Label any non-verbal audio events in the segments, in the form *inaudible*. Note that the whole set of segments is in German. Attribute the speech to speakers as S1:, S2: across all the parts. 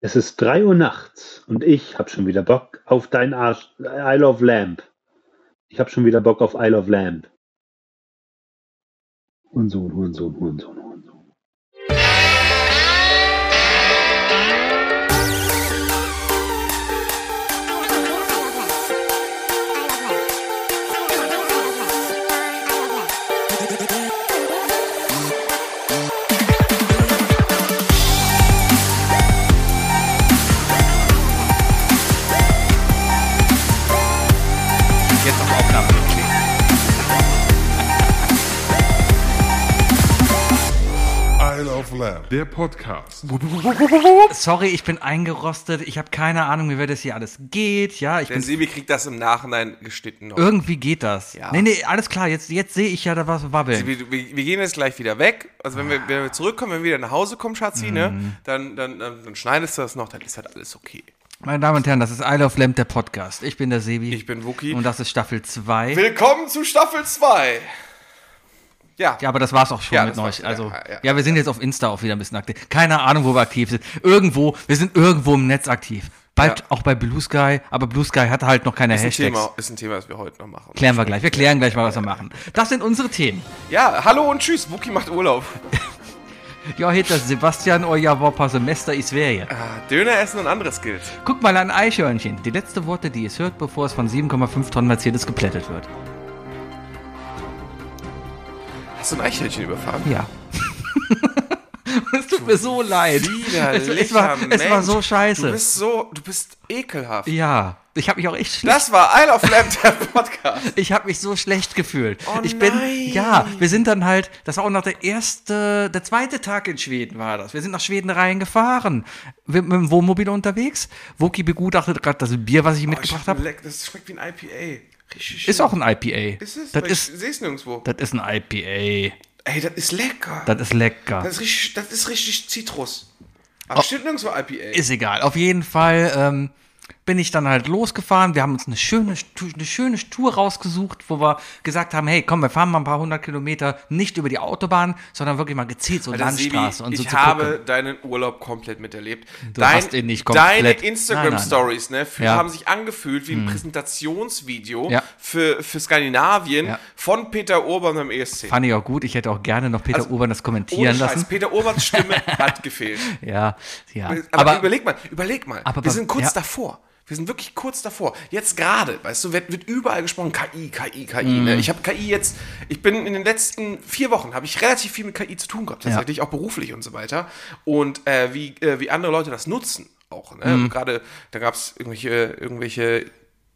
S1: Es ist drei Uhr nachts und ich hab schon wieder Bock auf dein Arsch Isle of Lamp. Ich hab schon wieder Bock auf Isle of Lamp. Hurensohn, Hurensohn, Hurensohn, Hurensohn.
S2: Jetzt auf Aufnahme geklickt.
S3: Isle of Lamb, der Podcast.
S4: Sorry, ich bin eingerostet. Ich habe keine Ahnung, wie weit das hier alles geht. Ja, ich
S5: Der
S4: bin,
S5: Sebi kriegt das im Nachhinein geschnitten. noch.
S4: irgendwie geht das.
S5: Ja.
S4: Nee, nee, alles klar. Jetzt, jetzt sehe ich ja da was wabbeln.
S5: Also Wir, wir, wir gehen jetzt gleich wieder weg. Also wenn wir,
S4: Ah.
S5: wenn wir zurückkommen, wenn wir wieder nach Hause kommen, Schatzi,
S4: Mhm.
S5: ne, dann, dann, dann, dann schneidest du das noch, dann ist halt alles okay.
S4: Meine Damen und Herren, das ist Isle of Lamp, der Podcast. Ich bin der Sebi.
S5: Ich bin Wookie.
S4: Und das ist Staffel 2.
S5: Willkommen zu Staffel 2. Ja,
S4: Ja, aber das war's auch schon
S5: Ja,
S4: mit
S5: das war's.
S4: euch. Also, ja,
S5: Ja, ja.
S4: wir sind jetzt auf Insta auch wieder ein bisschen aktiv. Keine Ahnung, wo wir aktiv sind. Irgendwo, wir sind irgendwo im Netz aktiv. Bald
S5: Ja.
S4: auch bei Blue Sky, aber Blue Sky hat halt noch keine
S5: ist, ein
S4: Hashtags.
S5: Thema, ist ein Thema, das wir heute noch machen.
S4: Klären wir gleich. Wir klären gleich mal, was wir machen. Das sind unsere Themen.
S5: Ja, hallo und tschüss. Wookie macht Urlaub.
S4: Ja, hinter Sebastian, euer Wopper Semester ist Ferien.
S5: Ah, Döner essen und andere Skills.
S4: Guck mal an Eichhörnchen. Die letzte Worte, die es hört, bevor es von 7,5 Tonnen Mercedes geplättet wird.
S5: Hast du ein Eichhörnchen überfahren?
S4: Ja. es *laughs* tut mir so leid. Es, es, war, es war
S5: Mensch.
S4: so
S5: Du
S4: scheiße.
S5: bist so, du bist ekelhaft.
S4: Ja. Ich habe mich auch echt schlecht.
S5: Das war Isle of Lamb,
S4: *laughs*
S5: der Podcast.
S4: Ich habe mich so schlecht gefühlt.
S5: Oh
S4: ich bin
S5: nein.
S4: ja, wir sind dann halt, das war auch noch der erste, der zweite Tag in Schweden war das. Wir sind nach Schweden reingefahren, wir, mit dem Wohnmobil unterwegs. Woki begutachtet gerade das Bier,
S5: Oh,
S4: was ich mitgebracht habe.
S5: Leck, das schmeckt wie ein IPA. Richtig schön.
S4: Ist auch ein IPA.
S5: Ist es?
S4: Das
S5: Weil
S4: ist
S5: ich sehe es nirgendwo.
S4: das ist ein IPA.
S5: Ey, das ist lecker. Das,
S4: Das ist lecker.
S5: ist, richtig, das ist richtig Zitrus. Aber steht nirgendwo IPA.
S4: Oh. Ist egal. Auf jeden Fall ähm, bin ich dann halt losgefahren. Wir haben uns eine schöne, Stu- eine schöne Tour rausgesucht, wo wir gesagt haben, hey, komm, wir fahren mal ein paar hundert Kilometer nicht über die Autobahn, sondern wirklich mal gezielt so
S5: Alter, Sebi,
S4: Landstraße und so
S5: ich
S4: zu
S5: habe
S4: gucken.
S5: deinen Urlaub komplett miterlebt. Du
S4: hast ihn nicht komplett-
S5: Deine
S4: Nein, nein.
S5: Instagram-Stories ne, für-
S4: Ja. Hm.
S5: haben sich angefühlt wie ein Präsentationsvideo
S4: Ja.
S5: für, für Skandinavien
S4: Ja.
S5: von Peter Urban beim ESC.
S4: Fand ich auch gut. Ich hätte auch gerne noch Peter
S5: Also,
S4: Urban das
S5: Ohne
S4: kommentieren
S5: Scheiß,
S4: lassen.
S5: Peter Urbans Stimme
S4: *laughs*
S5: hat gefehlt.
S4: Ja, ja.
S5: Äh, Aber,
S4: Aber,
S5: überleg mal, überleg mal.
S4: aber-
S5: wir sind kurz
S4: ja.
S5: davor. Wir sind wirklich kurz davor. Jetzt gerade, weißt du, wird, wird überall gesprochen, KI, KI, KI.
S4: Mhm.
S5: Ne? Ich habe KI jetzt, ich bin in den letzten vier Wochen, habe ich relativ viel mit KI zu tun gehabt, tatsächlich, auch beruflich und so weiter. Und äh, wie, äh, wie andere Leute das nutzen auch. Ne?
S4: Mhm.
S5: Gerade, da gab es irgendwelche, irgendwelche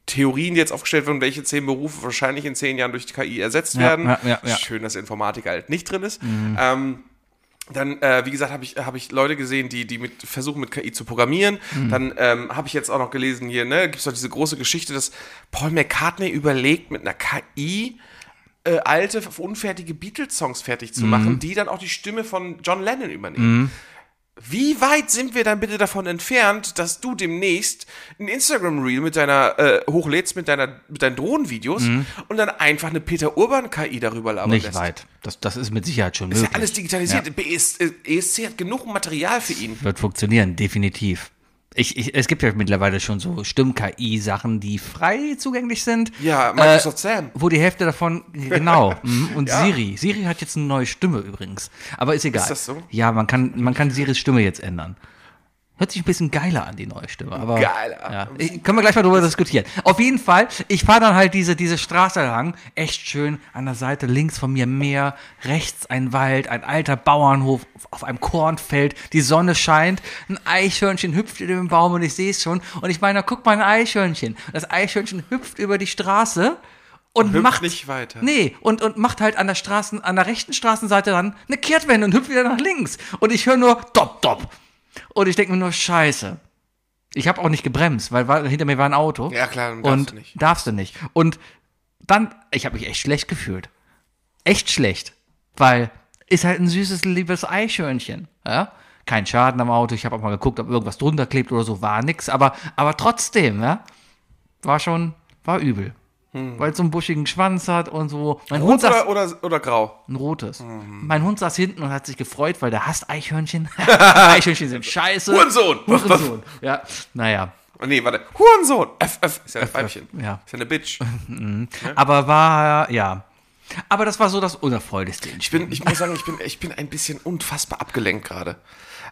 S5: Theorien, die jetzt aufgestellt wurden, welche zehn Berufe wahrscheinlich in zehn Jahren durch die KI ersetzt werden.
S4: ja, ja, Mhm. ja.
S5: Schön, dass Informatik halt nicht drin ist. Ähm, dann, äh, wie gesagt, habe ich, hab ich Leute gesehen, die, die mit, versuchen, mit KI zu programmieren.
S4: Mhm.
S5: Dann ähm, habe ich jetzt auch noch gelesen hier, ne, gibt es doch diese große Geschichte, dass Paul McCartney überlegt, mit einer KI äh, alte, unfertige Beatles-Songs fertig zu machen,
S4: Mhm.
S5: die dann auch die Stimme von John Lennon übernehmen. Wie weit sind wir dann bitte davon entfernt, dass du demnächst ein Instagram-Reel mit deiner, äh, hochlädst mit deiner, mit deinen Drohnenvideos und dann einfach eine Peter Urban-KI darüber labern
S4: Mhm. nicht
S5: lässt?
S4: weit. Das, das ist mit Sicherheit schon
S5: Ist ja
S4: möglich.
S5: alles digitalisiert. BS, äh, ESC hat genug Material für ihn.
S4: wird funktionieren, definitiv. Ich, ich, es gibt ja mittlerweile schon so Stimm-KI-Sachen, die frei zugänglich sind. Äh,
S5: Ja, Microsoft Sam.
S4: Wo die Hälfte davon,
S5: *laughs*
S4: genau. mhm, Und Siri. Siri hat jetzt eine neue Stimme übrigens. Aber ist egal.
S5: Ist das so?
S4: Ja, man kann, man kann Siris Stimme jetzt ändern. Hört sich ein bisschen geiler an, die neue Stimme. Aber,
S5: Geiler.
S4: Ja, ich, können wir gleich mal drüber diskutieren. Auf jeden Fall, ich fahre dann halt diese, diese Straße lang. Echt schön. An der Seite links von mir Meer, rechts ein Wald, ein alter Bauernhof auf einem Kornfeld. Die Sonne scheint. Ein Eichhörnchen hüpft über den Baum und ich sehe es schon. Und ich meine, na, guck mal ein Eichhörnchen. Das Eichhörnchen hüpft über die Straße. Und
S5: Hüpft
S4: macht
S5: nicht weiter.
S4: Nee, und, und macht halt an der Straßen, an der rechten Straßenseite dann eine Kehrtwende und hüpft wieder nach links. Und ich höre nur dop, dop. Und ich denke mir nur, scheiße. Ich habe auch nicht gebremst, weil war, hinter mir war ein Auto.
S5: Ja, klar, dann darfst
S4: und
S5: du nicht.
S4: darfst du nicht. Und dann, ich habe mich echt schlecht gefühlt. Echt schlecht. Weil ist halt ein süßes, liebes Eichhörnchen. Ja? Kein Schaden am Auto. Ich habe auch mal geguckt, ob irgendwas drunter klebt oder so. War nix. Aber, aber trotzdem, ja? war schon, war übel. Weil es so einen buschigen Schwanz hat und so. Mein Hund
S5: Hm. Rot
S4: saß,
S5: oder, Hm. oder, oder grau?
S4: ein rotes. Mein Hund saß hinten und hat sich gefreut, weil der
S5: *laughs*
S4: hasst Eichhörnchen. Eichhörnchen sind scheiße.
S5: Hurensohn!
S4: Äh, Hurensohn. Ja, naja.
S5: *laughs* Nee, warte. Hurensohn! FF ist ja ein Weibchen.
S4: ja.
S5: Ist ja eine Bitch.
S4: Aber war, ja. Aber das war so das Unerfreulichste.
S5: Ich bin, ich muss sagen, ich bin, ich bin ein bisschen unfassbar abgelenkt gerade.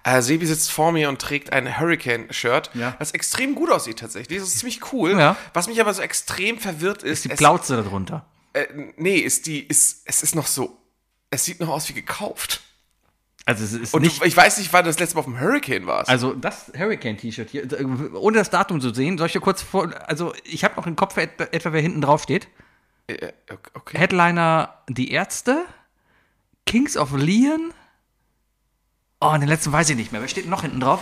S5: Äh, Sebi sitzt vor mir und trägt ein Hurricane-Shirt,
S4: Ja.
S5: das extrem gut aussieht tatsächlich. Das ist ziemlich cool.
S4: Ja.
S5: Was mich aber so extrem verwirrt ist,
S4: Die
S5: es-
S4: Plauze darunter.
S5: äh, nee, ist die, ist, es ist noch so, es sieht noch aus wie gekauft.
S4: Also es ist
S5: Und
S4: nicht.
S5: du, ich weiß nicht, wann du das letzte Mal auf dem Hurricane warst.
S4: Also das Hurricane-T-Shirt hier, äh, ohne das Datum zu sehen, soll ich dir kurz vor, also ich habe noch im Kopf et- etwa, wer hinten drauf steht.
S5: Äh, okay.
S4: Headliner Die Ärzte, Kings of Leon. Oh, und den letzten weiß ich nicht mehr. Wer steht noch hinten drauf?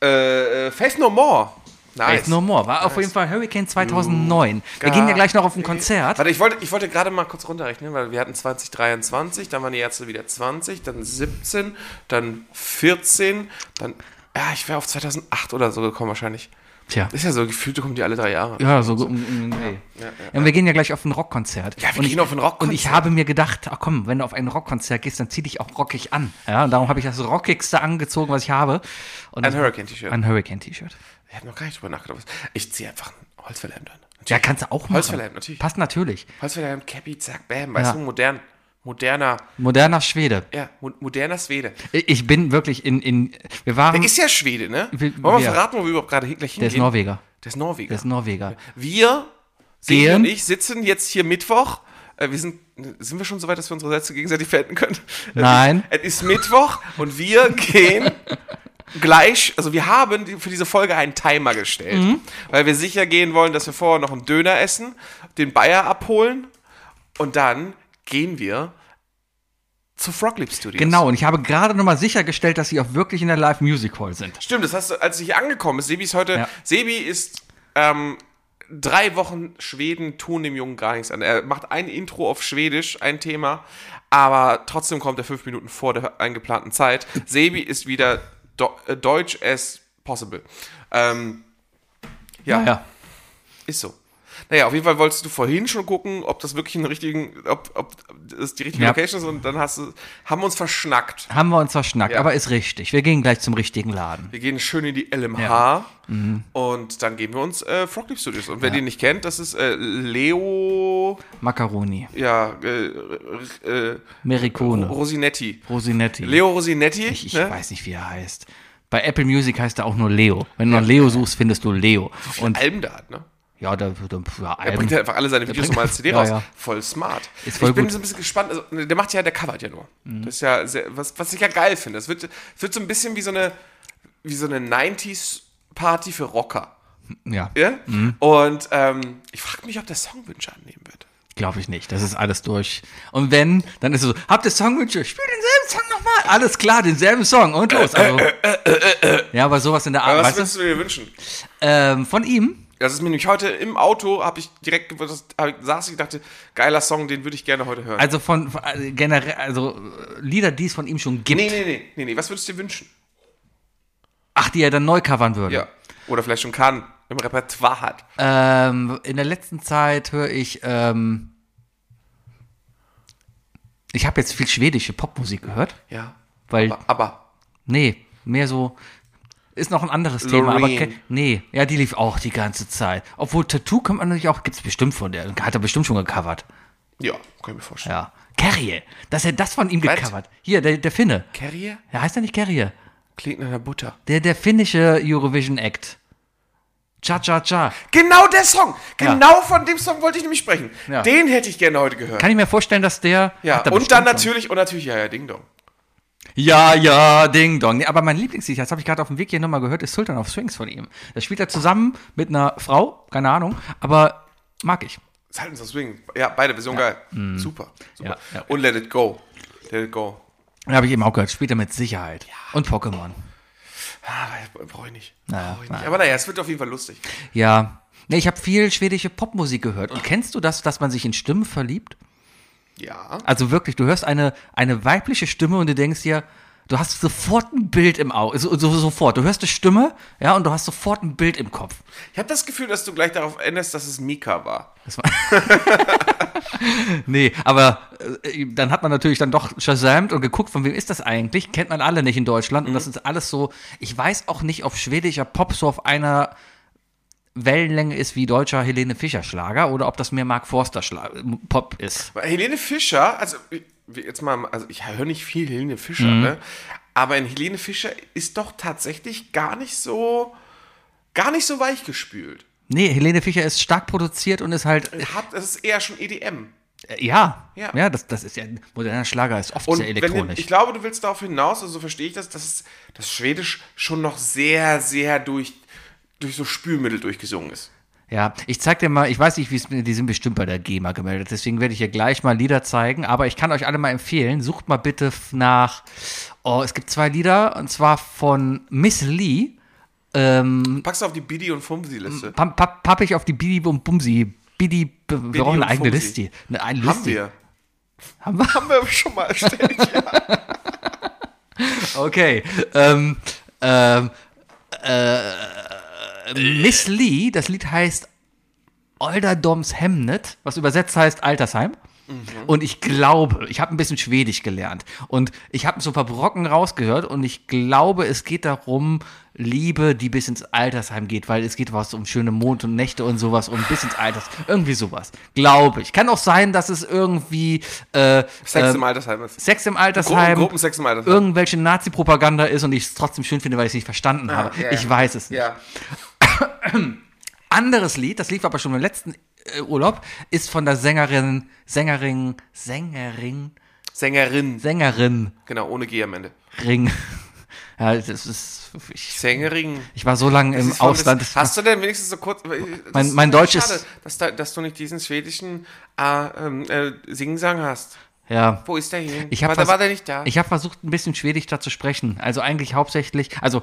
S5: Äh, äh, Faith No More. Nice.
S4: Faith Ah, No More. War auf jeden Fall Hurricane 2009. Wir gehen ja gleich noch auf ein Konzert.
S5: Warte, ich wollte, ich wollte gerade mal kurz runterrechnen, weil wir hatten 2023, dann waren die Ärzte wieder 20, dann 17, dann 14, dann. Ja, ich wäre auf 2008 oder so gekommen wahrscheinlich.
S4: Tja.
S5: Ist ja so, gefühlt kommen die alle drei Jahre.
S4: Ja, so um, um, nee. ja, Wir gehen ja gleich auf ein Rockkonzert.
S5: Ja, wir
S4: und
S5: gehen
S4: ich,
S5: auf ein Rockkonzert.
S4: Und ich habe mir gedacht, ach komm, wenn du auf ein Rockkonzert gehst, dann zieh dich auch rockig an. Ja, und darum habe ich das rockigste angezogen, was ich habe. Und
S5: Ein Hurricane-T-Shirt.
S4: Ein Hurricane-T-Shirt.
S5: Ich habe noch gar nicht drüber nachgedacht. Ich ziehe einfach ein Holzfällerhemd an.
S4: Ja, kannst du auch machen.
S5: Holzverleimt, natürlich.
S4: Passt natürlich.
S5: Holzfällerhemd, Cappy, zack, bam. Weißt
S4: Ja.
S5: du, modern. Moderner,
S4: Moderner Schwede.
S5: ja, mo moderner Schwede.
S4: Ich bin wirklich in, in wir waren,
S5: Der ist ja Schwede, ne?
S4: Wie-
S5: Wollen wir
S4: wer?
S5: verraten, wo wir überhaupt gerade hin- gleich
S4: der
S5: hingehen?
S4: ist Norweger.
S5: Der ist Norweger.
S4: Der ist Norweger.
S5: Wir, Sebi
S4: Gehen.
S5: und ich, sitzen jetzt hier Mittwoch. Äh, Wir sind, sind wir schon so weit, dass wir unsere Sätze gegenseitig verenden können?
S4: Nein.
S5: Es ist, es ist Mittwoch und wir gehen gleich, also wir haben die- für diese Folge einen Timer gestellt,
S4: Mhm.
S5: weil wir sicher gehen wollen, dass wir vorher noch einen Döner essen, den Bayer abholen und dann gehen wir zu Froglip Studios.
S4: Genau, und ich habe gerade nochmal sichergestellt, dass sie auch wirklich in der Live Music Hall sind.
S5: Stimmt, das hast du, als du hier angekommen bist, Sebi ist heute,
S4: Ja.
S5: Sebi ist ähm, drei Wochen Schweden tun dem Jungen gar nichts an. Er macht ein Intro auf Schwedisch, ein Thema, aber trotzdem kommt er fünf Minuten vor der eingeplanten Zeit. Sebi ist wieder do, äh, Deutsch as possible. Ähm, ja,
S4: Ja.
S5: ist so. Naja, auf jeden Fall wolltest du vorhin schon gucken, ob das wirklich einen richtigen, ob, ob das die richtige
S4: Ja.
S5: Location ist und dann hast du, haben wir uns verschnackt.
S4: Haben wir uns verschnackt,
S5: Ja.
S4: aber ist richtig. Wir gehen gleich zum richtigen Laden.
S5: Wir gehen schön in die LMH
S4: Mhm.
S5: und dann geben wir uns äh, Froglip Studios. Und wer den nicht kennt, das ist äh, Leo,
S4: Macaroni,
S5: ja, äh, äh,
S4: Mericone,
S5: Rosinetti.
S4: Rosinetti.
S5: Leo Rosinetti.
S4: Ich, ich
S5: ne?
S4: weiß nicht, wie er heißt. Bei Apple Music heißt er auch nur Leo. Wenn du nach Leo suchst, findest du Leo. Und
S5: Alben da hat, ne?
S4: ja, da, da pf, ja,
S5: Er bringt ja einfach alle seine Videos
S4: bringt-
S5: nochmal als CD
S4: *laughs* Ja,
S5: raus.
S4: ja.
S5: Voll smart.
S4: Ist voll
S5: ich bin
S4: gut. Mhm.
S5: so ein bisschen gespannt. Also, der macht ja, der covert ja nur. Das ist ja, sehr, was, was ich ja geil finde. Das wird, wird so ein bisschen wie so eine, wie so eine 90s-Party für Rocker.
S4: ja,
S5: Ja?
S4: Mhm.
S5: Und ähm, ich frage mich, ob der Songwünsche annehmen wird.
S4: glaube ich nicht. Das ist alles durch. Und wenn, dann ist es so, habt ihr Songwünsche? Spiel denselben Song nochmal. Alles klar, denselben Song. Und los. Also, ja, aber sowas in der
S5: Aber
S4: Art,
S5: was
S4: Ah, weißt
S5: würdest
S4: du?
S5: du dir wünschen?
S4: Ähm, von ihm?
S5: Das ist mir nämlich heute im Auto, habe ich direkt, gewusst, das- hab, ich- saß ich und dachte, geiler Song, den würde ich gerne heute hören.
S4: Also von, von also generell, also äh, Lieder, die es von ihm schon gibt.
S5: nee, nee, nee, nee, nee, was würdest du dir wünschen?
S4: Ach, die er dann neu covern würde.
S5: Ja. Oder vielleicht schon kann, im Repertoire hat.
S4: Ähm, in der letzten Zeit höre ich, ähm, ich habe jetzt viel schwedische Popmusik gehört,
S5: Ja.
S4: weil,
S5: Aber, aber
S4: nee, mehr so, ist noch ein anderes Thema, aber
S5: Loreen.
S4: ke- nee, ja, die lief auch die ganze Zeit. Obwohl Tattoo kann man natürlich auch, gibt's bestimmt von der, hat er bestimmt schon gecovert,
S5: ja, kann ich mir vorstellen.
S4: ja. Carrie, dass er das von ihm
S5: Was?
S4: gecovert. Hier, der, der Finne.
S5: Carrier
S4: Ja, heißt er nicht Carrie?
S5: klingt nach einer Butter.
S4: Der, der finnische Eurovision Act. Cha cha cha.
S5: Genau der Song! Genau von dem Song wollte ich nämlich sprechen.
S4: Ja.
S5: Den hätte ich gerne heute gehört.
S4: Kann ich mir vorstellen, dass der.
S5: ja,
S4: Hat er
S5: und dann
S4: bestimmt schon.
S5: natürlich, und natürlich, ja, ja, Ding Dong.
S4: Ja, ja, Ding Dong. Nee, aber mein Lieblingslied, das habe ich gerade auf dem Weg hier nochmal gehört, ist Sultan of Swings von ihm. Das spielt er zusammen mit einer Frau, keine Ahnung, aber mag ich.
S5: Silence of halt Swing. Ja, beide Versionen geil. Super. super.
S4: Mhm. Ja, ja.
S5: Und Let It Go. Let It Go.
S4: Da habe ich eben auch gehört, spielt er mit Sicherheit. Und Pokémon.
S5: Ah, brauche ich nicht.
S4: Naja,
S5: brauche ich nicht. Aber naja, es wird auf jeden Fall lustig.
S4: Ja. Nee, ich habe viel schwedische Popmusik gehört. Und kennst du das, dass man sich in Stimmen verliebt?
S5: Ja.
S4: Also wirklich, du hörst eine, eine weibliche Stimme und du denkst dir, Du hast sofort ein Bild im Auge, so, so, sofort. Du hörst eine Stimme, ja, und du hast sofort ein Bild im Kopf.
S5: Ich habe das Gefühl, dass du gleich darauf änderst, dass es Mika war.
S4: Das war nee, aber äh, dann hat man natürlich dann doch shazamt und geguckt, von wem ist das eigentlich? Kennt man alle nicht in Deutschland. Und das
S5: Mhm.
S4: ist alles so, ich weiß auch nicht, ob schwedischer Pop so auf einer Wellenlänge ist wie deutscher Helene Fischer Schlager oder ob das mehr Mark Forster Schla äh, Pop ist.
S5: Weil Helene Fischer, also äh, jetzt mal, also ich höre nicht viel Helene Fischer,
S4: Mhm.
S5: ne? Aber in Helene Fischer ist doch tatsächlich gar nicht so, gar nicht so weichgespült.
S4: Nee, Helene Fischer ist stark produziert und ist halt,
S5: Hat, das ist eher schon E EDM.
S4: äh, ja, ja,
S5: Ja.
S4: das, das ist ja, moderner Schlager ist oft
S5: Und
S4: sehr
S5: wenn,
S4: elektronisch.
S5: ich glaube, du willst darauf hinaus, also so verstehe ich das, dass es- das Schwedisch schon noch sehr, sehr durch, durch so Spülmittel durchgesungen ist.
S4: Ja, ich zeig dir mal, ich weiß nicht, wie es mir, die sind bestimmt bei der GEMA gemeldet, deswegen werde ich hier gleich mal Lieder zeigen, aber ich kann euch alle mal empfehlen, sucht mal bitte f- nach, oh, es gibt zwei Lieder, und zwar von Miss Lee,
S5: Packst du auf die Bidi und Fumsi-Liste.
S4: papp, papp, papp ich auf die Bidi und Bumsi, Bidi, B- wir
S5: und
S4: brauchen eine eigene
S5: Bumsi.
S4: Liste, eine, eine
S5: Haben
S4: Liste.
S5: wir.
S4: Haben wir?
S5: Haben wir schon mal *laughs* erstellt.
S4: Okay, ähm, ähm, äh, Miss Lee, das Lied heißt Olderdoms Hemnet, was übersetzt heißt Altersheim.
S5: Mhm.
S4: Und ich glaube, ich habe ein bisschen Schwedisch gelernt und ich habe so ein paar Brocken rausgehört und ich glaube, es geht darum, Liebe, die bis ins Altersheim geht, weil es geht was um schöne Mond und Nächte und sowas und bis ins Alters, irgendwie sowas, glaube ich. Kann auch sein, dass es irgendwie äh,
S5: Sex
S4: ähm,
S5: im Altersheim ist.
S4: Sex im
S5: Gruppen,
S4: Altersheim,
S5: Gruppensex im Altersheim.
S4: irgendwelche Nazi-Propaganda ist und ich es trotzdem schön finde, weil ich es nicht verstanden habe.
S5: ja, ja.
S4: Ich weiß es nicht.
S5: Ja.
S4: Anderes Lied, das lief aber schon im letzten äh, Urlaub, ist von der Sängerin, Sängerin, Sängerin,
S5: Sängerin.
S4: Sängerin,
S5: Genau, ohne G am Ende.
S4: Ring. *laughs* Ja, das ist, ich,
S5: Sängerin.
S4: ich war so lange
S5: Das
S4: im
S5: ist voll-
S4: Ausland.
S5: Das, hast du denn wenigstens so kurz. äh, das ist
S4: mein
S5: so
S4: Deutsch ist-
S5: schade, Dass, da, dass du nicht diesen schwedischen ah, ähm, äh, Singsang hast.
S4: ja.
S5: Wo ist der hin?
S4: Ich habe
S5: war, der- war der nicht da?
S4: Ich habe versucht, ein bisschen Schwedisch da zu sprechen. Also eigentlich hauptsächlich, also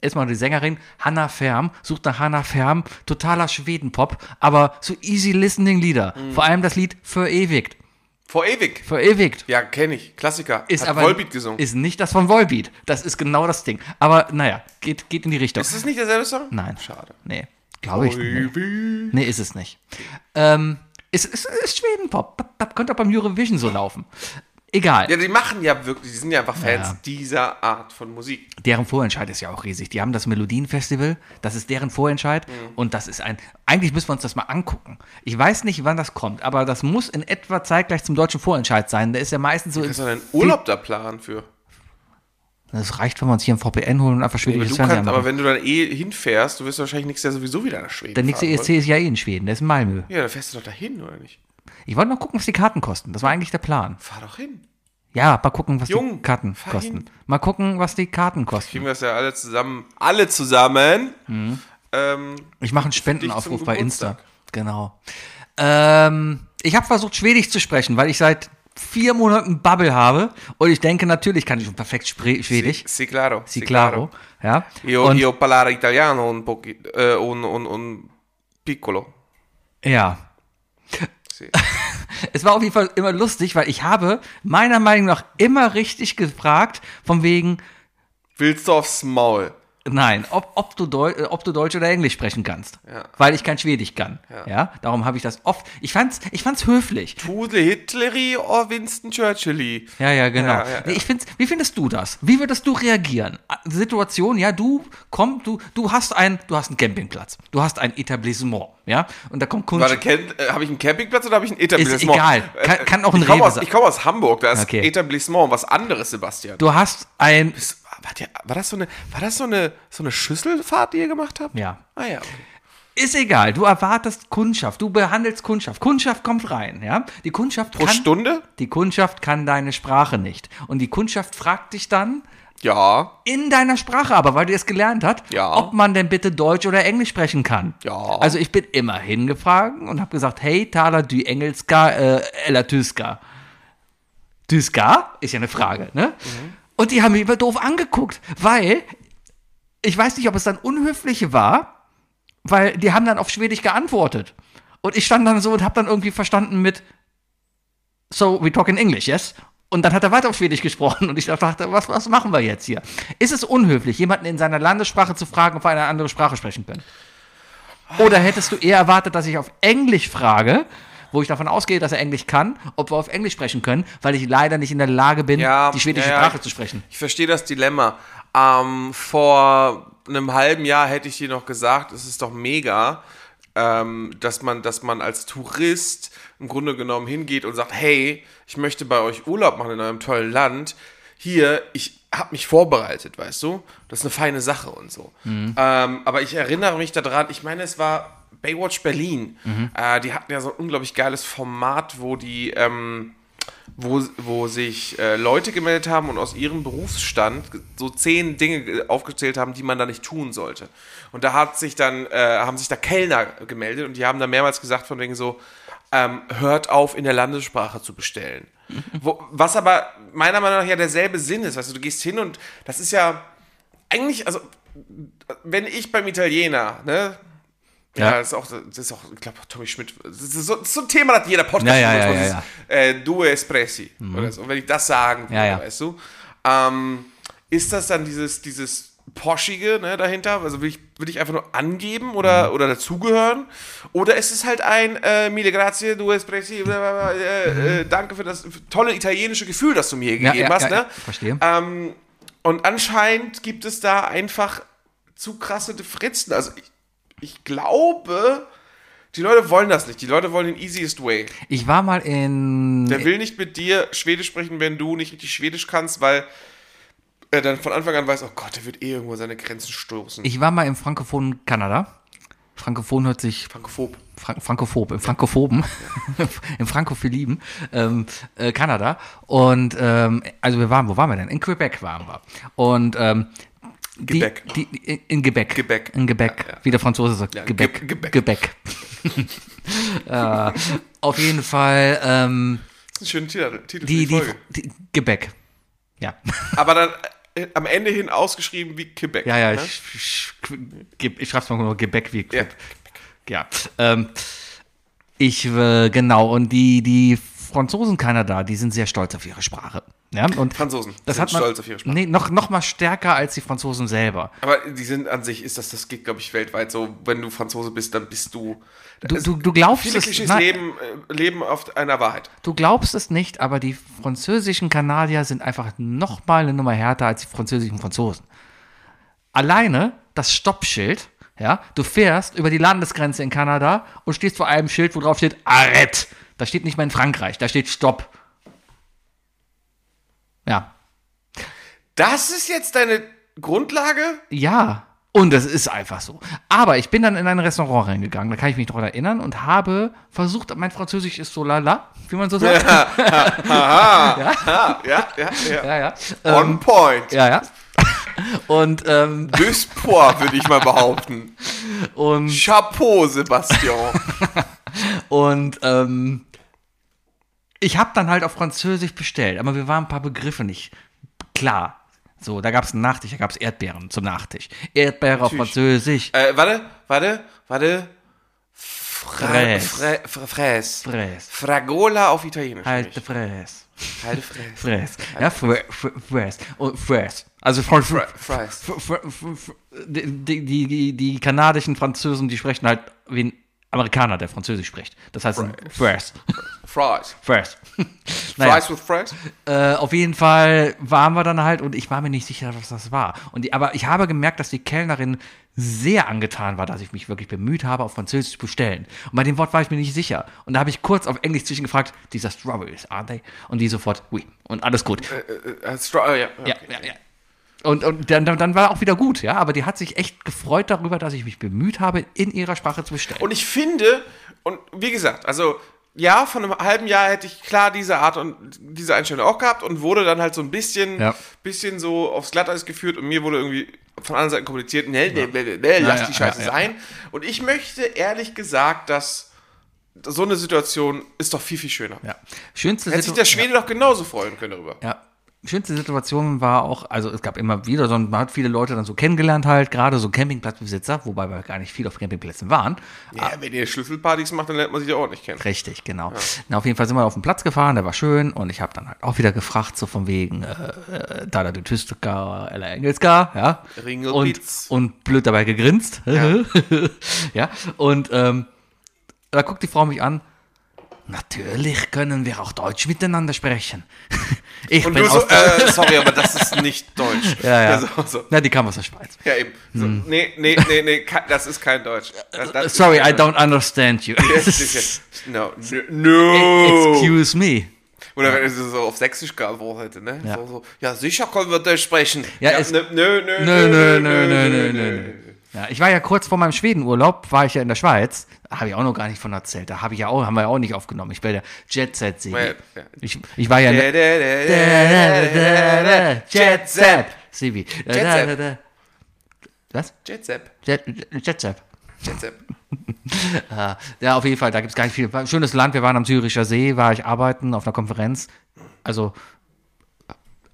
S4: erstmal die Sängerin Hanna Färm, sucht nach Hanna Färm, totaler Schwedenpop, aber so easy listening Lieder.
S5: Mhm.
S4: Vor allem das Lied Verewigt.
S5: Vor ewig.
S4: Verewigt.
S5: Ja, kenne ich. Klassiker.
S4: Ist
S5: Hat
S4: aber
S5: Volbeat gesungen. Ist,
S4: Ist nicht das von Volbeat. Das ist genau das Ding. Aber naja, geht, geht in die Richtung.
S5: das nicht derselbe Song?
S4: Nein.
S5: Schade.
S4: Nee, glaube ich nicht. Nee, ist es nicht. Ähm, ist, ist, ist Schwedenpop. Bap, bap, Könnte auch beim Eurovision so laufen. Egal.
S5: Ja, die machen ja wirklich, die sind ja einfach Fans
S4: Ja.
S5: dieser Art von Musik.
S4: Deren Vorentscheid ist ja auch riesig. Die haben das Melodienfestival, das ist deren
S5: Mhm.
S4: Vorentscheid und das ist ein. Eigentlich müssen wir uns das mal angucken. Ich weiß nicht, wann das kommt, aber das muss in etwa zeitgleich zum deutschen Vorentscheid sein. Der ist ja meistens so.
S5: Kannst du
S4: in-
S5: einen Urlaub da planen für?
S4: Das reicht, wenn wir uns hier ein VPN holen und einfach
S5: Aber,
S4: schwedisches
S5: du
S4: Fernsehen
S5: kannst,
S4: machen.
S5: aber wenn du dann eh hinfährst, du wirst wahrscheinlich nächstes Jahr sowieso wieder nach Schweden.
S4: Der nächste
S5: fahren
S4: ESC ist ja eh in Schweden, der ist in Malmö.
S5: wollen. Ja, dann fährst du doch dahin, oder nicht?
S4: Ich wollte noch gucken, was die Karten kosten. Das war eigentlich der Plan.
S5: Fahr doch hin.
S4: Ja, mal gucken, was die
S5: Jung,
S4: Karten
S5: fahr
S4: kosten.
S5: hin.
S4: Mal gucken, was die Karten kosten.
S5: Kriegen wir das ja alle zusammen. Alle zusammen.
S4: Mhm.
S5: Ähm,
S4: Ich mache einen
S5: dich zum
S4: Spendenaufruf bei Insta.
S5: Geburtstag.
S4: Genau. Ähm, ich habe versucht, Schwedisch zu sprechen, weil ich seit vier Monaten Bubble habe. Und ich denke, natürlich kann ich schon perfekt Spre- Schwedisch.
S5: Si claro.
S4: Si claro. Ja.
S5: Io,
S4: und,
S5: io parlare italiano un po' äh, un, un, un piccolo.
S4: Ja.
S5: Si.
S4: *laughs* Es war auf jeden Fall immer lustig, weil ich habe meiner Meinung nach immer richtig gefragt, von wegen,
S5: Willst du aufs Maul?
S4: Nein, ob, ob, du Deu äh, ob du Deutsch oder Englisch sprechen kannst.
S5: Ja.
S4: Weil ich kein Schwedisch kann. Ja.
S5: Ja.
S4: darum habe ich das oft. Ich fand's, ich fand's höflich.
S5: Pudel Hitleri oder Winston Churchilli?
S4: Ja, ja, genau.
S5: Ja, ja,
S4: Nee, Ich find's, wie findest du das? Wie würdest du reagieren? Ah, Situation, ja, du kommst, du, du hast ein, du hast einen Campingplatz. Du hast ein Etablissement, ja? Und da kommt Kunst.
S5: Warte, kennt- äh, habe ich einen Campingplatz oder habe ich ein
S4: Ist
S5: Etablissement? Äh,
S4: egal. Kann, kann auch ein
S5: Ich komme
S4: Rewe
S5: aus,
S4: sein.
S5: ich komm aus Hamburg, da ist
S4: Okay.
S5: Etablissement was anderes, Sebastian.
S4: Du hast ein,
S5: Das- war, der, war das, so eine, war das so, eine, so eine Schüsselfahrt, die ihr gemacht habt?
S4: ja.
S5: Ah ja. okay.
S4: Ist egal. Du erwartest Kundschaft. Du behandelst Kundschaft. Kundschaft kommt rein, ja? Die Kundschaft
S5: Pro
S4: kann.
S5: Stunde?
S4: Die Kundschaft kann deine Sprache nicht. Und die Kundschaft fragt dich dann
S5: Ja.
S4: in deiner Sprache, aber weil die es gelernt hat,
S5: Ja.
S4: ob man denn bitte Deutsch oder Englisch sprechen kann.
S5: Ja.
S4: Also ich bin immer hingefragt und habe gesagt, hey, Tala du Engelska, äh, eller Tyska. Tyska ist ja eine Frage, ne?
S5: Mhm.
S4: Und die haben mich immer doof angeguckt, weil ich weiß nicht, ob es dann unhöfliche war, weil die haben dann auf Schwedisch geantwortet. Und ich stand dann so und habe dann irgendwie verstanden mit So, we talk in English, yes? Und dann hat er weiter auf Schwedisch gesprochen *laughs* und ich dachte, was, was machen wir jetzt hier? Ist es unhöflich, jemanden in seiner Landessprache zu fragen, ob wir eine andere Sprache sprechen können? Oder hättest du eher erwartet, dass ich auf Englisch frage, wo ich davon ausgehe, dass er Englisch kann, ob wir auf Englisch sprechen können, weil ich leider nicht in der Lage bin,
S5: Ja,
S4: die schwedische
S5: ja, ja.
S4: Sprache zu sprechen?
S5: Ich verstehe das Dilemma. Ähm, vor einem halben Jahr hätte ich dir noch gesagt, es ist doch mega, ähm, dass, man, dass man als Tourist im Grunde genommen hingeht und sagt, hey, ich möchte bei euch Urlaub machen in eurem tollen Land. Hier, ich habe mich vorbereitet, weißt du? Das ist eine feine Sache und so.
S4: Mhm.
S5: Ähm, aber ich erinnere mich daran, ich meine, es war Baywatch Berlin.
S4: Mhm.
S5: Äh, die hatten ja so ein unglaublich geiles Format, wo die... Ähm, wo, wo sich äh, Leute gemeldet haben und aus ihrem Berufsstand ge- so zehn Dinge ge- aufgezählt haben, die man da nicht tun sollte. Und da hat sich dann, äh, haben sich da Kellner gemeldet und die haben da mehrmals gesagt von wegen so, ähm, hört auf, in der Landessprache zu
S4: *laughs*
S5: bestellen. Wo, was aber meiner Meinung nach ja derselbe Sinn ist. Weißt du, du gehst hin und das ist ja eigentlich, also wenn ich beim Italiener, ne, ja, das ist auch, das ist auch, ich glaube, Tommy Schmidt, das ist so, das ist so ein Thema, das jeder Podcast
S4: Ja, ja,
S5: macht,
S4: ja,
S5: das
S4: ja,
S5: ist,
S4: ja.
S5: Äh, Due Espressi oder so, wenn ich das sagen würde,
S4: Mhm. Ja, ja.
S5: weißt du, ähm, ist das dann dieses, dieses Poschige ne, dahinter, also will ich, will ich einfach nur angeben oder,
S4: Mhm.
S5: oder dazugehören oder ist es halt ein äh, Mille grazie, Due Espressi, bla, bla, bla, äh, äh, danke für das tolle italienische Gefühl, das du mir hier
S4: Mhm. Ja,
S5: gegeben
S4: ja,
S5: hast,
S4: ja,
S5: ne?
S4: ja, verstehe.
S5: Ähm, und anscheinend gibt es da einfach zu krasse Differenzen. Also ich, ich glaube, die Leute wollen das nicht. Die Leute wollen den easiest way.
S4: Ich war mal in
S5: Der will nicht mit dir Schwedisch sprechen, wenn du nicht richtig Schwedisch kannst, weil er dann von Anfang an weiß, oh Gott, der wird eh irgendwo seine Grenzen stoßen.
S4: Ich war mal im frankophonen Kanada. Frankophon hört sich
S5: Frankophob.
S4: Frank Frankophob, im Frankophoben, *laughs* im Frankophiliben, ähm, äh, Kanada. Und ähm, also wir waren, wo waren wir denn? In Quebec waren wir. Und ähm, die,
S5: Quebec.
S4: Die, in, in Quebec.
S5: Quebec.
S4: In Quebec. Wie der Franzose sagt.
S5: Ja,
S4: Quebec.
S5: Ge- Quebec.
S4: Quebec.
S5: *laughs*
S4: äh, auf jeden Fall ähm,
S5: Das ist ein schöner Titel, Titel für die
S4: die, die,
S5: Folge.
S4: die Quebec. Ja.
S5: Aber dann äh, am Ende hin ausgeschrieben wie Quebec.
S4: *laughs* Ja, ja,
S5: ne?
S4: ich, ich, ich, ich schreib's mal nur Gebäck wie
S5: Ja.
S4: Quip. Ja. Ähm, ich, äh, genau, und die, die Franzosen Kanada, die sind sehr stolz auf ihre Sprache. Ja, und
S5: Franzosen
S4: das
S5: sind
S4: hat man,
S5: stolz auf ihre Sprache.
S4: Nee, noch, noch mal stärker als die Franzosen selber.
S5: Aber die sind an sich, ist das, das geht, glaube ich, weltweit so. Wenn du Franzose bist, dann bist du.
S4: Du,
S5: Es-
S4: du, du, glaubst
S5: Viele
S4: es,
S5: Klischees
S4: nein,
S5: leben, äh, leben auf einer Wahrheit.
S4: du glaubst es nicht, aber die französischen Kanadier sind einfach noch mal eine Nummer härter als die französischen Franzosen. alleine das Stoppschild, ja, du fährst über die Landesgrenze in Kanada und stehst vor einem Schild, wo drauf steht Arrête. Da steht nicht mal in Frankreich, da steht Stopp. Ja.
S5: Das ist jetzt deine Grundlage?
S4: Ja. Und das ist einfach so. Aber ich bin dann in ein Restaurant reingegangen, da kann ich mich noch erinnern und habe versucht, mein Französisch ist so lala, wie man
S5: *laughs*
S4: so sagt. *laughs*
S5: Ah, ja, ja, ja.
S4: Ja, ja. Ähm,
S5: On point.
S4: ja, ja. Und, ähm,
S5: Bis point, würde ich mal behaupten.
S4: und
S5: Chapeau, Sebastian.
S4: Und ähm, ich habe dann halt auf Französisch bestellt, aber wir waren ein paar Begriffe nicht klar. So, da gab es einen Nachtisch, da gab es Erdbeeren zum Nachtisch. Erdbeere auf Französisch.
S5: äh, warte, warte, warte. Fra
S4: Fräs.
S5: Fra Fra Fräs.
S4: Fräs.
S5: Fragola auf Italienisch.
S4: Halte Fräs.
S5: Halte Fräs.
S4: Fräs. Ja, Frä- Frä- Fräs. Und Fräs. Also Fr Fr
S5: Fräs.
S4: Fr Fr Fr Fr die, die, die, die kanadischen Französen, die sprechen halt wie ein Amerikaner, der Französisch spricht. Das heißt Fräs.
S5: Fries.
S4: Fräs. *laughs* Naja.
S5: Fries with Fries?
S4: Äh, auf jeden Fall waren wir dann halt und ich war mir nicht sicher, was das war. Und die, aber ich habe gemerkt, dass die Kellnerin sehr angetan war, dass ich mich wirklich bemüht habe, auf Französisch zu bestellen. Und bei dem Wort war ich mir nicht sicher. Und da habe ich kurz auf Englisch zwischengefragt, these are strawberries, aren't they? Und die sofort, oui. Und alles gut.
S5: Äh, Stra oh, ja.
S4: ja, ja, ja. Und, und dann, dann, dann war auch wieder gut, ja. Aber die hat sich echt gefreut darüber, dass ich mich bemüht habe, in ihrer Sprache zu bestellen.
S5: Und ich finde, und wie gesagt, also ja, von einem halben Jahr hätte ich klar diese Art und diese Einstellung auch gehabt und wurde dann halt so ein bisschen,
S4: Ja.
S5: bisschen so aufs Glatteis geführt und mir wurde irgendwie von allen Seiten kommuniziert, ne, ne, ne, ne, ne, lass
S4: Ja,
S5: die
S4: ja,
S5: Scheiße
S4: ja, ja.
S5: sein. Und ich möchte ehrlich gesagt, dass so eine Situation ist doch viel, viel schöner.
S4: ja. Schönste
S5: Hätte sich der
S4: Situation.
S5: Schwede doch genauso freuen können darüber.
S4: Ja. schönste Situation war auch, also es gab immer wieder, sondern man hat viele Leute dann so kennengelernt halt, gerade so Campingplatzbesitzer, wobei wir gar nicht viel auf Campingplätzen waren.
S5: Ja, wenn ihr Schlüsselpartys macht, dann lernt man sich ja auch nicht kennen.
S4: Richtig, genau. Na, auf jeden Fall sind wir auf den Platz gefahren, der war schön und ich habe dann halt auch wieder gefragt, so von wegen äh, äh, Dada de Tüsteka, Ella Engelska, ja. Und,
S5: Ringelpitz.
S4: und blöd dabei gegrinst. Ja, *laughs* ja. und ähm, da guckt die Frau mich an. Natürlich können wir auch Deutsch miteinander sprechen. *laughs* Ich
S5: Und
S4: bin
S5: du
S4: aus
S5: so, äh, sorry, aber das ist nicht Deutsch.
S4: *laughs* Ja, ja.
S5: Also, so.
S4: Na, die kam aus der Schweiz.
S5: ja eben. So, Nee, nee, nee, nee, ke- das ist kein Deutsch. Das, das ist
S4: Hm. Sorry, I
S5: kein
S4: don't understand you. *laughs* E-
S5: Deutsch. No, no.
S4: Excuse me.
S5: Oder wenn er so auf Sächsisch geantwortet hätte, ne?
S4: Ja.
S5: Ja. So, so, ja, sicher können wir Deutsch sprechen. ne,
S4: Ja, es-
S5: nö, nö, nö,
S4: Nö,
S5: ne,
S4: nö, nö, nö, nö, nö. Ja, ich war ja kurz vor meinem Schwedenurlaub, war ich ja in der Schweiz. Habe ich auch noch gar nicht von erzählt. Da habe ich ja auch, haben wir ja auch nicht aufgenommen. Ich werde Jet Set
S5: Weil-
S4: sehen.
S5: ja.
S4: Ich, ich war ja. in
S5: Da,
S4: der-
S5: da, da, da, da, da, da.
S4: Jet Set. Sibi.
S5: Jet Set.
S4: Was?
S5: Jet Sepp.
S4: Jet, Jet Set.
S5: Jet Sepp.
S4: Ja, ja, auf jeden Fall, da gibt es gar nicht viel. War ein Schönes Land, wir waren am Züricher See, war ich arbeiten auf einer Konferenz. Also,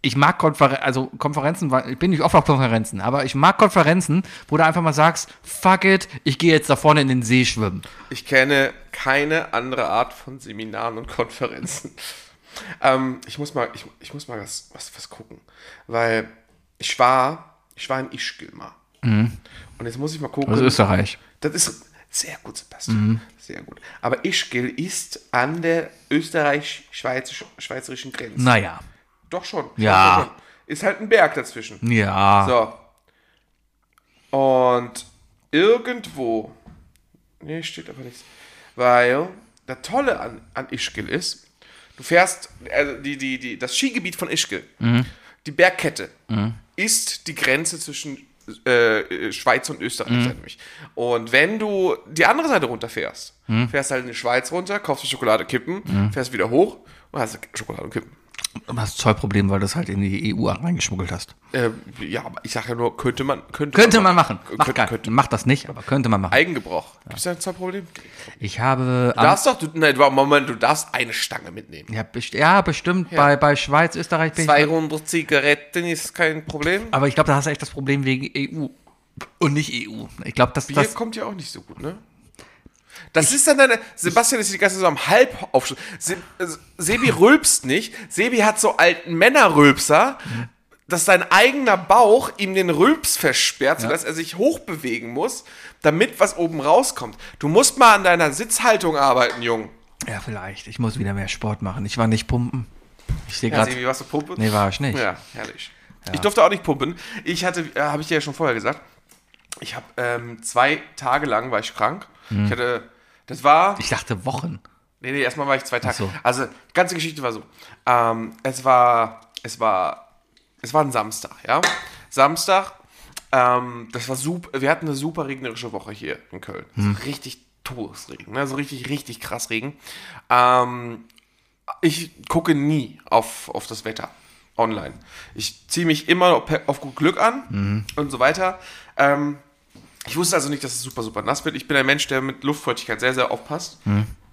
S4: ich mag Konferenzen, also Konferenzen, war- ich bin nicht oft auf Konferenzen, aber ich mag Konferenzen, wo du einfach mal sagst, fuck it, ich gehe jetzt da vorne in den See schwimmen.
S5: Ich kenne keine andere Art von Seminaren und
S4: *laughs*
S5: Konferenzen. ähm, ich muss mal, ich, ich muss mal was, was, was gucken. Weil ich war, ich war in Ischgl mal. Und jetzt muss ich mal gucken.
S4: Das Mhm. Mhm. ist Österreich.
S5: Das ist sehr gut, Sebastian. Sehr gut. Aber Ischgl ist an der österreich-schweizerischen Grenze.
S4: Naja,
S5: Doch schon.
S4: Ja.
S5: Doch schon. Ist halt ein Berg dazwischen.
S4: ja.
S5: So. Und irgendwo. Nee, steht aber nichts. Weil das Tolle an, an Ischgl ist, du fährst, also die, die, die, das Skigebiet von Ischgl,
S4: Mhm.
S5: die Bergkette, ist die Grenze zwischen äh, Schweiz und Österreich,
S4: Mhm.
S5: sag ich. Und wenn du die andere Seite runterfährst,
S4: Mhm.
S5: fährst halt in die Schweiz runter, kaufst dir Schokolade, Kippen, fährst wieder hoch und hast Schokolade und Kippen.
S4: Du hast Zollproblem, weil du es halt in die EU reingeschmuggelt hast.
S5: Äh, ja, aber ich sage ja nur, könnte man. Könnte,
S4: Könnte man machen. Macht,
S5: Könnte-
S4: gar,
S5: könnte-
S4: macht das nicht, aber könnte man machen.
S5: Eigengebrauch. Gibt es da ein Problem?
S4: Ich habe.
S5: Du
S4: am-
S5: darfst doch, du, nein, warte, Moment, du darfst eine Stange mitnehmen.
S4: Ja, best, ja, bestimmt. Bei, bei Schweiz, Österreich bin ich
S5: 200 Zigaretten ist kein Problem.
S4: Aber ich glaube, da hast du echt das Problem wegen EU und nicht EU. Ich glaube, dass
S5: Bier
S4: das.
S5: kommt ja auch nicht so gut, ne? Das ist dann deine. Sebastian ist die ganze Zeit so am Halbaufschluss. Se, äh, Sebi rülpst nicht. Sebi hat so alten Männerrülpser, dass sein eigener Bauch ihm den Rülps versperrt, sodass er sich hochbewegen muss, damit was oben rauskommt. Du musst mal an deiner Sitzhaltung arbeiten, Jung.
S4: Ja, vielleicht. Ich muss wieder mehr Sport machen. Ich war nicht pumpen. Ich sehe
S5: Ja,
S4: gerade.
S5: Sebi, warst du pumpen?
S4: Nee, war ich nicht.
S5: Ja, herrlich. Ich durfte auch nicht pumpen. Ich hatte, äh, habe ich dir ja schon vorher gesagt, ich habe ähm, zwei Tage lang war ich krank. Ich hatte, das war,
S4: Ich dachte Wochen.
S5: nee, nee, erstmal war ich zwei Tage.
S4: so.
S5: Also, die ganze Geschichte war so. Ähm, es war, es war, es war ein Samstag, ja. Samstag, ähm, das war super, wir hatten eine super regnerische Woche hier in Köln. So richtig Todesregen, ne? so richtig, richtig krass Regen. Ähm, ich gucke nie auf, auf das Wetter online. Ich ziehe mich immer per- auf gut Glück an und so weiter. Ähm, ich wusste also nicht, dass es super, super nass wird. Ich bin ein Mensch, der mit Luftfeuchtigkeit sehr, sehr aufpasst.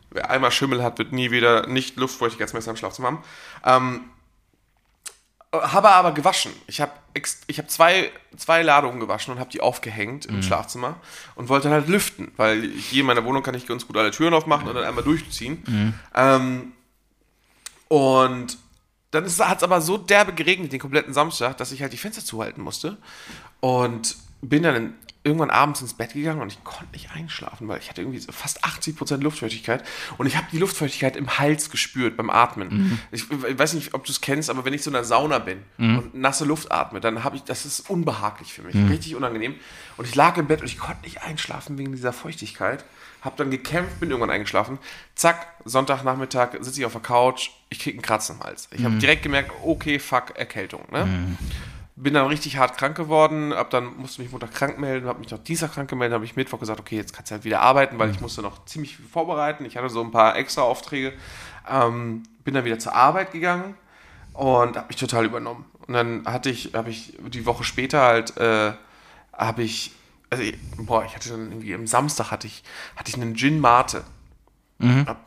S5: Wer einmal Schimmel hat, wird nie wieder nicht Luftfeuchtigkeitsmesser im Schlafzimmer haben. Ähm, äh, habe aber gewaschen. Ich habe ex- ich habe zwei, zwei Ladungen gewaschen und habe die aufgehängt im Schlafzimmer und wollte halt lüften, weil hier in meiner Wohnung kann ich ganz gut alle Türen aufmachen und dann einmal durchziehen. Ähm, und dann hat es aber so derbe geregnet den kompletten Samstag, dass ich halt die Fenster zuhalten musste. Und bin dann in, irgendwann abends ins Bett gegangen und ich konnte nicht einschlafen, weil ich hatte irgendwie so fast 80% Luftfeuchtigkeit. Und ich habe die Luftfeuchtigkeit im Hals gespürt beim Atmen. Ich, ich weiß nicht, ob du es kennst, aber wenn ich so in der Sauna bin und nasse Luft atme, dann habe ich, das ist unbehaglich für mich, richtig unangenehm. Und ich lag im Bett und ich konnte nicht einschlafen wegen dieser Feuchtigkeit. Hab dann gekämpft, bin irgendwann eingeschlafen. Zack, Sonntagnachmittag sitze ich auf der Couch, ich krieg einen Kratzen im Hals. Ich habe direkt gemerkt, okay, fuck, Erkältung. Ne? Bin dann richtig hart krank geworden, hab dann musste mich Montag krank melden, habe mich noch Dienstag krank gemeldet, habe ich Mittwoch gesagt, okay, jetzt kannst du halt wieder arbeiten, weil ich musste noch ziemlich viel vorbereiten. Ich hatte so ein paar extra Aufträge. Ähm, bin dann wieder zur Arbeit gegangen und habe mich total übernommen. Und dann hatte ich, habe ich die Woche später halt, äh, habe ich, also ich, boah, ich hatte dann irgendwie am Samstag hatte ich, hatte ich einen Gin Mate. Hab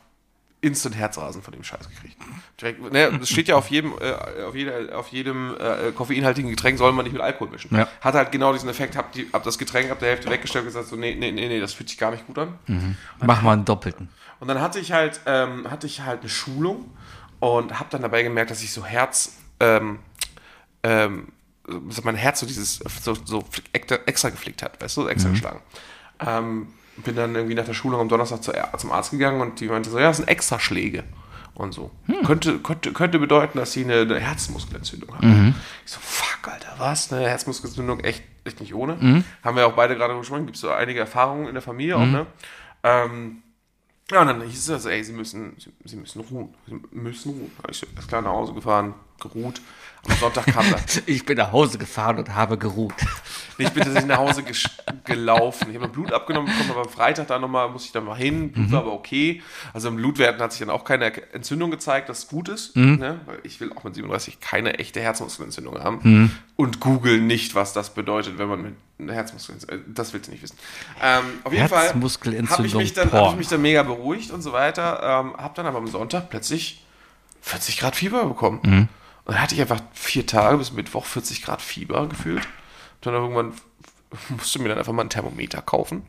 S5: instant Herzrasen von dem Scheiß gekriegt. Direkt, ne, es steht ja auf jedem, äh, auf jeder, auf jedem äh, koffeinhaltigen Getränk soll man nicht mit Alkohol mischen.
S4: Ja.
S5: Hatte halt genau diesen Effekt, hab, die, hab das Getränk ab der Hälfte weggestellt und gesagt, so, nee, nee, nee, nee, das fühlt sich gar nicht gut an.
S4: Mach mal einen doppelten.
S5: Und dann hatte ich halt, ähm, hatte ich halt eine Schulung und habe dann dabei gemerkt, dass ich so Herz, ähm, ähm, so mein Herz so dieses so, so extra extra gepflegt hat, weißt du, extra geschlagen. Ähm, bin dann irgendwie nach der Schulung am Donnerstag zu, zum Arzt gegangen und die meinte so, ja, das sind extra Schläge und so. Könnte, könnte, könnte bedeuten, dass sie eine, eine Herzmuskelentzündung haben. Ich so, fuck, Alter, was? Eine Herzmuskelentzündung, echt, echt nicht ohne. Haben wir auch beide gerade gesprochen, gibt es so einige Erfahrungen in der Familie auch, ne? Ähm, ja, und dann hieß es, also, ey, sie müssen, sie, sie müssen ruhen. Sie müssen ruhen. Hab Ich bin klar nach Hause gefahren, geruht. Am Sonntag kam
S4: *laughs*
S5: er.
S4: *laughs* Ich bin nach Hause gefahren und habe geruht.
S5: Nee, ich bin tatsächlich nach Hause gesch- gelaufen. Ich habe Blut abgenommen bekommen, aber am Freitag dann nochmal, muss ich dann mal hin.
S4: Mhm.
S5: Blut war aber okay. Also im Blutwerten hat sich dann auch keine Erk- Entzündung gezeigt, das gut ist.
S4: Mhm.
S5: Ne? Weil ich will auch mit 37 keine echte Herzmuskelentzündung haben.
S4: Mhm.
S5: Und google nicht, was das bedeutet, wenn man mit einer Herzmuskelentzündung. äh, Das willst du nicht wissen. Ähm, auf jeden Fall habe ich,
S4: Herzmuskelentzündung,
S5: mich dann- hab ich
S4: Porn.
S5: mich dann mega beruhigt und so weiter. Ähm, habe dann aber am Sonntag plötzlich 40 Grad Fieber bekommen. Und dann hatte ich einfach vier Tage bis Mittwoch 40 Grad Fieber gefühlt. Und dann irgendwann musste mir dann einfach mal ein Thermometer kaufen.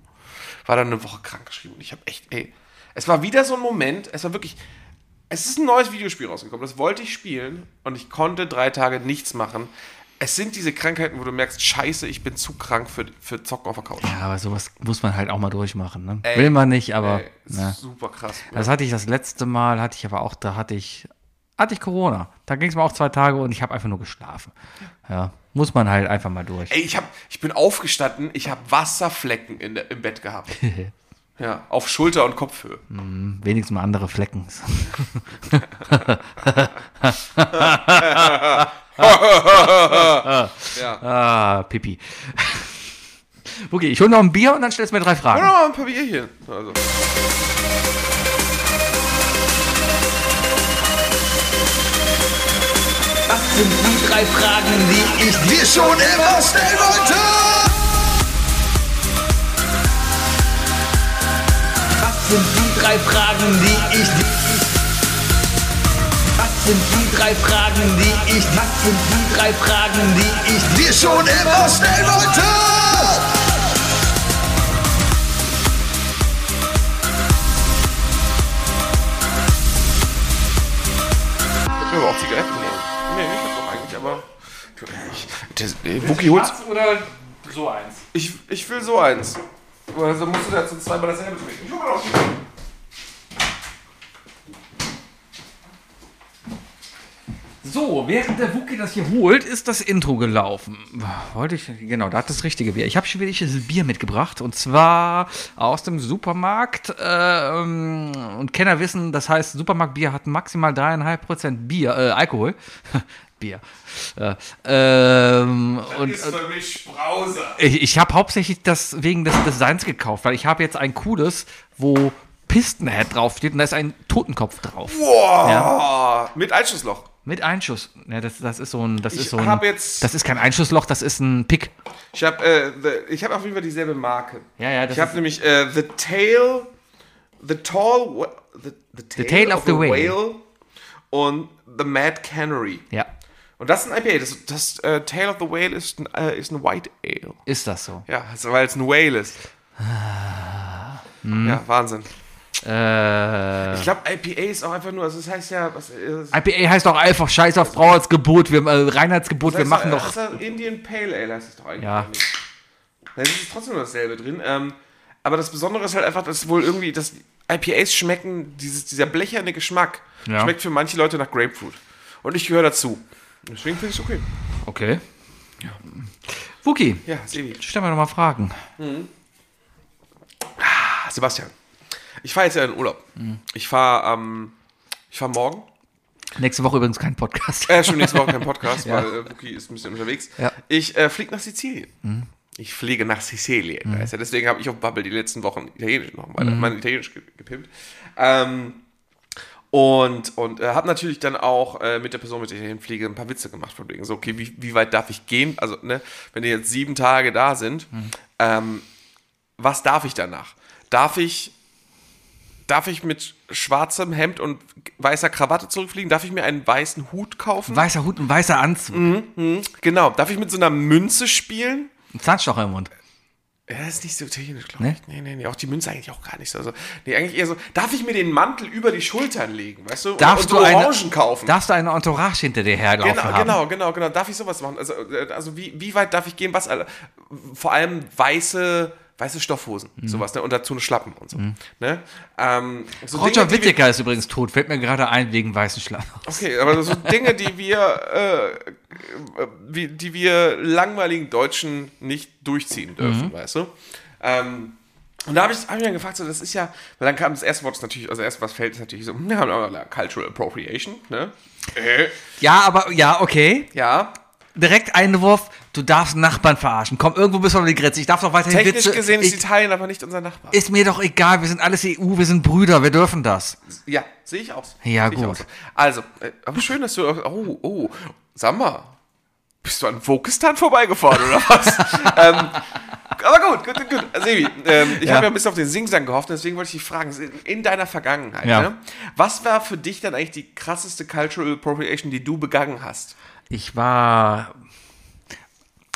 S5: War dann eine Woche krankgeschrieben und ich habe echt, ey, es war wieder so ein Moment, es war wirklich, es ist ein neues Videospiel rausgekommen, das wollte ich spielen und ich konnte drei Tage nichts machen. Es sind diese Krankheiten, wo du merkst, scheiße, ich bin zu krank für, für Zocken auf der Couch.
S4: Ja, aber sowas muss man halt auch mal durchmachen. Ne? Will man nicht, aber.
S5: Ey,
S4: ne.
S5: Super krass.
S4: Das hatte ich das letzte Mal, hatte ich aber auch, da hatte ich, hatte ich Corona. Da ging es mir auch zwei Tage und ich habe einfach nur geschlafen. Ja, muss man halt einfach mal durch.
S5: Ey, ich, hab, ich bin aufgestanden, ich habe Wasserflecken in der, im Bett gehabt. ja, auf Schulter und Kopfhöhe. *laughs*
S4: Wenigstens mal
S2: *laughs*
S4: andere Flecken.
S5: Ja.
S4: Ah, Pipi. Okay, ich hole noch ein Bier und dann stellst du mir drei
S5: Mach
S4: Fragen.
S5: mal ein paar Bierchen. Also.
S2: Das sind die drei Fragen, die ich dir schon immer stellen wollte. Was sind die drei Fragen, die ich dir... Was sind die drei Fragen, die ich... Was sind die drei Fragen, die ich dir schon immer stellen wollte?
S5: Ich will aber auch Zigaretten nehmen. Nee, ich hab doch eigentlich, aber. Ich, das, äh, Wookie holst.
S4: oder so eins?
S5: Ich, ich will so eins. Aber dann musst du dazu zweimal dasselbe trinken. Ich hol mal noch die-
S4: So, während der Wookie das hier holt, ist das Intro gelaufen. Wollte ich, genau, da hat das richtige Bier. Ich habe schwedisches Bier mitgebracht und zwar aus dem Supermarkt. Äh, ähm, und Kenner wissen, das heißt, Supermarktbier hat maximal 3,5% Bier, äh, Alkohol. *laughs* Bier. Äh, ähm, und,
S5: Ist für mich Brause.
S4: ich, ich habe hauptsächlich das wegen des Designs gekauft, weil ich habe jetzt ein cooles, wo Pistenhead draufsteht und da ist ein Totenkopf drauf.
S5: Boah! Oh, Mit Einschussloch.
S4: Mit Einschuss. Ja, das, das ist so ein. Das ist so ein
S5: hab jetzt-
S4: das ist kein Einschussloch, das ist ein Pick.
S5: Ich habe äh, the- ich hab auf jeden Fall dieselbe Marke.
S4: Ja, ja, das
S5: Ich habe
S4: ist-
S5: nämlich äh, The Tail, The Tall, Wh- the, the tail,
S4: Tail of the Whale.
S5: und The Mad Canary.
S4: Ja,
S5: Und das ist ein IPA. Das, das äh, Tail of the Whale ist ein, äh, ist ein White Ale.
S4: ist das so.
S5: Ja, also, weil es ein Whale ist.
S4: Ah. Hm.
S5: Ja, Wahnsinn.
S4: Äh,
S5: Ich glaube, IPA ist auch einfach nur, also das heißt ja, was ist
S4: IPA heißt doch einfach Scheiß auf Brauersgebot, wir, äh, Reinheitsgebot, wir machen
S5: Das
S4: doch.
S5: ist ja Indian Pale Ale heißt es doch eigentlich.
S4: Ja.
S5: gar nicht. Da ist trotzdem nur dasselbe drin. Ähm, aber das Besondere ist halt einfach, dass wohl irgendwie, dass IPAs schmecken, dieses, dieser blecherne Geschmack
S4: Ja.
S5: schmeckt für manche Leute nach Grapefruit. Und ich gehöre dazu. Deswegen finde ich es okay.
S4: Okay. Wookie,
S5: äh, Ja, Sevi.
S4: stell mir doch mal Fragen.
S5: Ah, Sebastian. Ich fahre jetzt ja in Urlaub.
S4: Mhm.
S5: Ich fahre ähm, ich fahr morgen.
S4: Nächste Woche übrigens kein Podcast.
S5: Äh, schon nächste Woche kein
S4: *laughs*
S5: Podcast, weil äh, Wookie ist ein bisschen unterwegs.
S4: Ja.
S5: Ich äh, fliege nach Sizilien. Ich fliege nach Sizilien. Weißt du? Deswegen habe ich auf Bubble die letzten Wochen Italienisch noch mal, mein Italienisch ge- gepimpt. Ähm, und und äh, habe natürlich dann auch äh, mit der Person, mit der ich hinfliege, ein paar Witze gemacht. Von wegen so, okay, wie, wie weit darf ich gehen? Also, ne, wenn die jetzt sieben Tage da sind, ähm, was darf ich danach? Darf ich darf ich mit schwarzem Hemd und weißer Krawatte zurückfliegen? Darf ich mir einen weißen Hut kaufen?
S4: Weißer Hut und weißer Anzug.
S5: Mm. genau. Darf ich mit so einer Münze spielen?
S4: Ein Zahnstocher im Mund.
S5: Ja, ist nicht so technisch, glaube ich. Nee, nee, nee. Auch die Münze eigentlich auch gar nicht so. Also, nee, eigentlich eher so, darf ich mir den Mantel über die Schultern legen, weißt du?
S4: Darfst
S5: und, und
S4: du eine-
S5: Orangen kaufen?
S4: Darfst du eine Entourage hinter dir herlaufen
S5: Genau,
S4: haben?
S5: genau, genau, genau. Darf ich sowas machen? Also, äh, also wie, wie weit darf ich gehen? Was? alle- Vor allem weiße, weiße Stoffhosen,
S4: Mhm.
S5: sowas, ne? Und dazu eine Schlappen und so. Ne? Ähm, so Dinge,
S4: Roger
S5: die wir-
S4: Whittaker ist übrigens tot, fällt mir gerade ein wegen weißen Schlappen.
S5: Okay, aber so Dinge, die wir, äh, äh, wie, die wir langweiligen Deutschen nicht durchziehen dürfen,
S4: Mhm.
S5: weißt du? Ähm, und da habe ich, hab ich mich dann gefragt, so, das ist ja, weil dann kam das erste Wort, ist natürlich, also das erste, was fällt, ist natürlich so, *laughs* ja, Cultural Appropriation, ne? Äh,
S4: Ja, aber ja, okay.
S5: ja.
S4: Direkt Einwurf, du darfst Nachbarn verarschen. Komm, irgendwo bist du an die Grenze. Ich darf doch weiterhin
S5: Technisch
S4: Witze.
S5: gesehen ist
S4: ich,
S5: Italien aber nicht unser Nachbar.
S4: ist mir doch egal, wir sind alles EU, wir sind Brüder, wir dürfen das.
S5: Ja, sehe ich aus.
S4: Ja,
S5: Sehe ich
S4: gut.
S5: aus. Also, äh, aber schön, dass du. Oh, oh, sag mal. Bist du an Vokistan vorbeigefahren oder
S4: *laughs*
S5: was? ähm, aber gut, gut, gut, gut. Sebi, ähm, ich
S4: Ja.
S5: habe ja ein bisschen auf den Singsang gehofft, deswegen wollte ich dich fragen, in deiner Vergangenheit,
S4: Ja.
S5: ne? was war für dich dann eigentlich die krasseste Cultural Appropriation, die du begangen hast?
S4: Ich war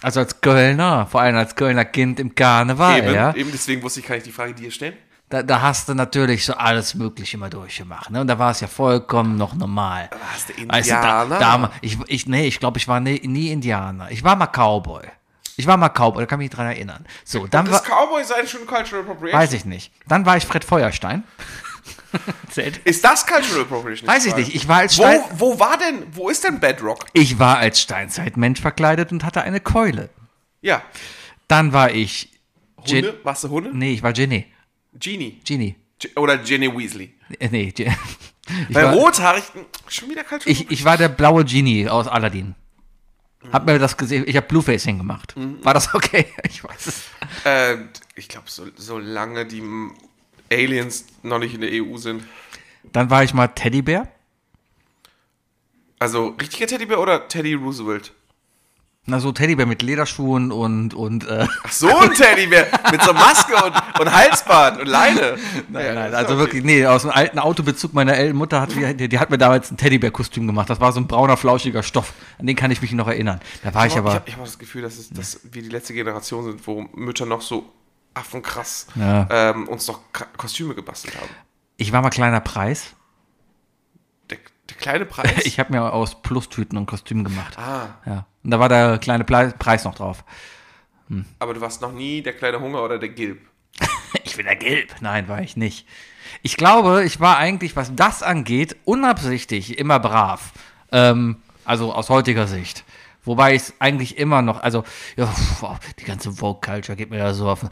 S4: also als Kölner, vor allem als Kölner Kind im Karneval,
S5: eben,
S4: Ah, ja.
S5: eben deswegen wusste ich, kann ich die Frage dir stellen?
S4: Da, da hast du natürlich so alles Mögliche mal durchgemacht. Ne? Und da war es ja vollkommen noch normal.
S5: Warst du
S4: Weißt du, Ah, da,
S5: Indianer?
S4: da, ich, ich, nee, ich glaube, ich war nie, nie Indianer. Ich war mal Cowboy. Ich war mal Cowboy, da kann ich mich dran erinnern. So, dann war,
S5: Ist Cowboy sein schon Cultural Appropriation?
S4: weiß ich nicht. Dann war ich
S5: *laughs*
S4: Fred Feuerstein. Zählt.
S5: Ist das Cultural Appropriation?
S4: weiß ich
S5: Frage?
S4: nicht. Ich war als Stein,
S5: Wo, wo war denn, wo ist denn Bedrock?
S4: ich war als Steinzeitmensch verkleidet und hatte eine Keule.
S5: Ja.
S4: Dann war ich Gin- Hm.
S5: Hunde? Warst du Hunde?
S4: Nee, ich war Ginny.
S5: Genie.
S4: Ginny.
S5: Ge- Oder Ginny Weasley.
S4: Äh, Nee, Gin- *laughs* ich
S5: Bei
S4: war,
S5: Rothaarigen. Schon wieder kalt.
S4: ich, ich war der blaue Genie aus Aladdin. Hab mir das gesehen, ich habe Bluefacing gemacht.
S5: Mhm.
S4: War das okay? *laughs* Ich weiß es.
S5: äh, ich glaube, so, solange die M- Aliens noch nicht in der EU sind.
S4: Dann war ich mal Teddybär.
S5: Also richtiger Teddybär oder Teddy Roosevelt?
S4: Na, so Teddybär mit Lederschuhen und, und äh,
S5: Ach, so
S4: *laughs*
S5: ein Teddybär mit so Maske und, und Halsband und Leine. Nein,
S4: nein, also wirklich, nee, aus dem alten Autobezug meiner älteren Mutter hat mir, die, die hat mir damals ein Teddybär-Kostüm gemacht. Das war so ein brauner, flauschiger Stoff. An den kann ich mich noch erinnern. Da war ich
S5: Ich
S4: aber.
S5: habe ich hab auch das Gefühl, dass, es, dass wir die letzte Generation sind, wo Mütter noch so affenkrass
S4: Ja.
S5: ähm, uns noch K- Kostüme gebastelt haben.
S4: Ich war mal kleiner Preis.
S5: Der, der
S4: *laughs*
S5: kleine Preis.
S4: Ich habe mir aus Plustüten ein Kostüm gemacht.
S5: ah.
S4: Ja. Und da war der kleine Ple Preis noch drauf.
S5: Aber du warst noch nie der kleine Hunger oder der Gilb.
S4: Ich bin der Gelb. Nein, war ich nicht. Ich glaube, ich war eigentlich, was das angeht, unabsichtlich immer brav. Ähm, also aus heutiger Sicht. Wobei ich es eigentlich immer noch, also ja, pf, wow, die ganze Vogue-Culture geht mir da so auf. den-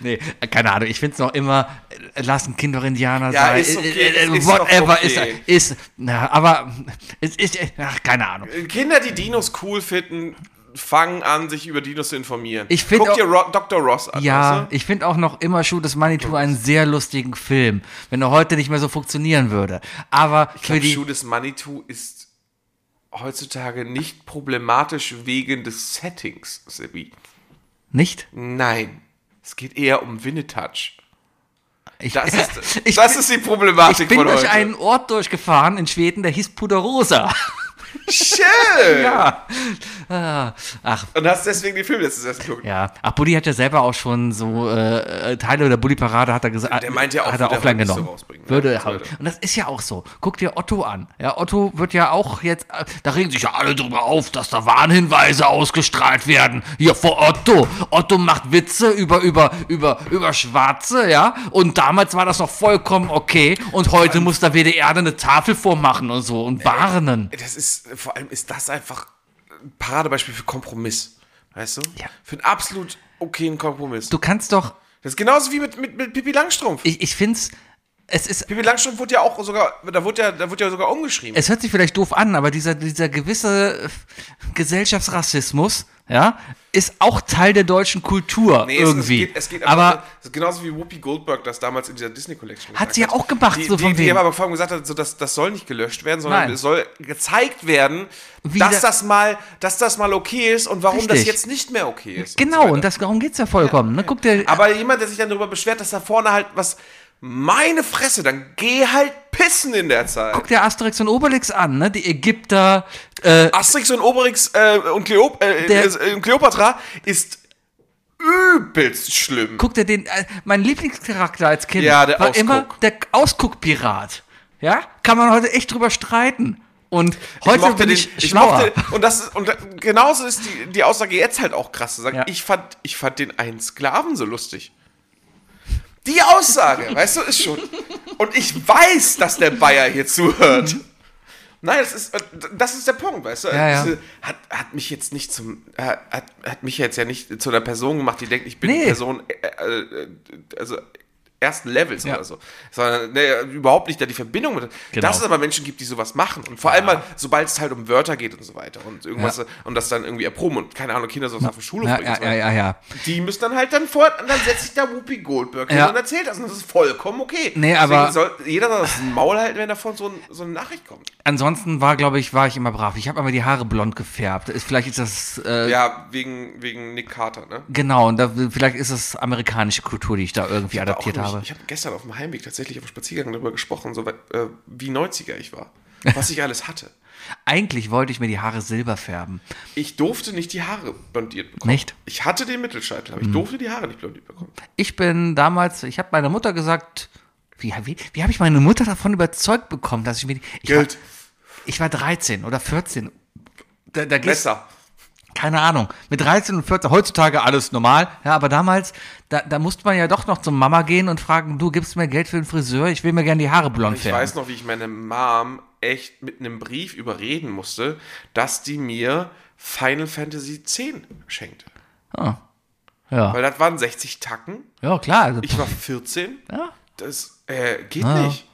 S4: *laughs* nee, keine Ahnung. Ich finde es noch immer, äh, lassen Kinder Indianer
S5: Ja,
S4: sein.
S5: ist okay,
S4: äh, äh,
S5: ist doch
S4: whatever
S5: okay.
S4: ist, ist, na, aber es ist, äh, ach, keine Ahnung.
S5: Kinder, die Dinos cool finden, fangen an, sich über Dinos zu informieren.
S4: Ich find
S5: Guck
S4: auch-
S5: dir Ro Dr. Ross an.
S4: Ja,
S5: weißt du?
S4: ich finde auch noch immer Shooters Manitou einen sehr lustigen Film, wenn er heute nicht mehr so funktionieren würde. Aber für
S5: ich
S4: die.
S5: Schuh des Manitou ist heutzutage nicht problematisch wegen des Settings, Sebi.
S4: Nicht?
S5: Nein. Es geht eher um Winnetouch.
S4: Ich,
S5: Das ist,
S4: *laughs* ich
S5: das
S4: bin,
S5: ist die Problematik
S4: ich bin
S5: von
S4: durch
S5: heute.
S4: einen Ort durchgefahren in Schweden, der hieß Puderosa.
S5: Schön!
S4: Ja. Ah, Ach,
S5: Und hast deswegen den Film letztes erst geguckt.
S4: ja. Ach, Buddy hat ja selber auch schon so äh, äh, Teile oder Buddy Parade hat er gesagt.
S5: Der meint ja auch,
S4: hat er
S5: würde er
S4: offline
S5: nicht so
S4: genommen.
S5: rausbringen, ne?
S4: würde
S5: Das
S4: er.
S5: würde
S4: Und das ist ja auch so. Guck dir Otto an. Ja, Otto wird ja auch jetzt. äh, Da regen sich ja alle drüber auf, dass da Warnhinweise ausgestrahlt werden. Hier vor Otto. Otto macht Witze über über über über Schwarze, ja. Und damals war das noch vollkommen okay. Und heute muss der WDR dann eine Tafel vormachen und so und warnen.
S5: Das ist, vor allem ist das einfach ein Paradebeispiel für Kompromiss. Weißt du?
S4: Ja.
S5: Für einen absolut okayen Kompromiss.
S4: Du kannst doch.
S5: Das ist genauso wie mit, mit, mit Pippi Langstrumpf.
S4: Ich ich find's. Es ist
S5: Pippi Langstrumpf wurde ja auch sogar, da wurde ja, da wurde ja sogar umgeschrieben.
S4: es hört sich vielleicht doof an, aber dieser, dieser gewisse äh, Gesellschaftsrassismus, ja, ist auch Teil der deutschen Kultur
S5: Nee,
S4: irgendwie.
S5: Es, es geht, es geht
S4: aber
S5: es ist genauso wie Whoopi Goldberg das damals in dieser Disney Collection
S4: Hat
S5: gesagt
S4: sie ja auch gemacht,
S5: die,
S4: so von
S5: die, die
S4: wegen.
S5: haben aber vor allem gesagt, hat, so, das, das soll nicht gelöscht werden, sondern
S4: Nein.
S5: es soll gezeigt werden,
S4: Wie
S5: dass
S4: da-
S5: das mal, dass das mal okay ist und warum das
S4: Richtig.
S5: jetzt nicht mehr okay ist. so
S4: genau, und
S5: weiter.
S4: das, darum geht's ja vollkommen. ne? Guck dir,
S5: aber jemand, der sich dann darüber beschwert, dass da vorne halt was meine Fresse, dann geh halt pissen in der Zeit.
S4: Guck dir Asterix und Obelix an, ne? Die Ägypter, äh,
S5: Asterix und Obelix äh, und Kleop äh,
S4: Der-
S5: äh, Kleopatra ist übelst schlimm.
S4: guck dir den, äh, mein Lieblingscharakter als Kind
S5: Ja, der
S4: war
S5: Ausguck.
S4: immer der Ausguckpirat. Ja? Kann man heute echt drüber streiten. Und heute bin ich schlauer.
S5: und das ist, und da- genauso ist die, die Aussage jetzt halt auch krass zu sagen.
S4: Ja.
S5: Ich fand ich fand den einen Sklaven so lustig. Die
S4: *laughs*
S5: Aussage, weißt du, ist schon. Und ich weiß, dass der Bayer hier zuhört. Nein, das ist das ist der Punkt, weißt du?
S4: Ja, ja.
S5: Diese- Hat, hat mich jetzt nicht zum äh, hat, hat mich jetzt ja nicht zu einer Person gemacht, die denkt, ich bin
S4: Nee.
S5: eine Person äh, äh, also ersten Levels
S4: Ja.
S5: oder so, sondern nee, überhaupt nicht da die Verbindung mit.
S4: Genau.
S5: Das ist aber Menschen gibt, die sowas machen. Und vor allem mal, sobald es halt um Wörter geht und so weiter und irgendwas
S4: Ja.
S5: und das dann irgendwie erproben und keine Ahnung, Kinder sowas auf die Schule
S4: Ja,
S5: bringen. und
S4: ja,
S5: so
S4: ja,
S5: weiter.
S4: ja, ja.
S5: Die müssen dann halt dann fort und dann setzt sich da Whoopi Goldberg hin
S4: Ja.
S5: und erzählt das. Und das ist vollkommen okay.
S4: Nee, aber-
S5: Deswegen soll, jeder soll das Maul halten, wenn davon so, ein, so eine Nachricht kommt.
S4: Ansonsten war, glaube ich, war ich immer brav. Ich habe immer die Haare blond gefärbt. Ist, vielleicht ist das äh,
S5: Ja, wegen, wegen Nick Carter, ne?
S4: genau und da, vielleicht ist das amerikanische Kultur, die ich da irgendwie
S5: Aber auch
S4: adaptiert
S5: nicht-
S4: habe.
S5: Ich habe gestern auf dem Heimweg tatsächlich auf dem Spaziergang darüber gesprochen, so weit, äh, wie 90er ich
S4: *laughs*
S5: war. Was ich alles hatte.
S4: Eigentlich wollte ich mir die Haare silber färben.
S5: Ich durfte nicht die Haare blondiert bekommen.
S4: Nicht?
S5: Ich hatte den Mittelscheitel,
S4: Mhm.
S5: aber ich durfte die Haare nicht blondiert bekommen.
S4: Ich bin damals, ich habe meiner Mutter gesagt, wie, wie, wie habe ich meine Mutter davon überzeugt bekommen, dass ich mir die, ich
S5: Geld.
S4: War, ich war 13 oder 14. Da, da gehst,
S5: Messer.
S4: keine Ahnung, mit 13 und 14, heutzutage alles normal, ja, aber damals, da, da musste man ja doch noch zur Mama gehen und fragen, du gibst du mir Geld für den Friseur, ich will mir gerne die Haare blond
S5: Ich
S4: färben.
S5: weiß noch, wie ich meine Mom echt mit einem Brief überreden musste, dass die mir Final Fantasy X schenkte.
S4: Ah. ja.
S5: Weil das waren 60 Tacken.
S4: ja, klar. Also,
S5: Ich war 14.
S4: Ja.
S5: Das äh, geht nicht.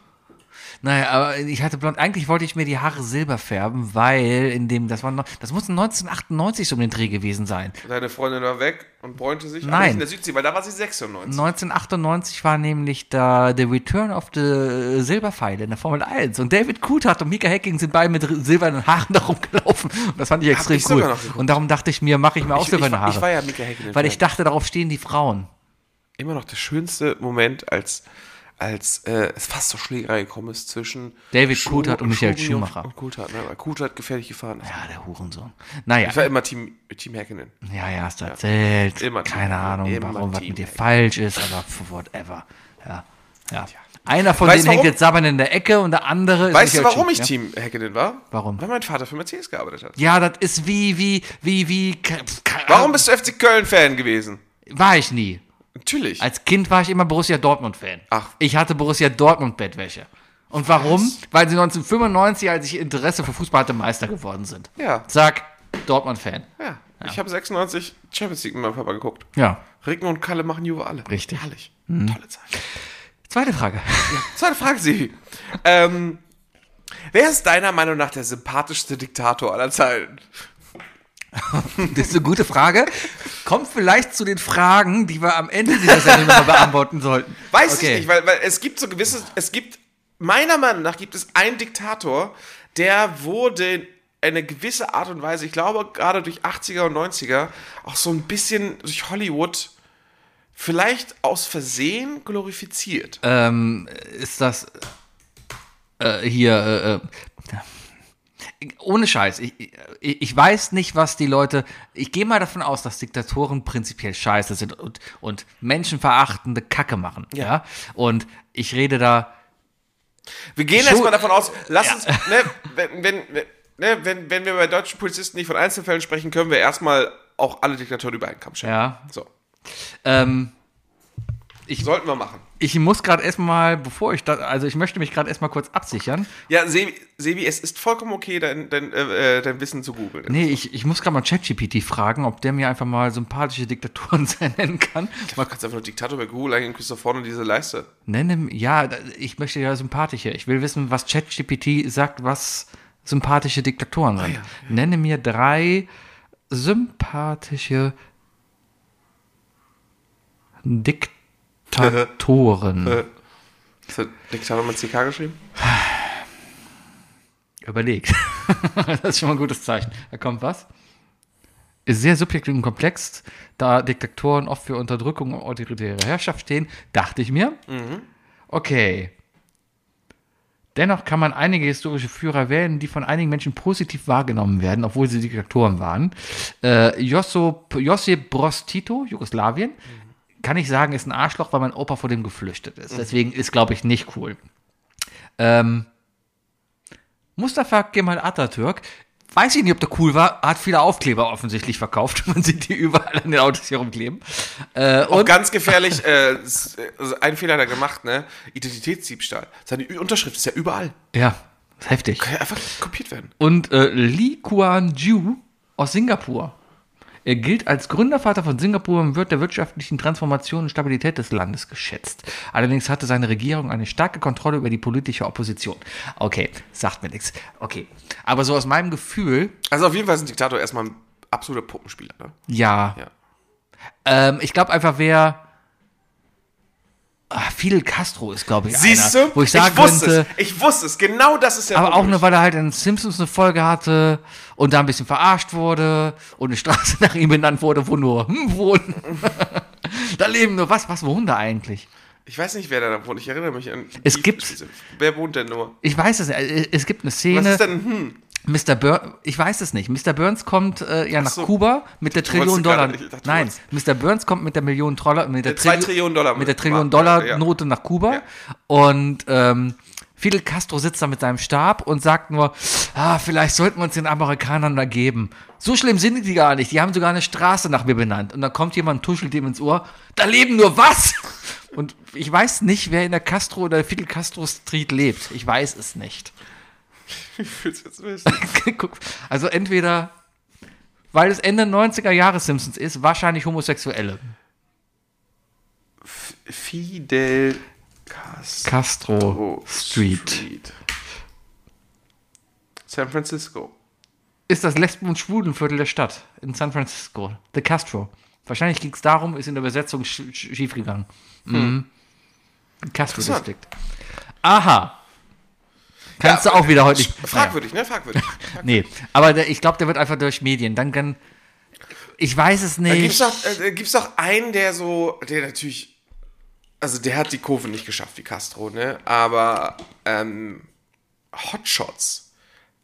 S4: Naja, aber ich hatte blond. Eigentlich wollte ich mir die Haare silber färben, weil in dem, das war noch, das muss 1998 so um den Dreh gewesen sein.
S5: Deine Freundin war weg und bräunte sich.
S4: Nein.
S5: Aber nicht in der Südsee, weil da war sie 96.
S4: 1998 war nämlich da The Return of the Silberpfeile in der Formel 1 und David Coulthard und Mika Hacking sind beide mit r- silbernen Haaren *laughs* da rumgelaufen und das fand ich extrem
S5: ich sogar
S4: cool.
S5: noch geguckt.
S4: Und darum dachte ich mir, mache ich mir auch
S5: ich,
S4: silberne
S5: ich, war-
S4: Haare.
S5: ich war ja Mika Häkkinen.
S4: weil ich
S5: Fan.
S4: dachte, darauf stehen die Frauen.
S5: Immer noch der schönste Moment, als, als äh, es fast zur Schlägerei gekommen ist zwischen
S4: David
S5: Schu-
S4: Coulthard und Michael
S5: Schumi
S4: Schumacher.
S5: Und Coulthard, ne? Weil Coulthard gefährlich gefahren ist.
S4: Ja, der Hurensohn. Naja,
S5: Ich war immer Team, Team Häkkinen.
S4: ja, ja, hast du erzählt.
S5: Immer Team
S4: Keine
S5: Hacking,
S4: Ahnung,
S5: immer
S4: warum was
S5: Team
S4: mit dir
S5: Hacking.
S4: falsch ist, aber whatever. Ja, ja. Einer von
S5: Weißt
S4: denen hängt
S5: warum?
S4: jetzt sabbern in der Ecke und der andere ist
S5: Weißt du,
S4: Michael
S5: warum
S4: Schumacher.
S5: ich Team Häkkinen war?
S4: Warum?
S5: Weil mein Vater für Mercedes gearbeitet hat.
S4: Ja, das ist wie, wie, wie, wie. ke- keine
S5: Warum
S4: Ahnung.
S5: bist du FC Köln-Fan gewesen?
S4: War ich nie.
S5: Natürlich.
S4: Als Kind war ich immer Borussia Dortmund-Fan.
S5: Ach.
S4: Ich hatte Borussia Dortmund-Bettwäsche. Und warum? Weil sie 1995, als ich Interesse für Fußball hatte, Meister geworden sind.
S5: Ja.
S4: Zack, Dortmund-Fan.
S5: ja. Ich habe 96 Champions League mit meinem Papa geguckt.
S4: Ja.
S5: Ricken und Kalle machen Juve alle.
S4: Richtig. Mhm.
S5: Herrlich. Tolle Zeit.
S4: Zweite Frage.
S5: Zweite Frage, Sie. Ähm, wer ist deiner Meinung nach der sympathischste Diktator aller Zeiten?
S4: *laughs* Das ist eine gute Frage. Kommt vielleicht zu den Fragen, die wir am Ende dieser Sendung nochmal beantworten sollten.
S5: Weiß
S4: Okay.
S5: ich nicht, weil, weil es gibt so gewisse, es gibt, meiner Meinung nach gibt es einen Diktator, der wurde in eine gewisse Art und Weise, ich glaube gerade durch 80er und 90er, auch so ein bisschen durch Hollywood vielleicht aus Versehen glorifiziert.
S4: Äh, Ist das äh, hier. Äh, äh, ohne Scheiß. Ich, ich, ich weiß nicht, was die Leute. Ich gehe mal davon aus, dass Diktatoren prinzipiell scheiße sind und, und menschenverachtende Kacke machen. Ja. Und ich rede da.
S5: wir gehen
S4: schon-
S5: erstmal davon aus, lass uns, ne, wenn, wenn, wenn- ne, wenn, wenn wir bei deutschen Polizisten nicht von Einzelfällen sprechen, können wir erstmal auch alle Diktatoren über einen Kamm stellen.
S4: Ja.
S5: So,
S4: Ähm,
S5: sollten wir machen.
S4: ich muss gerade erstmal, bevor ich da. Also, ich möchte mich gerade erstmal kurz absichern.
S5: Ja, Sebi, Sebi, es ist vollkommen okay, dein, dein, äh, äh, dein Wissen zu googeln.
S4: Nee, ich, ich muss gerade mal ChatGPT fragen, ob der mir einfach mal sympathische Diktatoren *laughs* sein nennen kann.
S5: Man kann einfach nur Diktator bei Google eingeben, kriegst du vorne diese Leiste.
S4: Nenne, m- ja, da- ich möchte ja sympathische. Ich will wissen, was ChatGPT sagt, was sympathische Diktatoren sind. Nenne mir drei sympathische Diktatoren.
S5: Äh, Ist der Diktator mit CK geschrieben?
S4: Überlegt. *laughs* das ist schon mal ein gutes Zeichen. Da kommt was. Ist sehr subjektiv und komplex, da Diktatoren oft für Unterdrückung und autoritäre Herrschaft stehen, dachte ich mir. Okay. Dennoch kann man einige historische Führer wählen, die von einigen Menschen positiv wahrgenommen werden, obwohl sie Diktatoren waren. Äh, Josip, Josip Broz Tito, Jugoslawien, kann ich sagen, ist ein Arschloch, weil mein Opa vor dem geflüchtet ist. Deswegen ist, glaube ich, nicht cool. Ähm, Mustafa Kemal Atatürk, weiß ich nicht, ob der cool war, hat viele Aufkleber offensichtlich verkauft. *laughs* Man sieht die überall an den Autos hier rumkleben. Äh,
S5: Auch
S4: und
S5: ganz gefährlich, äh, s- also einen Fehler hat er gemacht, ne? Identitätsdiebstahl. Seine Ü- Unterschrift ist ja überall.
S4: ja, ist heftig.
S5: Kann ja einfach kopiert werden.
S4: Und äh, Lee Kuan Yew aus Singapur. Er gilt als Gründervater von Singapur und wird der wirtschaftlichen Transformation und Stabilität des Landes geschätzt. Allerdings hatte seine Regierung eine starke Kontrolle über die politische Opposition. Okay, sagt mir nichts. Okay, aber so aus meinem Gefühl,
S5: Also auf jeden Fall ist ein Diktator erstmal ein absoluter Puppenspieler, ne?
S4: ja.
S5: Ja.
S4: Ähm, ich glaube einfach, wer Ah, Fidel Castro ist, glaube ich,
S5: Siehst
S4: einer,
S5: du?
S4: wo ich sagen
S5: wusste
S4: könnte,
S5: es. Ich wusste es. Genau das ist der
S4: Aber auch
S5: Punkt.
S4: nur, weil er halt in Simpsons eine Folge hatte und da ein bisschen verarscht wurde und eine Straße *laughs* nach ihm benannt wurde, wo *laughs* nur hm, wohnen. da leben nur was, was wohnen da eigentlich?
S5: Ich weiß nicht, wer da wohnt. Ich erinnere mich an.
S4: Es
S5: die-
S4: gibt-
S5: Wer wohnt denn nur?
S4: Ich weiß es nicht. Es gibt eine
S5: Was
S4: Szene.
S5: ist denn? Hm, *laughs*
S4: Mr. Burns, ich weiß es nicht. Mr. Burns kommt äh, ja nach
S5: so.
S4: Kuba mit der
S5: wolltest
S4: Trillion
S5: gerade-
S4: Dollar.
S5: ich dachte, du
S4: Nein, Mr. Burns kommt mit der Million Dollar, mit der,
S5: Mit zwei
S4: Trilli-
S5: Trillionen Dollar
S4: mit der
S5: mit-
S4: Trillion
S5: machen,
S4: Dollar
S5: ja.
S4: Note nach Kuba
S5: Ja.
S4: und ähm, Fidel Castro sitzt da mit seinem Stab und sagt nur, ah, vielleicht sollten wir uns den Amerikanern da geben. So schlimm sind die gar nicht. Die haben sogar eine Straße nach mir benannt. Und dann kommt jemand und tuschelt ihm ins Ohr, da leben nur was? Und ich weiß nicht, wer in der Castro oder Fidel Castro Street lebt. Ich weiß es nicht.
S5: wie fühlst du jetzt wissen?
S4: *laughs* Guck, also entweder, weil es Ende 90er Jahre Simpsons ist, wahrscheinlich Homosexuelle.
S5: Fidel Castro Oh,
S4: Castro Oh, Street.
S5: San Francisco.
S4: Ist das Lesben- und Schwulenviertel der Stadt in San Francisco. The Castro. Wahrscheinlich ging es darum, ist in der Übersetzung sch sch- schiefgegangen. Mhm. Castro
S5: Hm. Interessant.
S4: District. Aha. Kannst du auch wieder heute nicht.
S5: Fragwürdig, ne? Fragwürdig.
S4: Naja, nee, aber der, ich glaube, der wird einfach durch Medien. Dann kann. Ich weiß es
S5: Da gibt's
S4: nicht.
S5: doch, äh, da gibt's doch einen, der so, der natürlich, also der hat die Kurve nicht geschafft, wie Castro, ne? Aber ähm, Hotshots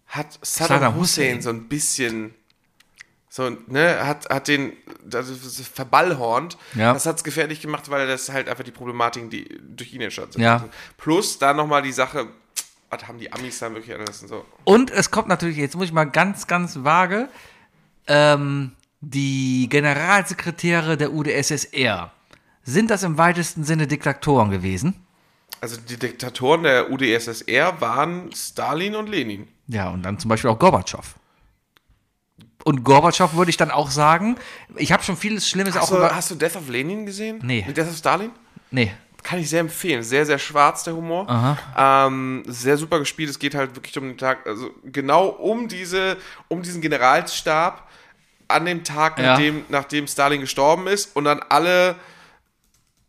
S5: hat Saddam,
S4: Saddam
S5: Hussein,
S4: Hussein.
S5: so ein bisschen, so ne, hat hat den das ist verballhornt.
S4: Ja.
S5: Das hat's gefährlich gemacht, weil das halt einfach die Problematiken, die durch ihn entstanden sind.
S4: Ja.
S5: Plus da noch mal die Sache, was haben die Amis dann wirklich alles und so.
S4: Und es kommt natürlich, jetzt muss ich mal ganz, ganz vage, ähm, die Generalsekretäre der UdSSR. Sind das im weitesten Sinne Diktatoren gewesen?
S5: Also die Diktatoren der UdSSR waren Stalin und Lenin.
S4: Ja, und dann zum Beispiel auch Gorbatschow. Und Gorbatschow würde ich dann auch sagen, ich habe schon vieles Schlimmes auch
S5: Hast, du,
S4: über.
S5: hast du Death of Lenin gesehen?
S4: Nee.
S5: Death of Stalin?
S4: nee,
S5: Kann ich sehr empfehlen. Sehr, sehr schwarz, der Humor. Ähm, sehr super gespielt. Es geht halt wirklich um den Tag, also genau um diese, um diesen Generalsstab an dem Tag,
S4: Ja.
S5: nachdem, nachdem Stalin gestorben ist und dann alle.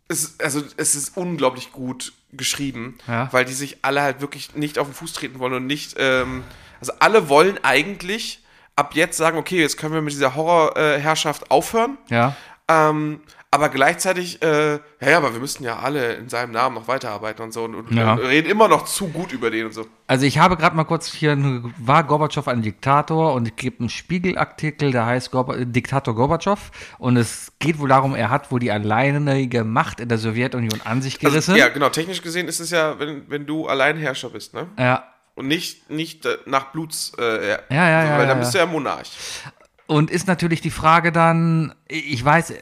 S5: Es, also es ist unglaublich gut geschrieben,
S4: Ja.
S5: weil die sich alle halt wirklich nicht auf den Fuß treten wollen und nicht, ähm, also alle wollen eigentlich ab jetzt sagen, okay, jetzt können wir mit dieser Horrorherrschaft äh, Herrschaft aufhören.
S4: ja.
S5: Ähm, aber gleichzeitig, äh, ja, ja, aber wir müssten ja alle in seinem Namen noch weiterarbeiten und so und, und,
S4: Ja.
S5: und reden immer noch zu gut über den und so.
S4: Also ich habe gerade mal kurz hier, war Gorbatschow ein Diktator und es gibt einen Spiegelartikel, der heißt Gorba, Diktator Gorbatschow und es geht wohl darum, er hat wohl die alleinige Macht in der Sowjetunion an sich gerissen.
S5: Also, ja, genau. Technisch gesehen ist es ja, wenn, wenn du Alleinherrscher bist, ne?
S4: ja.
S5: Und nicht, nicht äh, nach Bluts. Äh, ja,
S4: ja, ja,
S5: Weil dann
S4: ja,
S5: bist du ja Monarch.
S4: Und ist natürlich die Frage dann, ich weiß, äh,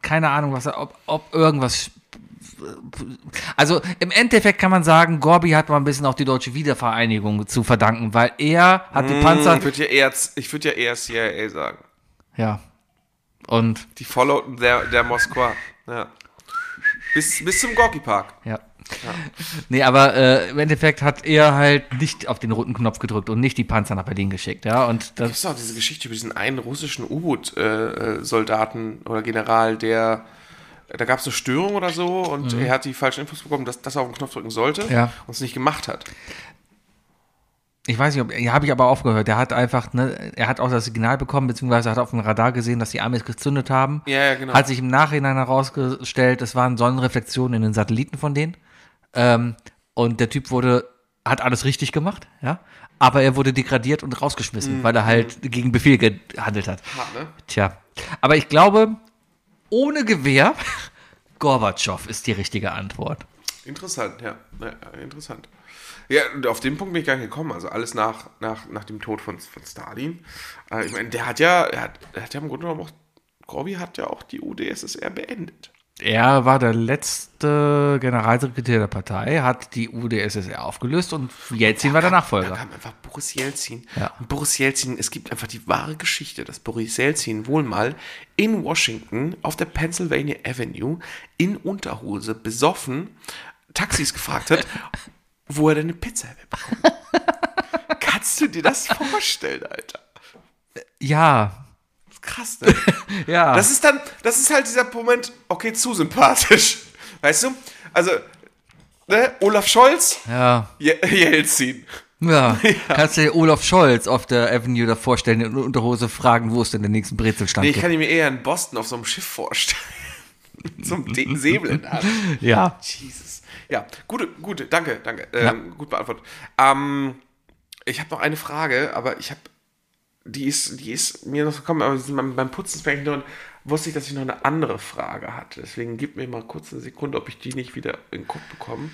S4: keine Ahnung, was, er- ob, ob irgendwas. Also im Endeffekt kann man sagen, Gorbi hat mal ein bisschen auch die deutsche Wiedervereinigung zu verdanken, weil er hat
S5: Mhm.
S4: die Panzer.
S5: Ich würde ja eher, ich würde ja eher CIA sagen.
S4: Ja. Und
S5: Die Followten der, der Moskwa. Ja. Bis, bis zum Gorki Park.
S4: ja. Nee, aber äh, im Endeffekt hat er halt nicht auf den roten Knopf gedrückt und nicht die Panzer nach Berlin geschickt, ja. Und das.
S5: Gibt's noch diese Geschichte über diesen einen russischen U-Boot-Soldaten äh, oder General, der da gab es eine Störung oder so und er hat die falschen Infos bekommen, dass, dass er auf den Knopf drücken sollte
S4: Ja.
S5: und es nicht gemacht hat.
S4: Ich weiß nicht, ob, ja, habe ich aber aufgehört. Er hat einfach, ne, er hat auch das Signal bekommen, beziehungsweise hat auf dem Radar gesehen, dass die Amis gezündet haben.
S5: Ja, ja, genau.
S4: Hat sich im Nachhinein herausgestellt, es waren Sonnenreflexionen in den Satelliten von denen. Ähm, und der Typ wurde, hat alles richtig gemacht, ja. Aber er wurde degradiert und rausgeschmissen, weil er halt gegen Befehl gehandelt hat.
S5: Mhm. Hart, ne?
S4: Tja. Aber ich glaube, ohne Gewehr, *laughs* Gorbatschow ist die richtige Antwort.
S5: Interessant, ja. ja. ja, Interessant. Ja, und auf den Punkt bin ich gar nicht gekommen. Also alles nach, nach, nach dem Tod von, von Stalin. Äh, ich meine, der hat ja, er hat, er hat ja im Grunde genommen auch, Gorbi hat ja auch die UdSSR beendet.
S4: Er war der letzte Generalsekretär der Partei, hat die UdSSR aufgelöst und Jelzin war der
S5: Da
S4: Nachfolger.
S5: kam einfach Boris Jelzin.
S4: Ja.
S5: Und Boris Jelzin, es gibt einfach die wahre Geschichte, dass Boris Jelzin wohl mal in Washington auf der Pennsylvania Avenue in Unterhose besoffen Taxis gefragt hat, wo er denn eine Pizza bekommt. Kannst du dir das vorstellen, Alter?
S4: Ja,
S5: Krass, ne?
S4: ja.
S5: Das ist dann, das ist halt dieser Moment, okay, zu sympathisch. Weißt du? Also, ne? Olaf Scholz,
S4: ja.
S5: Je Jelzin.
S4: Ja, kannst du dir Olaf Scholz auf der Avenue da vorstellen, in Unterhose fragen, wo es denn den nächsten Brezelstand
S5: Nee, ich
S4: gibt.
S5: kann ihn mir eher in Boston auf so einem Schiff vorstellen. *laughs* Zum D- Säbeln.
S4: Ja.
S5: Jesus. Ja, gute, gute, danke, danke. Ähm, Gut beantwortet. Ähm, ich habe noch eine Frage, aber ich habe, die ist, die ist mir noch gekommen, aber beim, beim Putzen ist mir eigentlich nur- wusste ich, dass ich noch eine andere Frage hatte. Deswegen gib mir mal kurz eine Sekunde, ob ich die nicht wieder in den Kopf bekomme.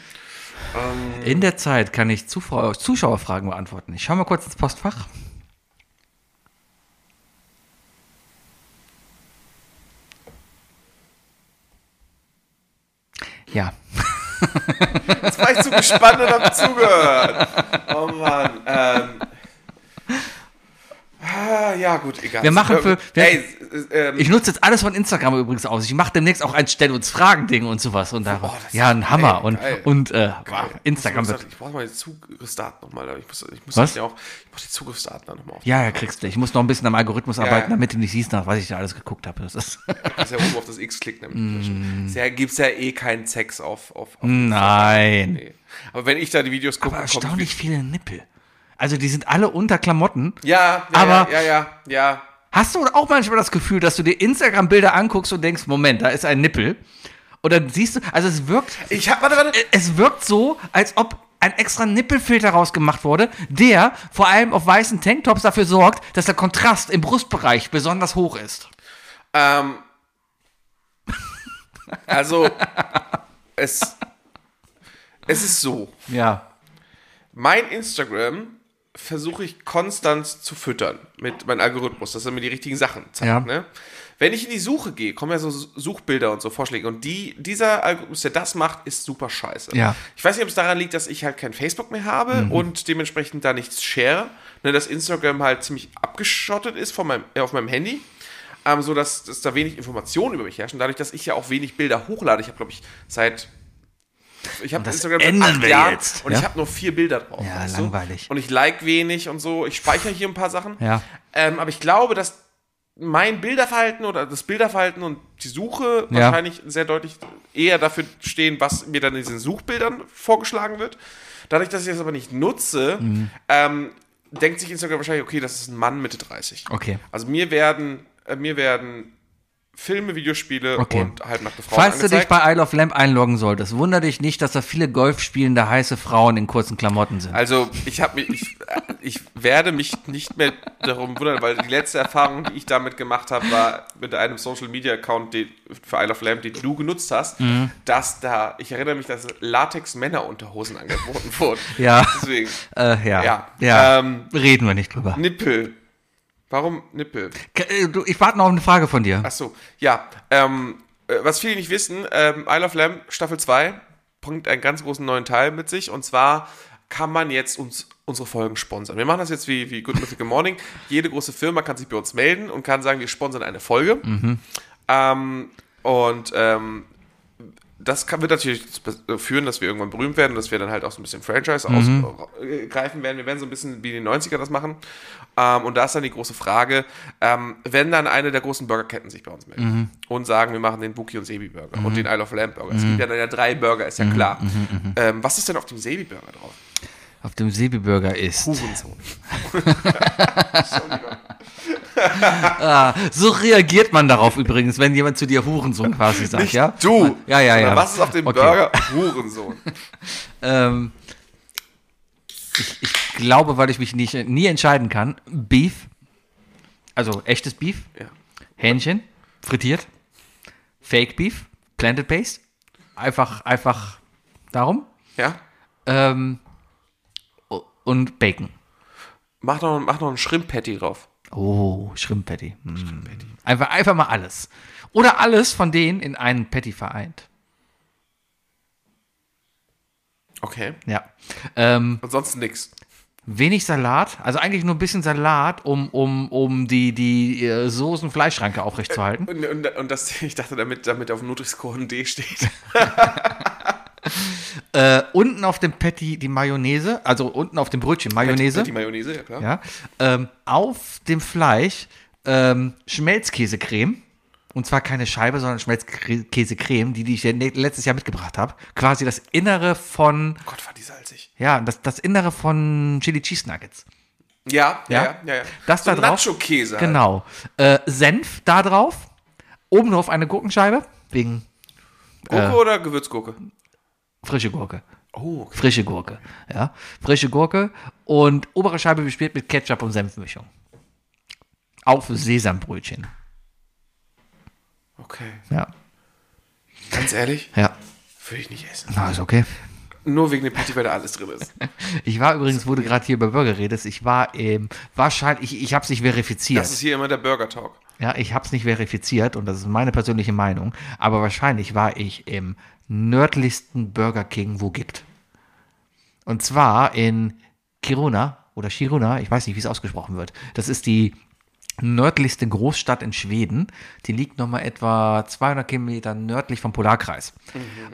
S4: In der Zeit kann ich Zufra- Zuschauerfragen beantworten. Ich schau mal kurz ins Postfach. Ja,
S5: Jetzt war ich zu gespannt und hab zugehört. Oh Mann. Ähm. Ah, ja, gut, egal.
S4: Wir machen für- wir-
S5: Hey, äh, ähm,
S4: ich nutze jetzt alles von Instagram übrigens aus. Ich mache demnächst auch ein Stell uns Fragen-Ding und sowas. Und da,
S5: Oh, das ist
S4: ja, ein Hammer.
S5: geil,
S4: und
S5: geil.
S4: und äh,
S5: Geil.
S4: Instagram
S5: Ich muss-
S4: wird.
S5: Ich brauche mal die Zugriffsdaten nochmal. Ich muss, ich muss
S4: Was?
S5: das ja auch. Ich muss die Zugriffsdaten dann nochmal auf.
S4: Ja, ja, kriegst du. Ich muss noch ein bisschen am Algorithmus arbeiten,
S5: ja.
S4: damit du nicht siehst, nach was ich da alles geguckt habe. Das ist. *laughs*
S5: Das ist ja oben auf das X klicken. Damit mm. Da gibt es ja eh keinen Sex auf. auf, auf
S4: Nein.
S5: Nee. Aber wenn ich da die Videos gucke,
S4: Mm. Aber
S5: kommt-
S4: erstaunlich viele Nippel. Also die sind alle unter Klamotten.
S5: Ja, ja,
S4: Aber-
S5: ja, ja, ja, ja.
S4: Hast du auch manchmal das Gefühl, dass du dir Instagram-Bilder anguckst und denkst, Moment, da ist ein Nippel? Und dann siehst du, also es wirkt,
S5: Ich hab, warte, warte.
S4: es wirkt so, als ob ein extra Nippelfilter rausgemacht wurde, der vor allem auf weißen Tanktops dafür sorgt, dass der Kontrast im Brustbereich besonders hoch ist.
S5: Ähm, also, es, es ist so.
S4: Ja.
S5: Mein Instagram versuche ich konstant zu füttern mit meinem Algorithmus, dass er mir die richtigen Sachen zeigt.
S4: Ja.
S5: Ne? Wenn ich in die Suche gehe, kommen ja so Suchbilder und so Vorschläge. Und die, dieser Algorithmus, der das macht, ist super scheiße.
S4: Ja. Mhm.
S5: Ich weiß nicht, ob es daran liegt, dass ich halt kein Facebook mehr habe und dementsprechend da nichts share. Ne, dass Instagram halt ziemlich abgeschottet ist von meinem, äh, auf meinem Handy. Ähm, so dass, dass da wenig Informationen über mich herrschen. Dadurch, dass ich ja auch wenig Bilder hochlade. Ich habe, glaube ich, seit. Ich habe
S4: das
S5: Instagram
S4: ändern
S5: seit acht
S4: wir
S5: Jahren
S4: jetzt,
S5: und
S4: ja?
S5: ich habe nur vier Bilder drauf.
S4: Ja,
S5: weißt
S4: langweilig.
S5: Du? Und ich like wenig und so. Ich speichere hier ein paar Sachen.
S4: Ja.
S5: Ähm, aber ich glaube, dass mein Bilderverhalten oder das Bilderverhalten und die Suche
S4: Ja.
S5: wahrscheinlich sehr deutlich eher dafür stehen, was mir dann in diesen Suchbildern vorgeschlagen wird. Dadurch, dass ich das aber nicht nutze,
S4: Mhm.
S5: ähm, denkt sich Instagram wahrscheinlich, okay, das ist ein Mann Mitte 30.
S4: Okay.
S5: Also mir werden, äh, mir werden Filme, Videospiele
S4: Okay.
S5: und halbnackte Frauen
S4: Falls du dich
S5: angezeigt.
S4: bei Isle of Lamp einloggen solltest, wunder dich nicht, dass da viele golfspielende heiße Frauen in kurzen Klamotten sind.
S5: Also ich habe mich, ich, äh, ich werde mich nicht mehr darum wundern, weil die letzte Erfahrung, die ich damit gemacht habe, war mit einem Social Media Account den, für Isle of Lamb, den du genutzt hast, dass da, ich erinnere mich, dass Latex Männerunterhosen angeboten wurden.
S4: Ja.
S5: Deswegen
S4: Äh, ja.
S5: Ja. Ähm,
S4: Reden wir nicht drüber.
S5: Nippel. Warum Nippel?
S4: K- äh, du, Ich warte noch auf eine Frage von dir.
S5: Ach so, ja. Ähm, äh, was viele nicht wissen, ähm, Isle of Lamb Staffel 2 bringt einen ganz großen neuen Teil mit sich. Und zwar kann man jetzt uns unsere Folgen sponsern. Wir machen das jetzt wie, wie Good Mythical Morning. Jede große Firma kann sich bei uns melden und kann sagen, wir sponsern eine Folge. Ähm, und ähm, das kann, wird natürlich dazu führen, dass wir irgendwann berühmt werden, und dass wir dann halt auch so ein bisschen Franchise
S4: Mhm.
S5: ausgreifen werden. Wir werden so ein bisschen wie die 90er das machen. Ähm, und da ist dann die große Frage, ähm, wenn dann eine der großen Burgerketten sich bei uns meldet
S4: Mhm.
S5: und sagen, wir machen den Buki und Sebi Burger und den Isle of Lamb Burger. Es
S4: Mhm.
S5: gibt ja dann ja drei Burger, ist ja klar. Ähm, was ist denn auf dem Sebi Burger drauf?
S4: *laughs* Auf dem Sebi-Burger ist.
S5: Hurensohn. Entschuldigung.
S4: So reagiert man darauf übrigens, wenn jemand zu dir Hurensohn quasi sagt, ja?
S5: Du!
S4: Ja, ja, ja.
S5: sondern Was ist auf dem
S4: Okay. *laughs*
S5: Burger? Hurensohn.
S4: Ähm, ich, ich glaube, weil ich mich nicht, nie entscheiden kann, Beef, also echtes Beef,
S5: Ja.
S4: Hähnchen, frittiert, Fake Beef, Planted Paste, einfach, einfach darum
S5: Ja?
S4: ähm, u- und Bacon.
S5: Mach noch, mach noch einen Shrimp-Patty drauf.
S4: Oh, Shrimp Patty. Mm. Einfach, einfach mal alles. Oder alles von denen in einen Patty vereint.
S5: Okay.
S4: Ja. Ähm,
S5: Ansonsten nix.
S4: Wenig Salat, also eigentlich nur ein bisschen Salat, um, um, um die, die äh, Soßen-Fleischschranke aufrechtzuerhalten.
S5: Und, und, und das, *laughs* ich dachte, damit, damit auf dem Nutri-Score ein D steht.
S4: Äh, unten auf dem Patty die Mayonnaise, also unten auf dem Brötchen *laughs* Mayonnaise.
S5: Die Mayonnaise, ja klar.
S4: ja, ähm, auf dem Fleisch ähm, Schmelzkäsecreme. Und zwar keine Scheibe, sondern Schmelzkäsecreme, die, die ich ja ne- letztes Jahr mitgebracht habe. Quasi das Innere von,
S5: Oh Gott, war die salzig.
S4: ja, das, das Innere von Chili Cheese Nuggets.
S5: Ja, ja,
S4: Ja?
S5: ja. ja, ja.
S4: Das
S5: so
S4: da drauf.
S5: Nacho-Käse. halt.
S4: Genau. Äh, Senf da drauf. Oben drauf eine Gurkenscheibe. Wegen
S5: Gurke
S4: Äh.
S5: oder Gewürzgurke?
S4: frische Gurke.
S5: Oh, okay.
S4: Frische Gurke. Ja. Frische Gurke. Und obere Scheibe bespielt mit Ketchup und Senfmischung. Auf Sesambrötchen.
S5: okay.
S4: Ja.
S5: Ganz ehrlich,
S4: Ja.
S5: würde ich nicht essen.
S4: Na, ist okay.
S5: Nur wegen dem Patty, weil da alles drin ist.
S4: Ich war übrigens, wo du gerade hier über Burger redest, ich war ähm, wahrscheinlich, ich, ich habe es nicht verifiziert.
S5: Das ist hier immer der Burger-Talk.
S4: Ja, ich habe es nicht verifiziert und das ist meine persönliche Meinung, aber wahrscheinlich war ich im nördlichsten Burger King, wo gibt. Und zwar in Kiruna oder Shiruna, ich weiß nicht, wie es ausgesprochen wird. Das ist die nördlichste Großstadt in Schweden. Die liegt nochmal etwa 200 Kilometer nördlich vom Polarkreis.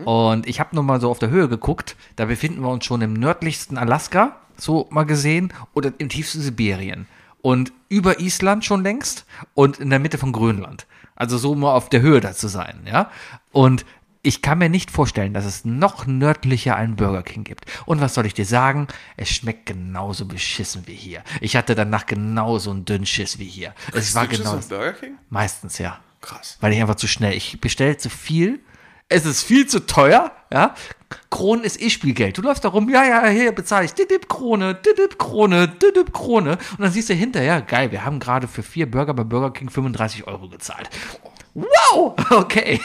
S4: Und ich habe nochmal so auf der Höhe geguckt, da befinden wir uns schon im nördlichsten Alaska, so mal gesehen, oder im tiefsten Sibirien. Und über Island schon längst und in der Mitte von Grönland. Also so mal auf der Höhe da zu sein, ja. Und ich kann mir nicht vorstellen, dass es noch nördlicher einen Burger King gibt. Und was soll ich dir sagen? Es schmeckt genauso beschissen wie hier. Ich hatte danach genauso einen Dünnschiss wie hier. Es war
S5: Ist das
S4: genau
S5: ein Burger King?
S4: meistens ja,
S5: Krass.
S4: weil ich einfach zu schnell. Ich bestelle zu viel. Es ist viel zu teuer, ja. Kronen ist eh Spielgeld. Du läufst da rum, ja, ja, hier bezahle ich. Didip Krone, Didip Krone, Didip Krone. Und dann siehst du hinterher, geil, wir haben gerade für vier Burger bei Burger King 35 Euro gezahlt. Wow, *laughs* okay.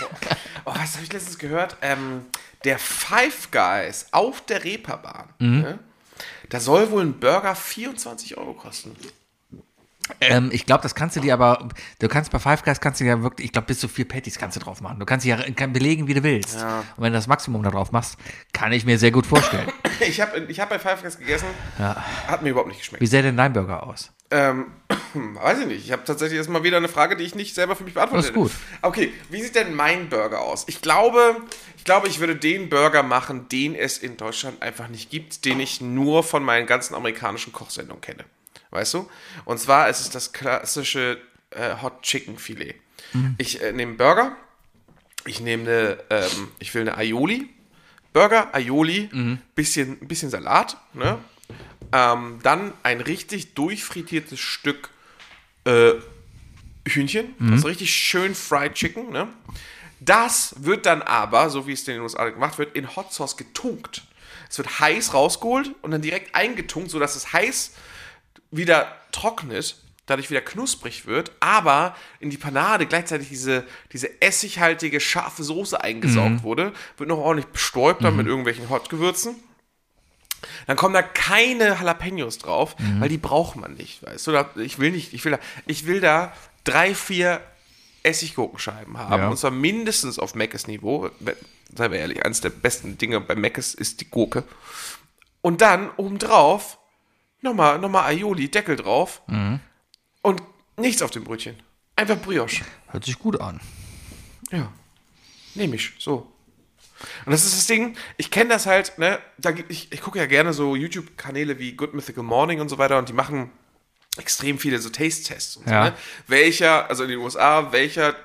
S5: Oh, was habe ich letztens gehört? Ähm, der Five Guys auf der Reeperbahn.
S4: Mhm.
S5: Ne? Da soll wohl ein Burger 24 Euro kosten.
S4: Ähm, ich glaube, das kannst du dir aber, du kannst bei Five Guys kannst du dir ja wirklich, ich glaube, bis zu vier Patties kannst du drauf machen. Du kannst sie ja kann belegen, wie du willst. Und wenn du das Maximum da drauf machst, kann ich mir sehr gut vorstellen.
S5: Ich habe ich hab bei Five Guys gegessen, hat mir überhaupt nicht geschmeckt.
S4: Wie sähe denn dein Burger aus?
S5: Ähm, *clears throat* weiß ich nicht. Ich habe tatsächlich erst mal wieder eine Frage, die ich nicht selber für mich beantwortet
S4: Das ist gut.
S5: hätte. Okay, wie sieht denn mein Burger aus? Ich glaube, ich glaube, ich würde den Burger machen, den es in Deutschland einfach nicht gibt, den ich nur von meinen ganzen amerikanischen Kochsendungen kenne. Weißt du? Und zwar ist es das klassische äh, Hot Chicken Filet.
S4: Mhm.
S5: Ich äh, nehme Burger, ich nehme eine, ähm, ich will eine Aioli. Burger, Aioli,
S4: Mhm.
S5: bisschen, bisschen Salat, ne? Ähm, dann ein richtig durchfrittiertes Stück äh, Hühnchen, also richtig schön Fried Chicken. Ne? Das wird dann aber, so wie es in den USA gemacht wird, in Hot Sauce getunkt. Es wird heiß rausgeholt und dann direkt eingetunkt, sodass es heiß wieder trocknet, dadurch wieder knusprig wird, aber in die Panade gleichzeitig diese, diese essighaltige, scharfe Soße eingesaugt wurde, wird noch ordentlich bestäubt dann mit irgendwelchen Hot-Gewürzen. Dann kommen da keine Jalapenos drauf, weil die braucht man nicht, weißt du? Da, ich will nicht, ich will da, ich will da drei, vier Essiggurkenscheiben haben.
S4: Ja.
S5: Und zwar mindestens auf Meckes Niveau. Wenn- Seien wir ehrlich, eines der besten Dinge bei Meckes ist die Gurke. Und dann obendrauf nochmal, nochmal Aioli, Deckel drauf und nichts auf dem Brötchen. Einfach Brioche.
S4: Hört sich gut an.
S5: Ja. Nehme ich. So. Und das ist das Ding, ich kenne das halt, ne, da gibt, ich, ich gucke ja gerne so YouTube-Kanäle wie Good Mythical Morning und so weiter und die machen extrem viele so Taste-Tests und
S4: Ja.
S5: so, ne? Welcher, also in den USA, welcher,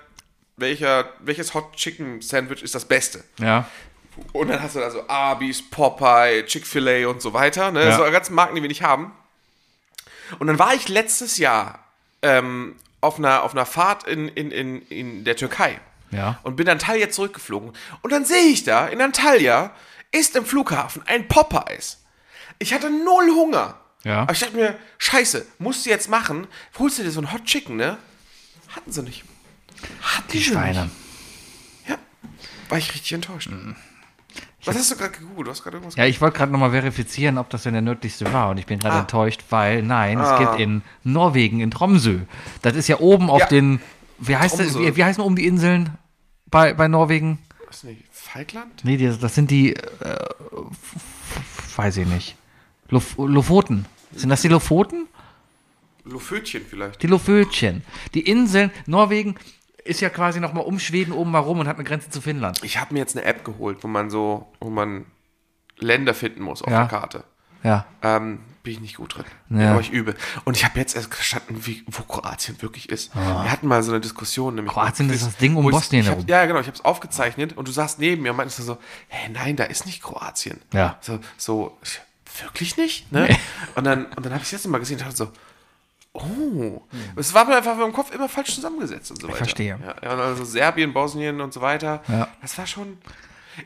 S5: welcher, welches Hot Chicken Sandwich ist das Beste?
S4: Ja.
S5: Und dann hast du da so Arby's, Popeye, Chick-fil-A und so weiter. Ne?
S4: Ja.
S5: So ganzen Marken, die wir nicht haben. Und dann war ich letztes Jahr ähm, auf, einer, auf einer Fahrt in, in, in, in der Türkei
S4: Ja.
S5: und bin Antalya zurückgeflogen. Und dann sehe ich da, in Antalya ist im Flughafen ein Poppereis. Ich hatte null Hunger.
S4: Ja.
S5: Aber ich dachte mir, scheiße, musst du jetzt machen, holst du dir so ein Hot Chicken, ne? Hatten sie nicht. Hatten
S4: Die
S5: sie
S4: Schweine.
S5: Nicht. Ja, war ich richtig enttäuscht. Was hast du gerade gegoogelt? Du hast gerade irgendwas
S4: Mhm. Ja, ich wollte gerade nochmal verifizieren, ob das denn der nördlichste war. Und ich bin gerade
S5: Ah.
S4: enttäuscht, weil nein, es gibt in Norwegen, in Tromsø. Das ist ja oben auf
S5: Ja.
S4: den. Wie, heißt das,
S5: Tromsø.
S4: wie, wie heißen oben die Inseln bei, bei Norwegen?
S5: Was nicht? Falkland?
S4: Nee, die, das sind die. Äh, f- f- weiß ich nicht. Lof Lofoten. Sind das die Lofoten?
S5: Lofötchen vielleicht.
S4: Die Lofötchen. Die Inseln, Norwegen ist ja quasi nochmal um Schweden oben mal rum und hat eine Grenze zu Finnland.
S5: Ich habe mir jetzt eine App geholt, wo man so, wo man Länder finden muss auf
S4: Ja.
S5: der Karte.
S4: Ja.
S5: Ähm, bin ich nicht gut drin.
S4: Ja.
S5: Aber ich übe. Und ich habe jetzt erst verstanden, wie, wo Kroatien wirklich ist. Wir hatten mal so eine Diskussion. Nämlich
S4: Ah. Kroatien
S5: wo-
S4: ist das Ding um
S5: wo ich's-
S4: Bosnien
S5: ich
S4: herum.
S5: hab, Ja, genau. Ich habe es aufgezeichnet und du saßt neben mir und meintest so, hey, nein, da ist nicht Kroatien.
S4: Ja.
S5: So, so ich, wirklich nicht? Ne? Und dann, und dann habe ich es jetzt mal gesehen und dachte so, oh. Es war mir einfach im Kopf immer falsch zusammengesetzt und so weiter.
S4: verstehe.
S5: Ja, Ja, also Serbien, Bosnien und so weiter.
S4: Ja.
S5: Das war schon...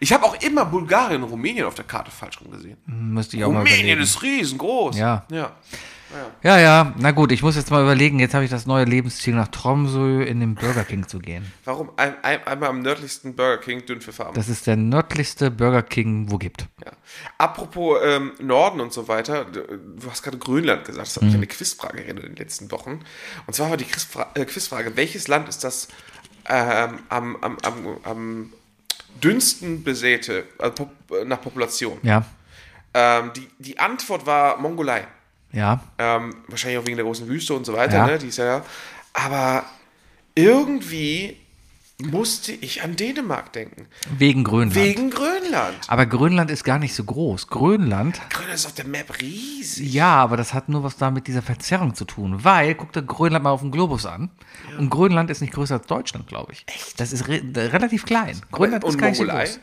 S5: Ich habe auch immer Bulgarien und Rumänien auf der Karte falsch rum gesehen.
S4: Müsste ich auch mal
S5: Rumänien
S4: überlegen.
S5: ist riesengroß.
S4: Ja.
S5: ja.
S4: Ja, ja, na gut, ich muss jetzt mal überlegen, jetzt habe ich das neue Lebensziel, nach Tromsø in den Burger King zu gehen.
S5: Warum ein, ein, einmal am nördlichsten Burger King Dünnpfiff haben?
S4: Das ist der nördlichste Burger King, wo gibt.
S5: Ja. Apropos ähm, Norden und so weiter, du du hast gerade Grönland gesagt, das hat
S4: Mhm.
S5: mich an eine Quizfrage erinnert in den letzten Wochen. Und zwar war die Quizfra äh, Quizfrage, welches Land ist das ähm, am, am, am, am dünnsten besäte also pop äh, nach Population?
S4: Ja,
S5: Ähm, die, die Antwort war Mongolei.
S4: ja,
S5: Ähm, wahrscheinlich auch wegen der großen Wüste und so weiter,
S4: Ja.
S5: ne? Die ist ja da. Aber irgendwie musste ich an Dänemark denken.
S4: wegen Grönland.
S5: Wegen Grönland.
S4: aber Grönland ist gar nicht so groß. Grönland,
S5: Grönland ist auf der Map riesig.
S4: ja, aber das hat nur was da mit dieser Verzerrung zu tun, weil, guck dir Grönland mal auf den Globus an. Und Grönland ist nicht größer als Deutschland, glaube ich. Echt? Das ist re relativ klein. Grönland
S5: und
S4: ist gar nicht so
S5: Mongolei?
S4: groß.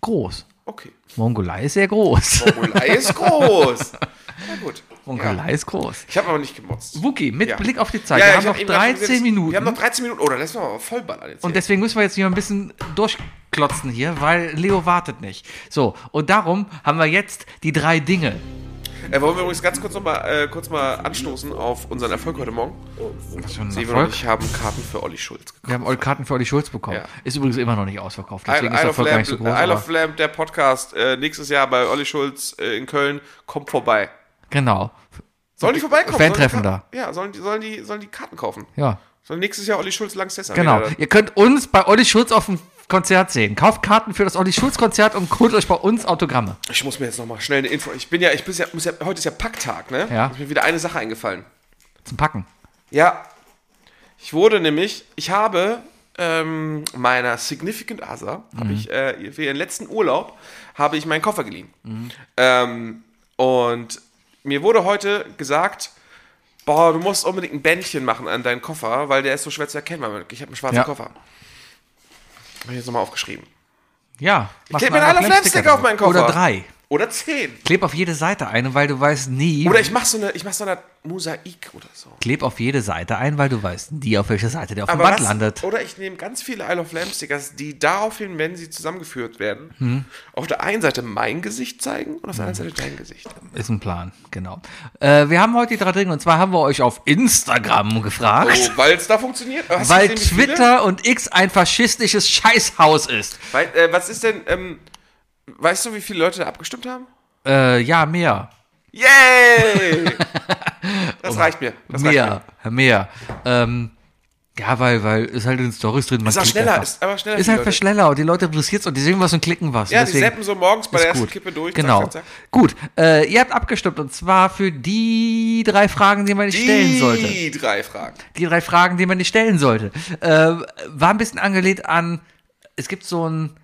S4: Groß. *laughs*
S5: Okay.
S4: Mongolei ist sehr groß. *laughs*
S5: Mongolei ist groß. Na gut. Ja.
S4: Mongolei ist groß.
S5: Ich habe aber nicht gemotzt.
S4: Wookie, mit
S5: Ja.
S4: Blick auf die Zeit, wir
S5: ich hab
S4: haben
S5: eben
S4: noch
S5: gerade gesehen,
S4: 13
S5: dass-
S4: Minuten.
S5: Wir haben noch 13 Minuten. Oder lassen wir mal vollballern jetzt.
S4: Und
S5: hier.
S4: deswegen müssen wir jetzt hier ein bisschen durchklotzen hier, weil Leo wartet nicht. So, und darum haben wir jetzt die drei Dinge.
S5: äh, wollen wir übrigens ganz kurz noch mal, äh, kurz mal anstoßen auf unseren Erfolg heute Morgen?
S4: Was für ein
S5: Steven und
S4: Erfolg.
S5: ich haben Karten für Olli Schulz gekauft.
S4: Wir haben all Karten für Olli Schulz bekommen.
S5: Ja.
S4: Ist übrigens immer noch nicht ausverkauft,
S5: Isle
S4: deswegen ist der
S5: of
S4: Erfolg gar
S5: Lamp,
S4: nicht so groß.
S5: Isle
S4: Aber,
S5: of Lamp, der Podcast, äh, nächstes Jahr bei Olli Schulz äh, in Köln, kommt vorbei.
S4: genau.
S5: Sollen die vorbeikommen?
S4: Fantreffen
S5: sollen die, Ja, sollen die, sollen, die, sollen die Karten kaufen.
S4: Ja,
S5: Sollen nächstes Jahr Olli Schulz langs Test
S4: genau. Ihr könnt uns bei Olli Schulz auf dem Konzert sehen. Kauft Karten für das Olli Schulz Konzert und holt euch bei uns Autogramme.
S5: Ich muss mir jetzt nochmal schnell eine Info. Ich bin ja, ich bin ja, muss ja heute ist ja Packtag, ne?
S4: Ja.
S5: Ist mir wieder eine Sache eingefallen.
S4: Zum Packen.
S5: Ja. Ich wurde nämlich, ich habe ähm, meiner Significant Other,
S4: Mhm.
S5: habe ich äh, für ihren letzten Urlaub, habe ich meinen Koffer geliehen.
S4: Mhm.
S5: Ähm, und mir wurde heute gesagt, boah, du musst unbedingt ein Bändchen machen an deinen Koffer, weil der ist so schwer zu erkennen. weil Ich habe einen schwarzen
S4: Ja.
S5: Koffer. Habe ich jetzt nochmal aufgeschrieben.
S4: Ja. Ich
S5: kleb mir einen Isle of Lamp Sticker auf meinen Koffer.
S4: Oder drei.
S5: Oder zehn.
S4: Kleb auf jede Seite eine, weil du weißt nie.
S5: Oder ich mache so eine, ich mache so eine Mosaik oder so.
S4: kleb auf jede Seite ein, weil du weißt nie, auf welcher Seite der auf dem
S5: Aber
S4: Band
S5: was-
S4: landet.
S5: Oder ich nehme ganz viele Isle of Lamb Stickers, die daraufhin, wenn sie zusammengeführt werden,
S4: Hm.
S5: auf der einen Seite mein Gesicht zeigen und auf der anderen Seite dein Gesicht. Oh,
S4: Ist ein Plan, genau. Äh, wir haben heute die drei Dinge und zwar haben wir euch auf Instagram
S5: Oh,
S4: gefragt,
S5: weil es da funktioniert? Hast du
S4: weil
S5: gesehen, wie viele?
S4: Twitter und X ein faschistisches Scheißhaus ist.
S5: Weil, äh, was ist denn, ähm, weißt du, wie viele Leute da abgestimmt haben?
S4: Äh, ja, mehr.
S5: Yay!
S4: *laughs* Oh,
S5: das reicht mir. Das reicht
S4: mehr, mehr. Ähm, ja, weil, weil ist halt in Stories drin. Man
S5: Ist auch
S4: klickt
S5: schneller,
S4: einfach.
S5: ist aber schneller für
S4: Ist
S5: die
S4: halt
S5: Leute.
S4: verschneller und die Leute interessiert's und die sehen was und klicken was.
S5: mir. Ja,
S4: Und
S5: die
S4: deswegen-
S5: seppen so morgens bei
S4: Ist
S5: der ersten
S4: gut.
S5: Kippe durch.
S4: Genau.
S5: Zack, zack, zack.
S4: Gut. Äh, ihr habt abgestimmt und zwar für die drei Fragen, die man nicht stellen sollte.
S5: Die drei Fragen.
S4: die drei Fragen, die man nicht stellen sollte. Äh, war ein bisschen angelehnt an, es gibt so ein,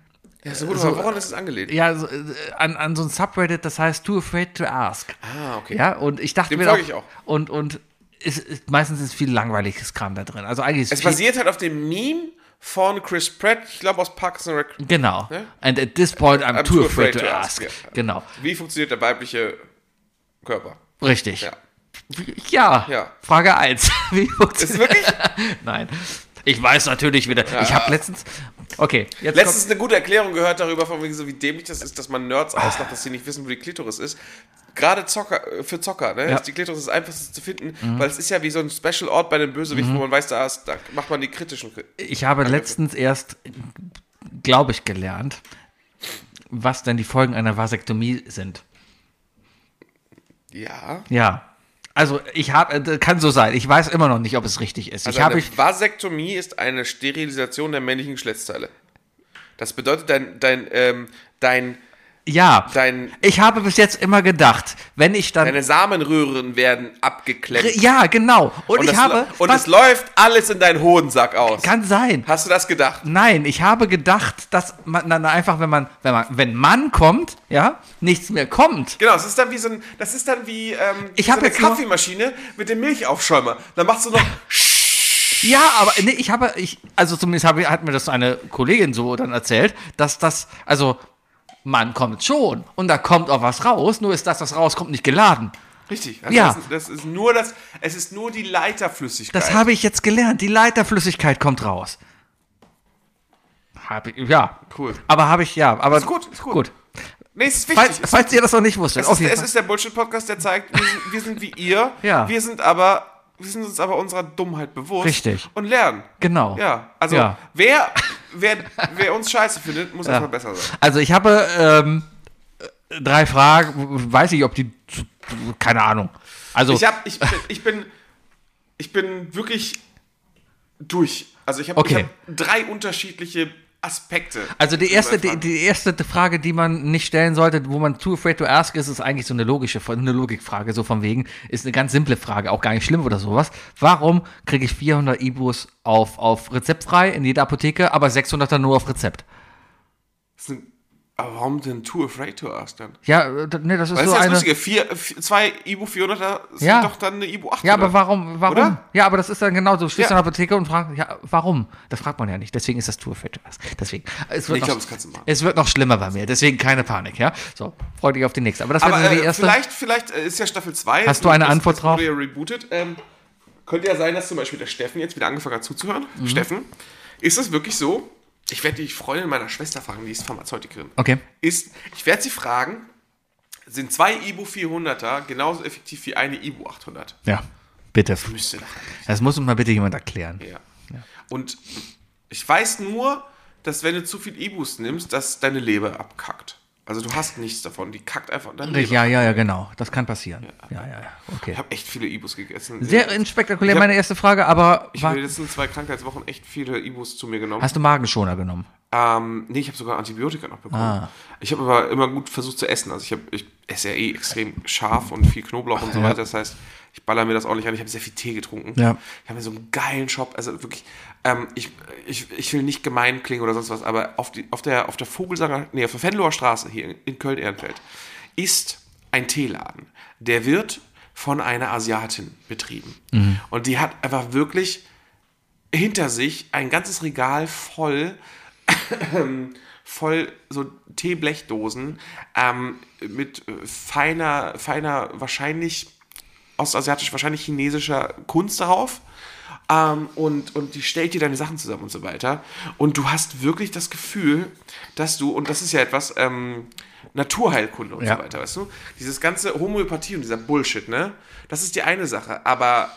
S5: Ja, so äh, gut, aber woran ist es angelehnt?
S4: ja, so, äh, an, an so ein Subreddit, das heißt Too Afraid to Ask.
S5: Ah, okay.
S4: Ja, und ich dachte
S5: Dem
S4: mir
S5: folge ich auch.
S4: Und, und es ist, meistens ist viel langweiliges Kram da drin. Also eigentlich ist
S5: Es
S4: viel,
S5: basiert halt auf dem Meme von Chris Pratt, ich glaube aus Parks and Rec. äh,
S4: Genau. And at this point I'm, too afraid, to ask.
S5: ja.
S4: Genau.
S5: Wie funktioniert der weibliche Körper?
S4: Richtig.
S5: Ja.
S4: Ja.
S5: Ja.
S4: Frage 1. *laughs* Wie
S5: Ist
S4: funktioniert *laughs*
S5: wirklich?
S4: Nein. Ich weiß natürlich wieder. Ich habe letztens. Okay, jetzt
S5: Letztens eine gute Erklärung gehört darüber, von wegen so, wie dämlich das ist, dass man Nerds auslacht, dass sie nicht wissen, wo die Klitoris ist. Gerade Zocker, äh, für Zocker, ne?
S4: Ja. Mhm.
S5: Ist die Klitoris das einfachste zu finden, weil es ist ja wie so ein Special-Ort bei einem Bösewicht, wo man weiß, da, ist, da macht man die kritischen. Kri-
S4: kommt, ich habe letztens erst, glaube ich, gelernt, was denn die Folgen einer Vasektomie sind.
S5: Ja.
S4: Ja. Also ich habe, kann so sein. Ich weiß immer noch nicht, ob es richtig ist.
S5: Also
S4: ich habe
S5: eine
S4: ich,
S5: Vasektomie ist eine Sterilisation der männlichen Geschlechtsteile. Das bedeutet, dein, dein, ähm, dein,
S4: ja.
S5: dein,
S4: ich habe bis jetzt immer gedacht, wenn ich dann
S5: deine Samenröhren werden abgeklemmt.
S4: ja genau und, ich
S5: es
S4: habe
S5: lä- und
S4: was-
S5: es läuft alles in deinen Hodensack aus.
S4: kann sein.
S5: Hast du das gedacht?
S4: Nein, ich habe gedacht, dass man dann einfach, wenn man, wenn man, wenn Mann kommt, ja, nichts mehr kommt.
S5: Genau, es ist dann wie so ein, das ist dann wie, ähm,
S4: Ich
S5: so
S4: hab
S5: eine
S4: jetzt nur-
S5: Kaffeemaschine mit dem Milchaufschäumer. Dann machst du
S4: *laughs*
S5: noch,
S4: Ja, aber nee, ich habe, ich, also zumindest habe, hat mir das eine Kollegin so dann erzählt, dass das, also Mann kommt schon und da kommt auch was raus, nur ist das, was rauskommt, nicht geladen.
S5: richtig. Also
S4: Ja.
S5: Das, ist, das ist nur das, es ist nur die Leiterflüssigkeit.
S4: Das habe ich jetzt gelernt. Die Leiterflüssigkeit kommt raus. Hab ich, ja.
S5: Cool.
S4: Aber habe ich, ja. Aber
S5: Ist gut, ist gut. Nee, es ist wichtig.
S4: Falls, falls ihr das noch nicht wusstet.
S5: es,
S4: auf
S5: ist,
S4: jeden
S5: es
S4: Fall.
S5: ist der Bullshit-Podcast, der zeigt, wir sind, wir sind wie ihr.
S4: *laughs* Ja.
S5: Wir sind aber, wir sind uns aber unserer Dummheit bewusst.
S4: Richtig.
S5: Und lernen.
S4: Genau.
S5: Ja. Also,
S4: Ja.
S5: Wer, wer, wer uns scheiße findet, muss erstmal besser sein.
S4: Also ich habe ähm, drei Fragen. Weiß ich, ob die. zu- Keine Ahnung. Also
S5: Ich, hab, ich, bin, ich, bin, ich bin wirklich durch. Also ich habe
S4: Okay.
S5: hab drei unterschiedliche Aspekte.
S4: Also die erste,
S5: Fragen.
S4: die, die erste Frage, die man nicht stellen sollte, wo man too afraid to ask ist, ist eigentlich so eine logische, eine Logikfrage, so von wegen, ist eine ganz simple Frage, auch gar nicht schlimm oder sowas. Warum kriege ich 400 Ibus auf, auf rezeptfrei in jeder Apotheke, aber 600 dann nur auf Rezept?
S5: Das sind, aber warum denn Too Afraid to Ask dann?
S4: Ja, äh, d- ne, das ist
S5: Weil
S4: so
S5: das ist ja das
S4: eine...
S5: Lustige. Vier, vier, zwei Ibu 400er sind
S4: Ja.
S5: doch dann eine Ibu 800.
S4: Ja, aber warum, warum?
S5: Oder?
S4: Ja, aber das ist dann genau so. Du stehst
S5: Ja.
S4: in der Apotheke und fragst, ja, warum? Das fragt man ja nicht. Deswegen ist das Tour Fate to Ask. Deswegen. Es wird,
S5: ich
S4: noch,
S5: glaub, das kannst du machen.
S4: es wird noch schlimmer bei mir. Deswegen keine Panik, ja? So, freut dich auf die nächste. Aber das
S5: Aber
S4: wäre so die
S5: äh,
S4: erste.
S5: vielleicht, vielleicht äh, ist ja Staffel 2.
S4: Hast du eine Antwort drauf?
S5: Wurde ja rebootet. Ähm, könnte ja sein, dass zum Beispiel der Steffen jetzt wieder angefangen hat zuzuhören.
S4: Mhm.
S5: Steffen, ist das wirklich so? Ich werde die Freundin meiner Schwester fragen, die ist Pharmazeutikerin.
S4: Okay.
S5: Ist, ich werde sie fragen, sind zwei Ibu 400er genauso effektiv wie eine Ibu 800?
S4: Ja, bitte.
S5: Müsste doch.
S4: Das muss uns mal bitte jemand erklären.
S5: Ja. Und ich weiß nur, dass wenn du zu viel Ibus nimmst, dass deine Leber abkackt. Also du hast nichts davon, die kackt einfach deine Leber.
S4: Ja, ja, ja, genau. Das kann passieren. Ja, ja, ja. Okay.
S5: Ich habe echt viele Ibus gegessen.
S4: Sehr
S5: Ich
S4: spektakulär
S5: hab-
S4: meine erste Frage, aber
S5: Ich
S4: wa-
S5: habe die letzten zwei Krankheitswochen echt viele Ibus zu mir genommen.
S4: hast du Magenschoner genommen?
S5: Ähm, nee, ich habe sogar Antibiotika noch bekommen.
S4: Ah.
S5: Ich habe aber immer gut versucht zu essen. Also ich, hab, ich esse ja eh extrem scharf und viel Knoblauch und so
S4: Ja.
S5: weiter. Das heißt, ich baller mir das ordentlich an. Ich habe sehr viel Tee getrunken.
S4: Ja.
S5: Ich habe mir so einen geilen Shop, also wirklich, ähm, ich, ich, ich will nicht gemein klingen oder sonst was, aber auf, die, auf der, auf der Vogelsanger, nee, auf der Venloer Straße hier in, in Köln-Ehrenfeld ist ein Teeladen. Der wird von einer Asiatin betrieben.
S4: Mhm.
S5: Und die hat einfach wirklich hinter sich ein ganzes Regal voll voll so Teeblechdosen ähm, mit äh, feiner, feiner, wahrscheinlich ostasiatisch, wahrscheinlich chinesischer Kunst darauf. Ähm, und, und die stellt dir deine Sachen zusammen und so weiter. Und du hast wirklich das Gefühl, dass du, und das ist ja etwas, ähm, Naturheilkunde und
S4: Ja.
S5: so weiter, weißt du? Dieses ganze Homöopathie und dieser Bullshit, ne? Das ist die eine Sache. Aber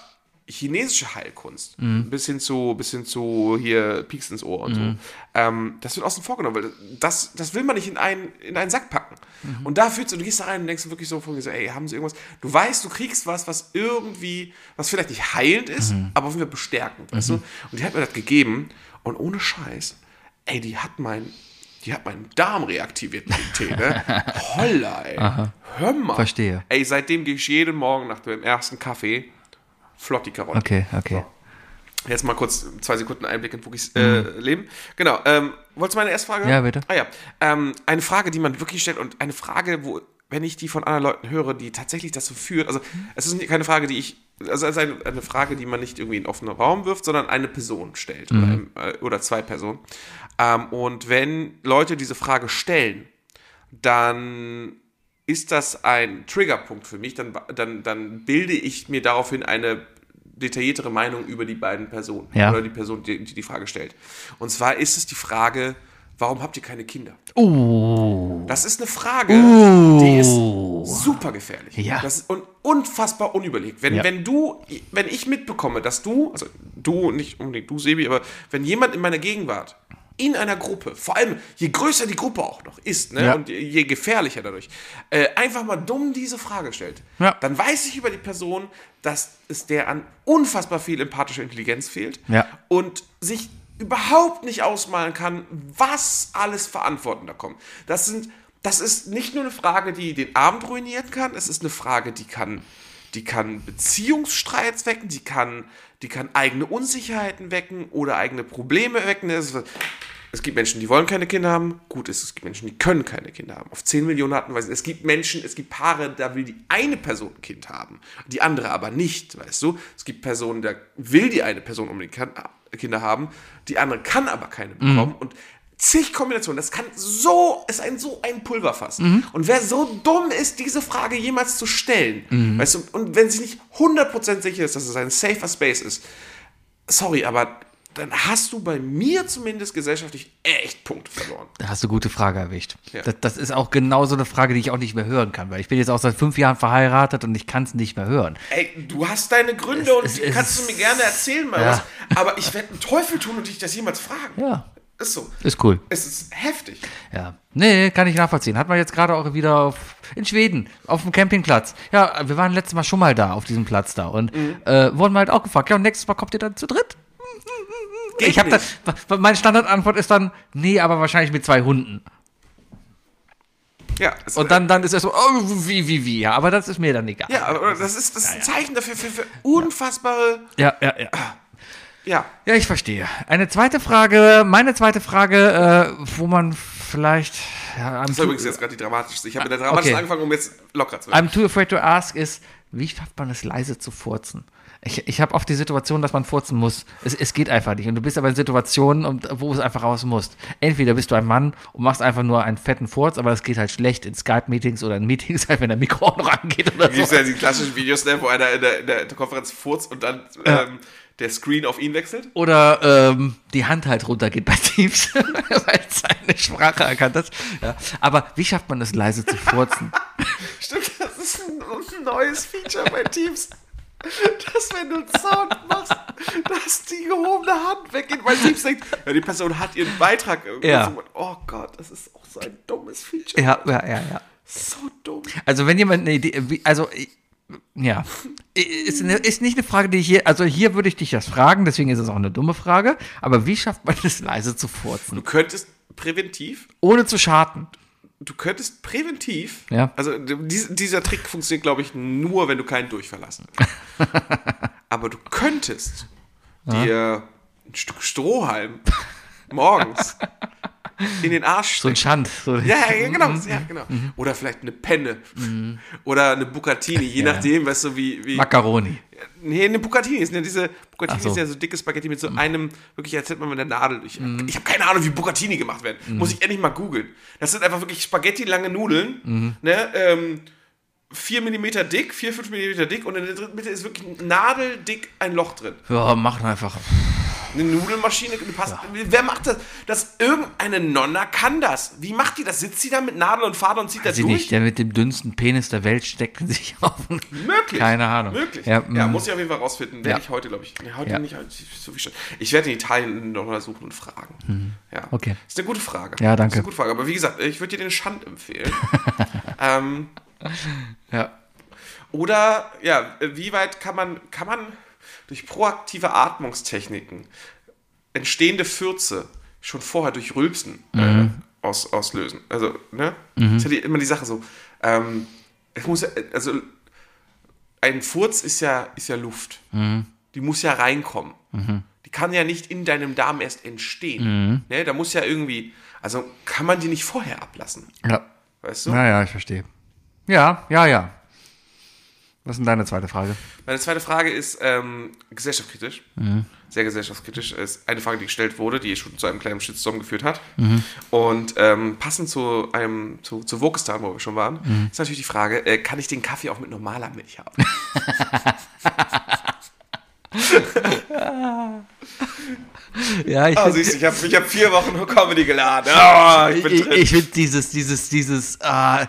S5: chinesische Heilkunst,
S4: Mhm.
S5: bis hin zu, bis hin zu hier Pieks ins Ohr und so, ähm, das wird außen vor genommen, weil das, das will man nicht in einen, in einen Sack packen.
S4: Mhm.
S5: Und da fühlst du, du gehst da rein und denkst wirklich so von mir so, ey, haben sie irgendwas? Du weißt, du kriegst was, was irgendwie, was vielleicht nicht heilend ist,
S4: Mhm.
S5: aber auf jeden Fall bestärkend, weißt du? Und die hat mir das gegeben und ohne Scheiß, ey, die hat mein, die hat meinen Darm reaktiviert mit dem Tee,
S4: *laughs*
S5: ne? Holla, ey. Hör mal.
S4: Verstehe.
S5: Ey, seitdem gehe ich jeden Morgen nach dem ersten Kaffee flott die Karotte.
S4: Okay, okay.
S5: Jetzt mal kurz zwei Sekunden Einblick in Wookies äh, Leben. Genau. Ähm, wolltest du meine erste Frage?
S4: Mhm. Ja, bitte.
S5: Ah ja. Ähm, eine Frage, die man wirklich stellt und eine Frage, wo, wenn ich die von anderen Leuten höre, die tatsächlich dazu führt, also es ist keine Frage, die ich, also es ist eine, eine Frage, die man nicht irgendwie in einen offenen Raum wirft, sondern eine Person stellt
S4: Mhm.
S5: oder, äh, oder zwei Personen. Ähm, und wenn Leute diese Frage stellen, dann ist das ein Triggerpunkt für mich, dann, dann, dann bilde ich mir daraufhin eine detailliertere Meinung über die beiden Personen
S4: Ja.
S5: oder die Person, die, die die Frage stellt. Und zwar ist es die Frage, warum habt ihr keine Kinder?
S4: Oh.
S5: Das ist eine Frage, die ist super gefährlich.
S4: Uh. Ja.
S5: Das ist un unfassbar unüberlegt. Wenn,
S4: Ja.
S5: wenn du, wenn ich mitbekomme, dass du, also du, nicht unbedingt du, Sebi, aber wenn jemand in meiner Gegenwart in einer Gruppe, vor allem je größer die Gruppe auch noch ist ne,
S4: Ja.
S5: und je- je gefährlicher dadurch, äh, einfach mal dumm diese Frage stellt,
S4: Ja.
S5: dann weiß ich über die Person, dass es der an unfassbar viel empathischer Intelligenz fehlt
S4: Ja.
S5: und sich überhaupt nicht ausmalen kann, was alles Verantworten da kommt. Das sind, das ist nicht nur eine Frage, die den Abend ruinieren kann, es ist eine Frage, die kann, die kann Beziehungsstreits wecken, die kann, die kann eigene Unsicherheiten wecken oder eigene Probleme wecken. Es, es gibt Menschen, die wollen keine Kinder haben. Gut ist, es gibt Menschen, die können keine Kinder haben. Auf 10 Millionen Arten und Weisen. Es gibt Menschen, es gibt Paare, da will die eine Person ein Kind haben, die andere aber nicht, weißt du? Es gibt Personen, da will die eine Person unbedingt kan- äh, Kinder haben, die andere kann aber keine bekommen. Und zig Kombinationen, das kann so, ist ein so ein Pulverfass. Und wer so dumm ist, diese Frage jemals zu stellen, weißt du, und wenn sich nicht 100% sicher ist, dass es ein safer Space ist, sorry, aber dann hast du bei mir zumindest gesellschaftlich echt Punkte verloren.
S4: Da hast du gute Frage erwischt.
S5: Ja.
S4: Das, das ist auch genau so eine Frage, die ich auch nicht mehr hören kann, weil ich bin jetzt auch seit fünf Jahren verheiratet und ich kann es nicht mehr hören.
S5: Ey, du hast deine Gründe und
S4: es-
S5: die
S4: es-
S5: kannst du mir gerne erzählen, mal
S4: Ja.
S5: was, aber ich werde einen Teufel tun und dich das jemals fragen.
S4: Ja.
S5: Ist so.
S4: Ist cool.
S5: Es ist heftig.
S4: Ja. Nee, kann ich nachvollziehen. Hat man jetzt gerade auch wieder auf, in Schweden, auf dem Campingplatz. Ja, wir waren letztes Mal schon mal da, auf diesem Platz da. Und
S5: Mhm.
S4: äh, wurden wir halt auch gefragt, ja, und nächstes Mal kommt ihr dann zu dritt?
S5: Geht
S4: ich habe
S5: nicht.
S4: dann, wa- meine Standardantwort ist dann, nee, aber wahrscheinlich mit zwei Hunden.
S5: Ja, es-
S4: Und dann, dann ist erstmal, oh, wie, wie, wie, ja, aber das ist mir dann egal.
S5: ja, aber das ist, das ist ein Zeichen dafür für, für unfassbare.
S4: ja, ja. ja.
S5: Ja.
S4: Ja, ich verstehe. Eine zweite Frage, meine zweite Frage, äh, wo man vielleicht ja, I'm,
S5: Das war
S4: too,
S5: übrigens jetzt gerade die dramatischste. Ich habe mit der dramatischen
S4: Ah, okay.
S5: angefangen, um jetzt locker zu werden.
S4: I'm too afraid to ask ist, wie schafft man es leise zu furzen? Ich, ich habe oft die Situation, dass man furzen muss. Es, es geht einfach nicht. Und du bist aber in Situationen, und- wo es einfach raus muss. Entweder bist du ein Mann und machst einfach nur einen fetten Furz, aber das geht halt schlecht in Skype-Meetings oder in Meetings, *laughs* halt, wenn der Mikro auch noch angeht oder
S5: Gibt es
S4: so.
S5: ja die klassischen Videos, ne, wo einer in der, in der Konferenz furzt und dann ähm, der Screen auf ihn wechselt?
S4: Oder ähm, die Hand halt runtergeht bei Teams, *laughs* weil es seine Sprache erkannt hat. Ja. Aber wie schafft man es leise zu furzen?
S5: Stimmt, das ist ein neues Feature bei Teams. Dass wenn du einen Sound machst, dass die gehobene Hand weggeht, weil Teams denkt, ja, die Person hat ihren Beitrag irgendwie
S4: Ja.
S5: so- Oh Gott, das ist auch so ein dummes Feature.
S4: Ja, ja, ja, ja.
S5: So dumm.
S4: Also wenn jemand eine Idee, wie- also ich- ja, ist, eine, ist nicht eine Frage, die ich hier, also hier würde ich dich das fragen, deswegen ist es auch eine dumme Frage, aber wie schafft man es leise zu
S5: Du
S4: furzen,
S5: könntest präventiv,
S4: ohne zu schaden?
S5: du könntest präventiv,
S4: Ja.
S5: also dies- dieser Trick funktioniert, glaube ich, nur, wenn du keinen Durchfall
S4: *laughs*
S5: hast. Aber du könntest dir ein Stück Strohhalm
S4: *laughs*
S5: morgens in den Arsch
S4: So ein
S5: stecken.
S4: Schand. So
S5: Ja, ja, genau.
S4: mhm,
S5: Ja, genau. Oder vielleicht eine Penne. *laughs* Oder eine Bucatini, je nachdem, weißt du, wie. wie
S4: Macaroni.
S5: nee, eine Bucatini ist ja diese. Bucatini
S4: Ach so. Mhm.
S5: ist ja so dickes Spaghetti mit so einem, wirklich, als hätte man mit der Nadel durch. Ich habe keine Ahnung, wie Bucatini gemacht werden.
S4: Mhm.
S5: Muss ich endlich mal googeln. Das sind einfach wirklich Spaghetti-lange Nudeln.
S4: Mhm.
S5: Ne, ähm, 4 mm dick, 4, 5 mm dick und in der dritten Mitte ist wirklich nadeldick ein Loch drin.
S4: Ja, machen einfach.
S5: Eine Nudelmaschine, die passt. Wer macht das? Das irgendeine Nonna kann das. Wie macht die das? Sitzt sie da mit Nadel und Faden und zieht das
S4: Sie
S5: durch?
S4: nicht, der mit dem dünnsten Penis der Welt steckt sich auf. den-
S5: Möglich.
S4: Keine Ahnung.
S5: Möglich.
S4: Ja,
S5: Ja,
S4: mm.
S5: muss ich auf jeden Fall rausfinden. Werde
S4: Ja.
S5: ich heute, glaube ich. Nee, heute
S4: Ja.
S5: nicht. heute- So viel schon. ich werde in Italien noch mal suchen und fragen. Ja.
S4: Mhm. Okay.
S5: Ist eine gute Frage.
S4: Ja,
S5: Ist
S4: danke.
S5: eine gute Frage. Aber wie gesagt, ich würde dir den Schand empfehlen. ähm,
S4: Ja.
S5: oder, ja, wie weit kann man, kann man durch proaktive Atmungstechniken entstehende Fürze schon vorher durch Rülpsen äh, aus, auslösen? Also, ne? Ist ja die, immer die Sache so. Ähm, es muss, ja- also, ein Furz ist ja, ist ja Luft. Die muss ja reinkommen. Die kann ja nicht in deinem Darm erst entstehen. Ne? Da muss ja irgendwie, also kann man die nicht vorher ablassen.
S4: ja.
S5: Weißt du?
S4: Naja, ich verstehe. Ja, ja, ja. Was ist denn deine zweite Frage?
S5: Meine zweite Frage ist ähm, gesellschaftskritisch.
S4: Mhm.
S5: Sehr gesellschaftskritisch. Ist eine Frage, die gestellt wurde, die schon zu einem kleinen Shitstorm geführt hat.
S4: Mhm.
S5: Und ähm, passend zu einem, zu, zu Wokistan, wo wir schon waren,
S4: Mhm.
S5: ist natürlich die Frage, äh, kann ich den Kaffee auch mit normaler Milch haben? *laughs*
S4: Ja, ich
S5: Ah, siehst du, ich habe ich hab vier Wochen Comedy
S4: *laughs*
S5: geladen. Ah, *laughs* ich
S4: Ich,
S5: bin
S4: ich,
S5: drin.
S4: ich finde dieses, dieses, dieses, äh,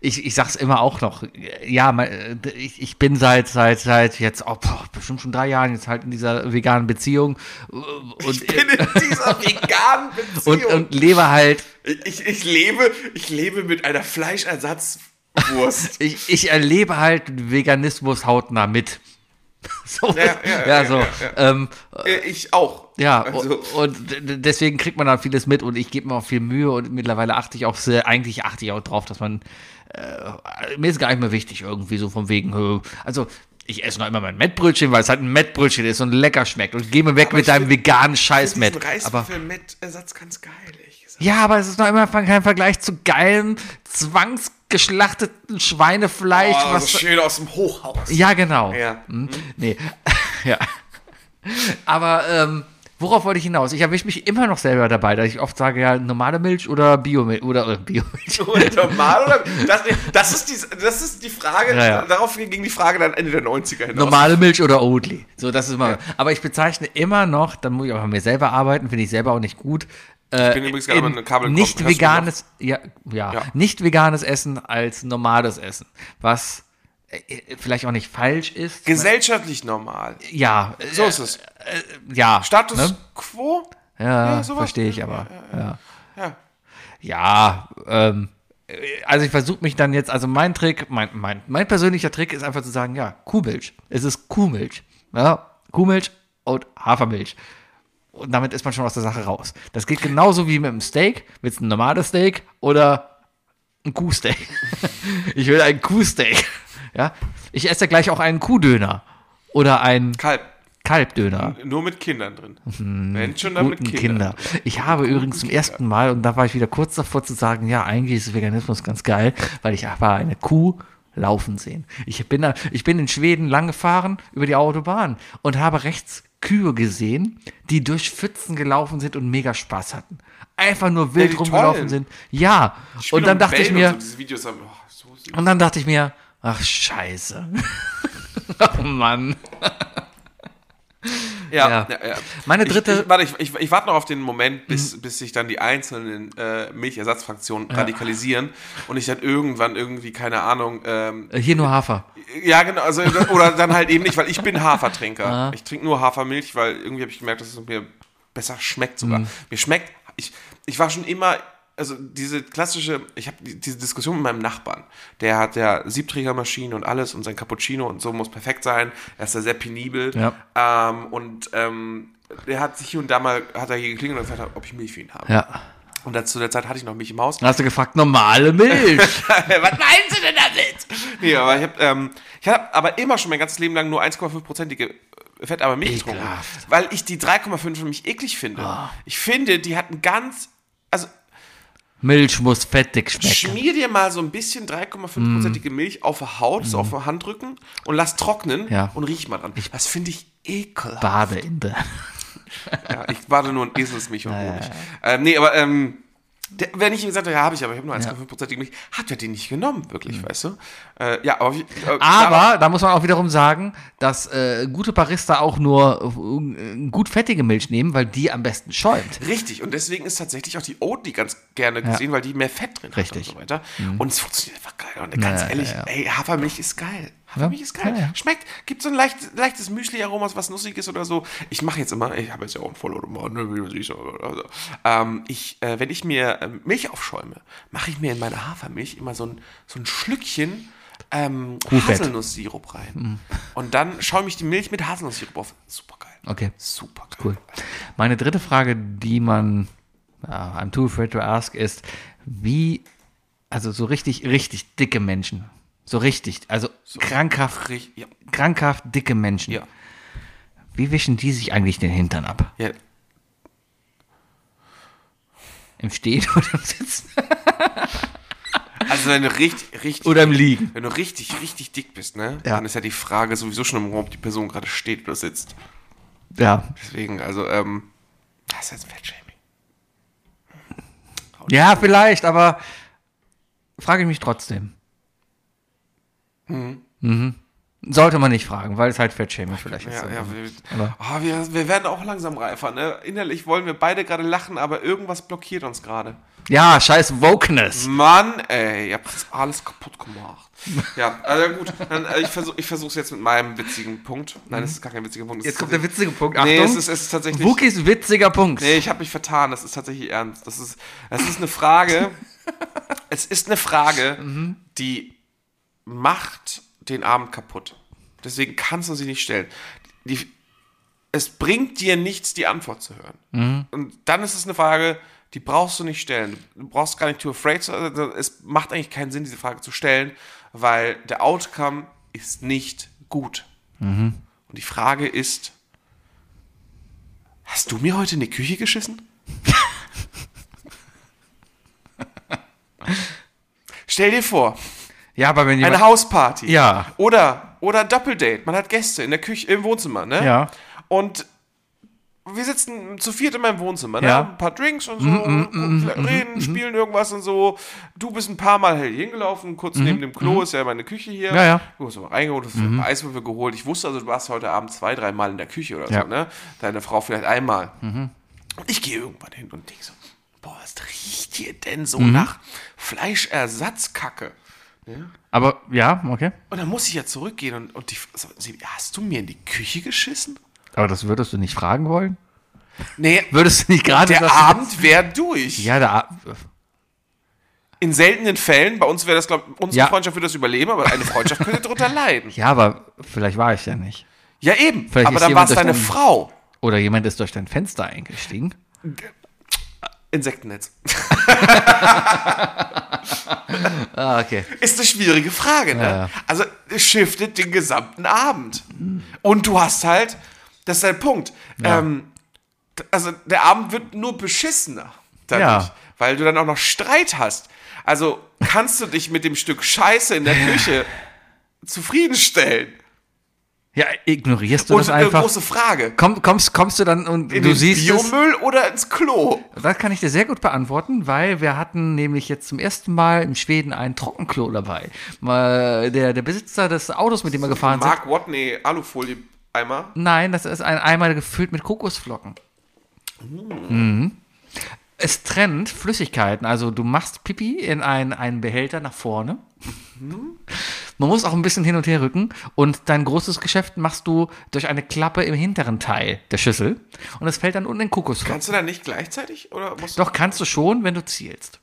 S4: ich, ich sag's immer auch noch, ja, mein- äh, ich, ich bin seit, seit, seit jetzt, oh, boah, bestimmt schon drei Jahren jetzt halt in dieser veganen Beziehung äh, und,
S5: Oh, ich bin in dieser veganen Beziehung.
S4: und, und lebe halt,
S5: ich, ich, lebe, ich lebe mit einer Fleischersatzwurst.
S4: *laughs* ich, ich erlebe halt Veganismus hautnah mit. *laughs* So,
S5: Ja, ja, ja,
S4: so.
S5: ja,
S4: Ähm,
S5: Äh, ich auch.
S4: Ja,
S5: Also,
S4: und, und d- d- deswegen kriegt man da vieles mit und ich gebe mir auch viel Mühe und mittlerweile achte ich auch sehr, eigentlich achte ich auch drauf, dass man, äh, mir ist gar nicht mehr wichtig irgendwie so vom wegen, hö, also ich esse noch immer mein Mettbrötchen, weil es halt ein Mettbrötchen ist und lecker schmeckt und geh mir weg mit
S5: ich
S4: deinem
S5: find-
S4: veganen
S5: diesen
S4: Scheiß-Mett. Aber,
S5: Reiswürfel mit Ersatz ganz geil. ehrlich gesagt.
S4: ja, aber es ist noch immer kein Vergleich zu geilen, zwangsgeschlachteten Schweinefleisch,
S5: Oh,
S4: was
S5: so schön aus dem Hochhaus.
S4: ja, genau.
S5: Ja.
S4: Hm? Nee. *laughs* ja. Aber ähm, worauf wollte ich hinaus? Ich erwische mich immer noch selber dabei, dass ich oft sage, ja, normale Milch oder Biomilch oder äh,
S5: *laughs*
S4: Biomilch.
S5: *laughs* Und normal oder? Das, das, ist die, das ist die Frage,
S4: Ja, ja.
S5: darauf ging die Frage dann Ende der 90er hinaus.
S4: Normale Milch oder Oatly. So, das ist immer. Aber ich bezeichne immer noch, dann muss ich auch an mir selber arbeiten, finde ich selber auch nicht gut. Äh,
S5: bin übrigens gerade
S4: in
S5: mit einem Kabel gekommen. Hast
S4: nicht
S5: du
S4: veganes, ja, ja,
S5: Ja.
S4: nicht veganes Essen als normales Essen, was äh, vielleicht auch nicht falsch ist.
S5: Gesellschaftlich normal.
S4: ja, äh,
S5: So ist es.
S4: ja.
S5: Status
S4: ne?
S5: quo?
S4: Ja,
S5: Ja, sowas.
S4: verstehe ich aber. Ja,
S5: Ja.
S4: ja ähm, äh, also ich versuche mich dann jetzt, also mein Trick, mein, mein, mein persönlicher Trick ist einfach zu sagen, ja, Kuhmilch. Es ist Kuhmilch. Ja, Kuhmilch und Hafermilch. Und damit ist man schon aus der Sache raus. Das geht genauso wie mit einem Steak. Willst du ein normales Steak oder ein Kuhsteak? *laughs* ich will ein Kuhsteak. *laughs* Ja, ich esse gleich auch einen Kuhdöner oder einen
S5: Kalb.
S4: Kalbdöner
S5: Nur mit Kindern drin. Wenn schon dann mit
S4: Mhm. guten
S5: Kindern.
S4: Kinder. Ich habe übrigens zum ersten Mal, und da war ich wieder kurz davor zu sagen, ja, eigentlich ist Veganismus ganz geil, weil ich habe eine Kuh laufen sehen. Ich bin, da, ich bin in Schweden lang gefahren über die Autobahn und habe rechts Kühe gesehen, die durch Pfützen gelaufen sind und mega Spaß hatten. Einfach nur wild
S5: die
S4: rumgelaufen
S5: tollen.
S4: sind. Ja,
S5: Ich
S4: und
S5: bin
S4: dann
S5: am
S4: dachte ich
S5: Bellen
S4: mir,
S5: Und so, diese Videos haben, oh, so süß.
S4: und dann dachte ich mir, ach scheiße. *laughs* oh Mann.
S5: Ja,
S4: Ja.
S5: ja. ja.
S4: Meine dritte-
S5: Ich,
S4: Mhm.
S5: ich, warte, ich, ich, ich warte noch auf den Moment, bis, bis sich dann die einzelnen äh, Milchersatzfraktionen radikalisieren und ich dann irgendwann irgendwie, keine Ahnung, ähm,
S4: Hier nur Hafer.
S5: ja, genau, also, oder dann halt eben nicht, weil ich bin Hafertrinker. Ich trinke nur Hafermilch, weil irgendwie habe ich gemerkt, dass es mir besser schmeckt sogar. Mir schmeckt, ich, ich war schon immer, also diese klassische, ich habe die, diese Diskussion mit meinem Nachbarn. Der hat ja Siebträgermaschinen und alles und sein Cappuccino und so muss perfekt sein. Er ist da sehr penibel. Ähm, und ähm, der hat sich hier und da mal, hat er hier geklingelt und gefragt, ob ich Milch für ihn habe.
S4: Ja.
S5: Und dann, zu der Zeit hatte ich noch Milch im Haus.
S4: Dann hast du gefragt, normale Milch.
S5: *laughs* Was meinen Sie denn damit? Nee, aber ich habe ähm, ich hab aber immer schon mein ganzes Leben lang nur 1,5-prozentige Fett, aber Milch getrunken.
S4: Ekelhaft. Ah.
S5: Weil ich die 3,5 für mich eklig finde. Ich finde, die hat ein ganz. Also
S4: Milch muss fettig schmecken.
S5: schmier dir mal so ein bisschen
S4: Mm.
S5: 3,5-prozentige Milch auf der Haut, so auf dem Handrücken und lass trocknen
S4: Ja.
S5: und riech mal dran. Das finde ich ekelhaft.
S4: Badeinde.
S5: Ja, ich warte nur ein Eselsmilch
S4: *laughs*
S5: und Honig. Ähm, nee, aber ähm, der, wenn ich ihm sagte, ja, habe ich, aber ich habe nur 1,5%ige Milch, hat er die nicht genommen, wirklich, weißt du? Äh, ja, aber. Äh,
S4: Mm. Aber da muss man auch wiederum sagen, dass äh, gute Barista auch nur äh, gut fettige Milch nehmen, weil die am besten schäumt.
S5: Richtig, und deswegen ist tatsächlich auch die Oatly ganz gerne gesehen, weil die mehr Fett drin hat
S4: Richtig. Mhm.
S5: und so weiter. Und es funktioniert einfach geil. Und ganz
S4: ja,
S5: ehrlich,
S4: ja, ja.
S5: ey, Hafermilch ist geil. Hafermilch ist geil.
S4: ja, ja.
S5: Schmeckt, gibt so ein leicht, leichtes Müsli-Aroma, was Nussiges oder so. Ich mache jetzt immer, ich habe jetzt ja auch einen Vollautomaten, ne, wie man sieht, oder so. ähm, ich, äh, wenn ich mir ähm, Milch aufschäume, mache ich mir in meine Hafermilch immer so ein, so ein Schlückchen ähm,
S4: Kuhfett. Mhm.
S5: Haselnusssirup rein. Und dann schaue ich die Milch mit Haselnusssirup auf. Super geil.
S4: Okay.
S5: Super geil.
S4: Cool. Meine dritte Frage, die man, ja, I'm too afraid to ask, ist, wie, also so richtig, richtig dicke Menschen. So richtig, also krankhaft,
S5: Richtig, ja.
S4: krankhaft dicke Menschen.
S5: Ja.
S4: Wie wischen die sich eigentlich den Hintern ab?
S5: ja.
S4: *laughs* Im Stehen oder im Sitzen?
S5: Also Also wenn du richtig, richtig,
S4: Oder im Liegen.
S5: wenn du richtig, richtig dick bist, ne?
S4: Ja.
S5: Dann ist ja die Frage sowieso schon im Raum, ob die Person gerade steht oder sitzt.
S4: Ja.
S5: Deswegen, also, ähm, das ist jetzt Fettshaming.
S4: Ja, vielleicht, aber frage ich mich trotzdem.
S5: Hm.
S4: Mhm. Sollte man nicht fragen, weil es halt Fettshaming vielleicht ist.
S5: Ja, ja, wir,
S4: Aber-
S5: Ah, wir, wir werden auch langsam reifer, ne? Innerlich wollen wir beide gerade lachen, aber irgendwas blockiert uns gerade.
S4: Ja, scheiß Wokeness.
S5: Hm. Mann, ey, ihr habt das alles kaputt gemacht. Ja, also gut, dann, äh, ich, versuch, ich versuch's jetzt mit meinem witzigen Punkt. Nein, das ist gar kein witziger Punkt.
S4: Mhm. Jetzt kommt der
S5: Witz.
S4: witzige Punkt. Achtung.
S5: Nee, es ist, es ist tatsächlich.
S4: Wookies witziger Punkt.
S5: Nee, ich habe mich vertan. Das ist tatsächlich ernst. Das ist, das ist eine Frage. es ist eine Frage, die macht den Abend kaputt. Deswegen kannst du sie nicht stellen. Die, es bringt dir nichts, die Antwort zu hören. Und dann ist es eine Frage, die brauchst du nicht stellen. Du brauchst gar nicht too afraid zu. also Es macht eigentlich keinen Sinn, diese Frage zu stellen, weil der Outcome ist nicht gut. Und die Frage ist, Hast du mir heute in die Küche geschissen? Stell dir vor,
S4: Ja, aber wenn
S5: eine
S4: jemand.
S5: Hausparty.
S4: Ja.
S5: Oder, oder Doppeldate. Man hat Gäste in der Küche, im Wohnzimmer, ne?
S4: Ja.
S5: Und wir sitzen zu viert in meinem Wohnzimmer, ne?
S4: Ja. Mhm,
S5: Haben Ein paar Drinks und so, gucken, reden, spielen irgendwas und so. Du bist ein paar Mal hier hingelaufen, kurz neben dem Klo ist ja meine Küche hier.
S4: Mhm, Ja, ja.
S5: Du hast mal reingeholt, hast mhm. Eiswürfel geholt. Ich wusste also, du warst heute Abend zwei, dreimal in der Küche oder
S4: Ja. Mhm.
S5: so, ne? Deine Frau vielleicht einmal. Und ich gehe irgendwann hin und denke so, boah, was riecht hier denn so
S4: Mhm.
S5: nach Fleischersatzkacke?
S4: Aber ja, okay.
S5: Und dann muss ich ja zurückgehen und, und die, so, sie, hast du mir in die Küche geschissen?
S4: Aber das würdest du nicht fragen wollen?
S5: Nee,
S4: Würdest du nicht gerade
S5: der
S4: das-
S5: Abend wäre durch.
S4: Ja, der Ab-
S5: In seltenen Fällen, bei uns wäre das, glaube ich, unsere
S4: Ja.
S5: Freundschaft würde das überleben, aber eine Freundschaft könnte *laughs* darunter leiden.
S4: Ja, aber vielleicht war ich ja nicht.
S5: Ja, eben.
S4: Vielleicht
S5: aber dann
S4: ist
S5: war
S4: jemand
S5: es deine
S4: durchdrungen.
S5: Frau.
S4: Oder jemand ist durch dein Fenster eingestiegen.
S5: Insektennetz. *laughs*
S4: Ah, okay.
S5: Ist eine schwierige Frage, ne? Also, es shiftet den gesamten Abend. Und du hast halt, das ist der Punkt. Ähm, d- also, der Abend wird nur beschissener dadurch,
S4: Ja.
S5: weil du dann auch noch Streit hast. Also, kannst du dich mit dem Stück Scheiße in der Küche zufriedenstellen?
S4: Ja, ignorierst du
S5: Und äh,
S4: das
S5: eine
S4: einfach?
S5: große Frage.
S4: Komm, kommst, kommst du dann und
S5: In
S4: du
S5: den
S4: siehst es?
S5: Biomüll oder ins Klo?
S4: Das kann ich dir sehr gut beantworten, weil wir hatten nämlich jetzt zum ersten Mal in Schweden ein Trockenklo dabei. Mal Der, der Besitzer des Autos, mit dem wir gefahren sind.
S5: Mark Watney, Alufolie. Eimer.
S4: Nein, das ist ein Eimer gefüllt mit Kokosflocken.
S5: Mm.
S4: Mhm. Es trennt Flüssigkeiten. Also du machst Pipi in einen, einen Behälter nach vorne.
S5: Mhm.
S4: Man muss auch ein bisschen hin und her rücken. Und dein großes Geschäft machst du durch eine Klappe im hinteren Teil der Schüssel. Und es fällt dann unten in Kokosflocken.
S5: Kannst du da nicht gleichzeitig? Oder musst du?
S4: Doch kannst du schon, wenn du zielst.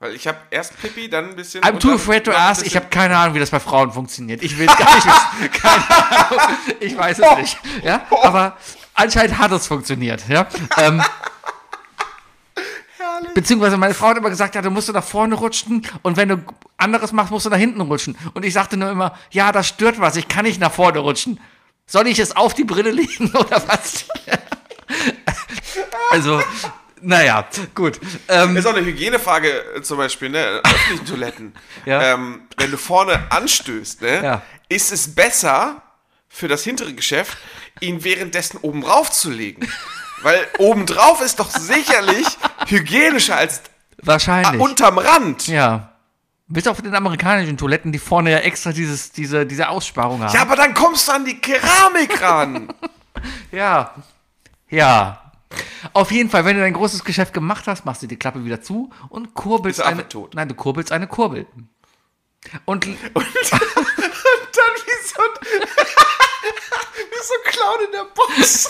S5: Weil ich habe erst Pippi, dann ein bisschen.
S4: I'm
S5: und
S4: too
S5: dann
S4: afraid to
S5: noch ein
S4: ask. Ich
S5: bisschen-
S4: habe keine Ahnung, wie das bei Frauen funktioniert. Ich will es gar nicht wissen. Keine Ahnung. Ich weiß es nicht. Ja? Aber anscheinend hat es funktioniert. Ja? Ähm, Beziehungsweise meine Frau hat immer gesagt, ja, du musst du nach vorne rutschen und wenn du anderes machst, musst du nach hinten rutschen. Und ich sagte nur immer, ja, das stört was, ich kann nicht nach vorne rutschen. Soll ich es auf die Brille legen *laughs* oder was? also, naja, gut. Ähm,
S5: Ist auch eine Hygienefrage äh, zum Beispiel, ne? in Öffentlichen Toiletten.
S4: *laughs* Ja.
S5: Ähm, wenn du vorne anstößt, ne?
S4: Ja.
S5: Ist es besser für das hintere Geschäft, ihn währenddessen oben drauf zu legen?
S4: *laughs*
S5: Weil obendrauf ist doch sicherlich hygienischer als
S4: wahrscheinlich.
S5: unterm Rand.
S4: Ja. Bis auf den amerikanischen Toiletten, die vorne ja extra dieses, diese, diese Aussparung haben.
S5: Ja, aber dann kommst du an die Keramik ran.
S4: Ja. Ja. Auf jeden Fall, wenn du dein großes Geschäft gemacht hast, machst du die Klappe wieder zu und kurbelst
S5: Ist der Affe
S4: eine.
S5: tot?
S4: Nein, du kurbelst eine Kurbel. Und
S5: Dann wie so ein, *laughs* wie so ein Clown in der Box.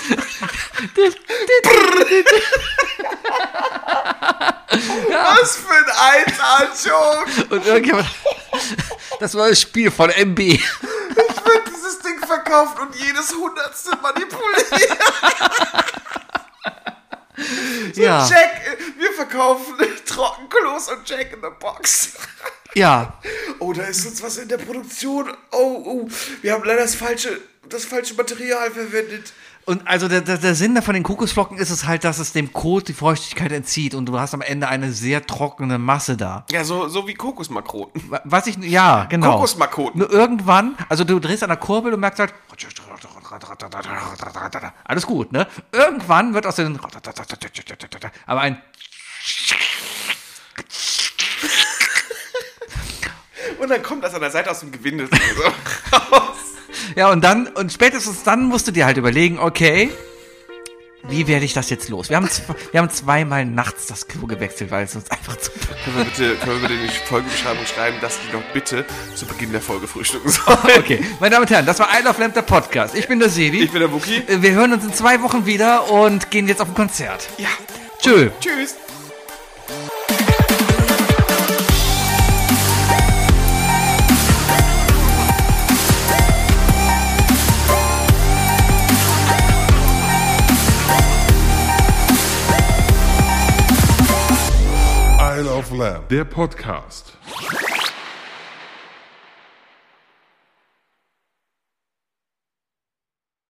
S5: Was für ein 1A-Joke.
S4: *laughs* Und irgendjemand. *laughs* Das war das Spiel von MB.
S5: Wird dieses Ding verkauft und jedes Hundertste manipuliert.
S4: Ja.
S5: Jack, äh, wir verkaufen Trockenklos und Jack in der Box.
S4: Ja.
S5: Oh, da ist uns was in der Produktion. Oh, oh, wir haben leider das falsche, das falsche Material verwendet.
S4: Und also der, der, der Sinn von den Kokosflocken ist es halt, dass es dem Kot die Feuchtigkeit entzieht und du hast am Ende eine sehr trockene Masse da.
S5: Ja, so, so wie Kokosmakroten.
S4: Wa- Was ich, ja, genau.
S5: Kokosmakoten.
S4: Nur irgendwann, also du drehst an der Kurbel und merkst halt, alles gut, ne? Irgendwann wird aus den, aber ein,
S5: Und dann kommt das an der Seite aus dem Gewinde *laughs* so raus.
S4: ja, und dann, und spätestens dann musst du dir halt überlegen, okay, wie werde ich das jetzt los? Wir haben, zw- wir haben zweimal nachts das Klo gewechselt, weil es uns einfach zu
S5: Können wir bitte, können wir bitte in die Folgebeschreibung schreiben, dass die noch bitte zu Beginn der Folge frühstücken *laughs* sollen?
S4: Okay, meine Damen und Herren, das war Isle of Lamp, der Podcast. Ich bin der Sevi.
S5: Ich bin der Wookie.
S4: Äh, Wir hören uns in zwei Wochen wieder und gehen jetzt auf ein Konzert.
S5: Ja.
S4: Tschö.
S5: Tschüss.
S3: Isle of Lamb, der Podcast.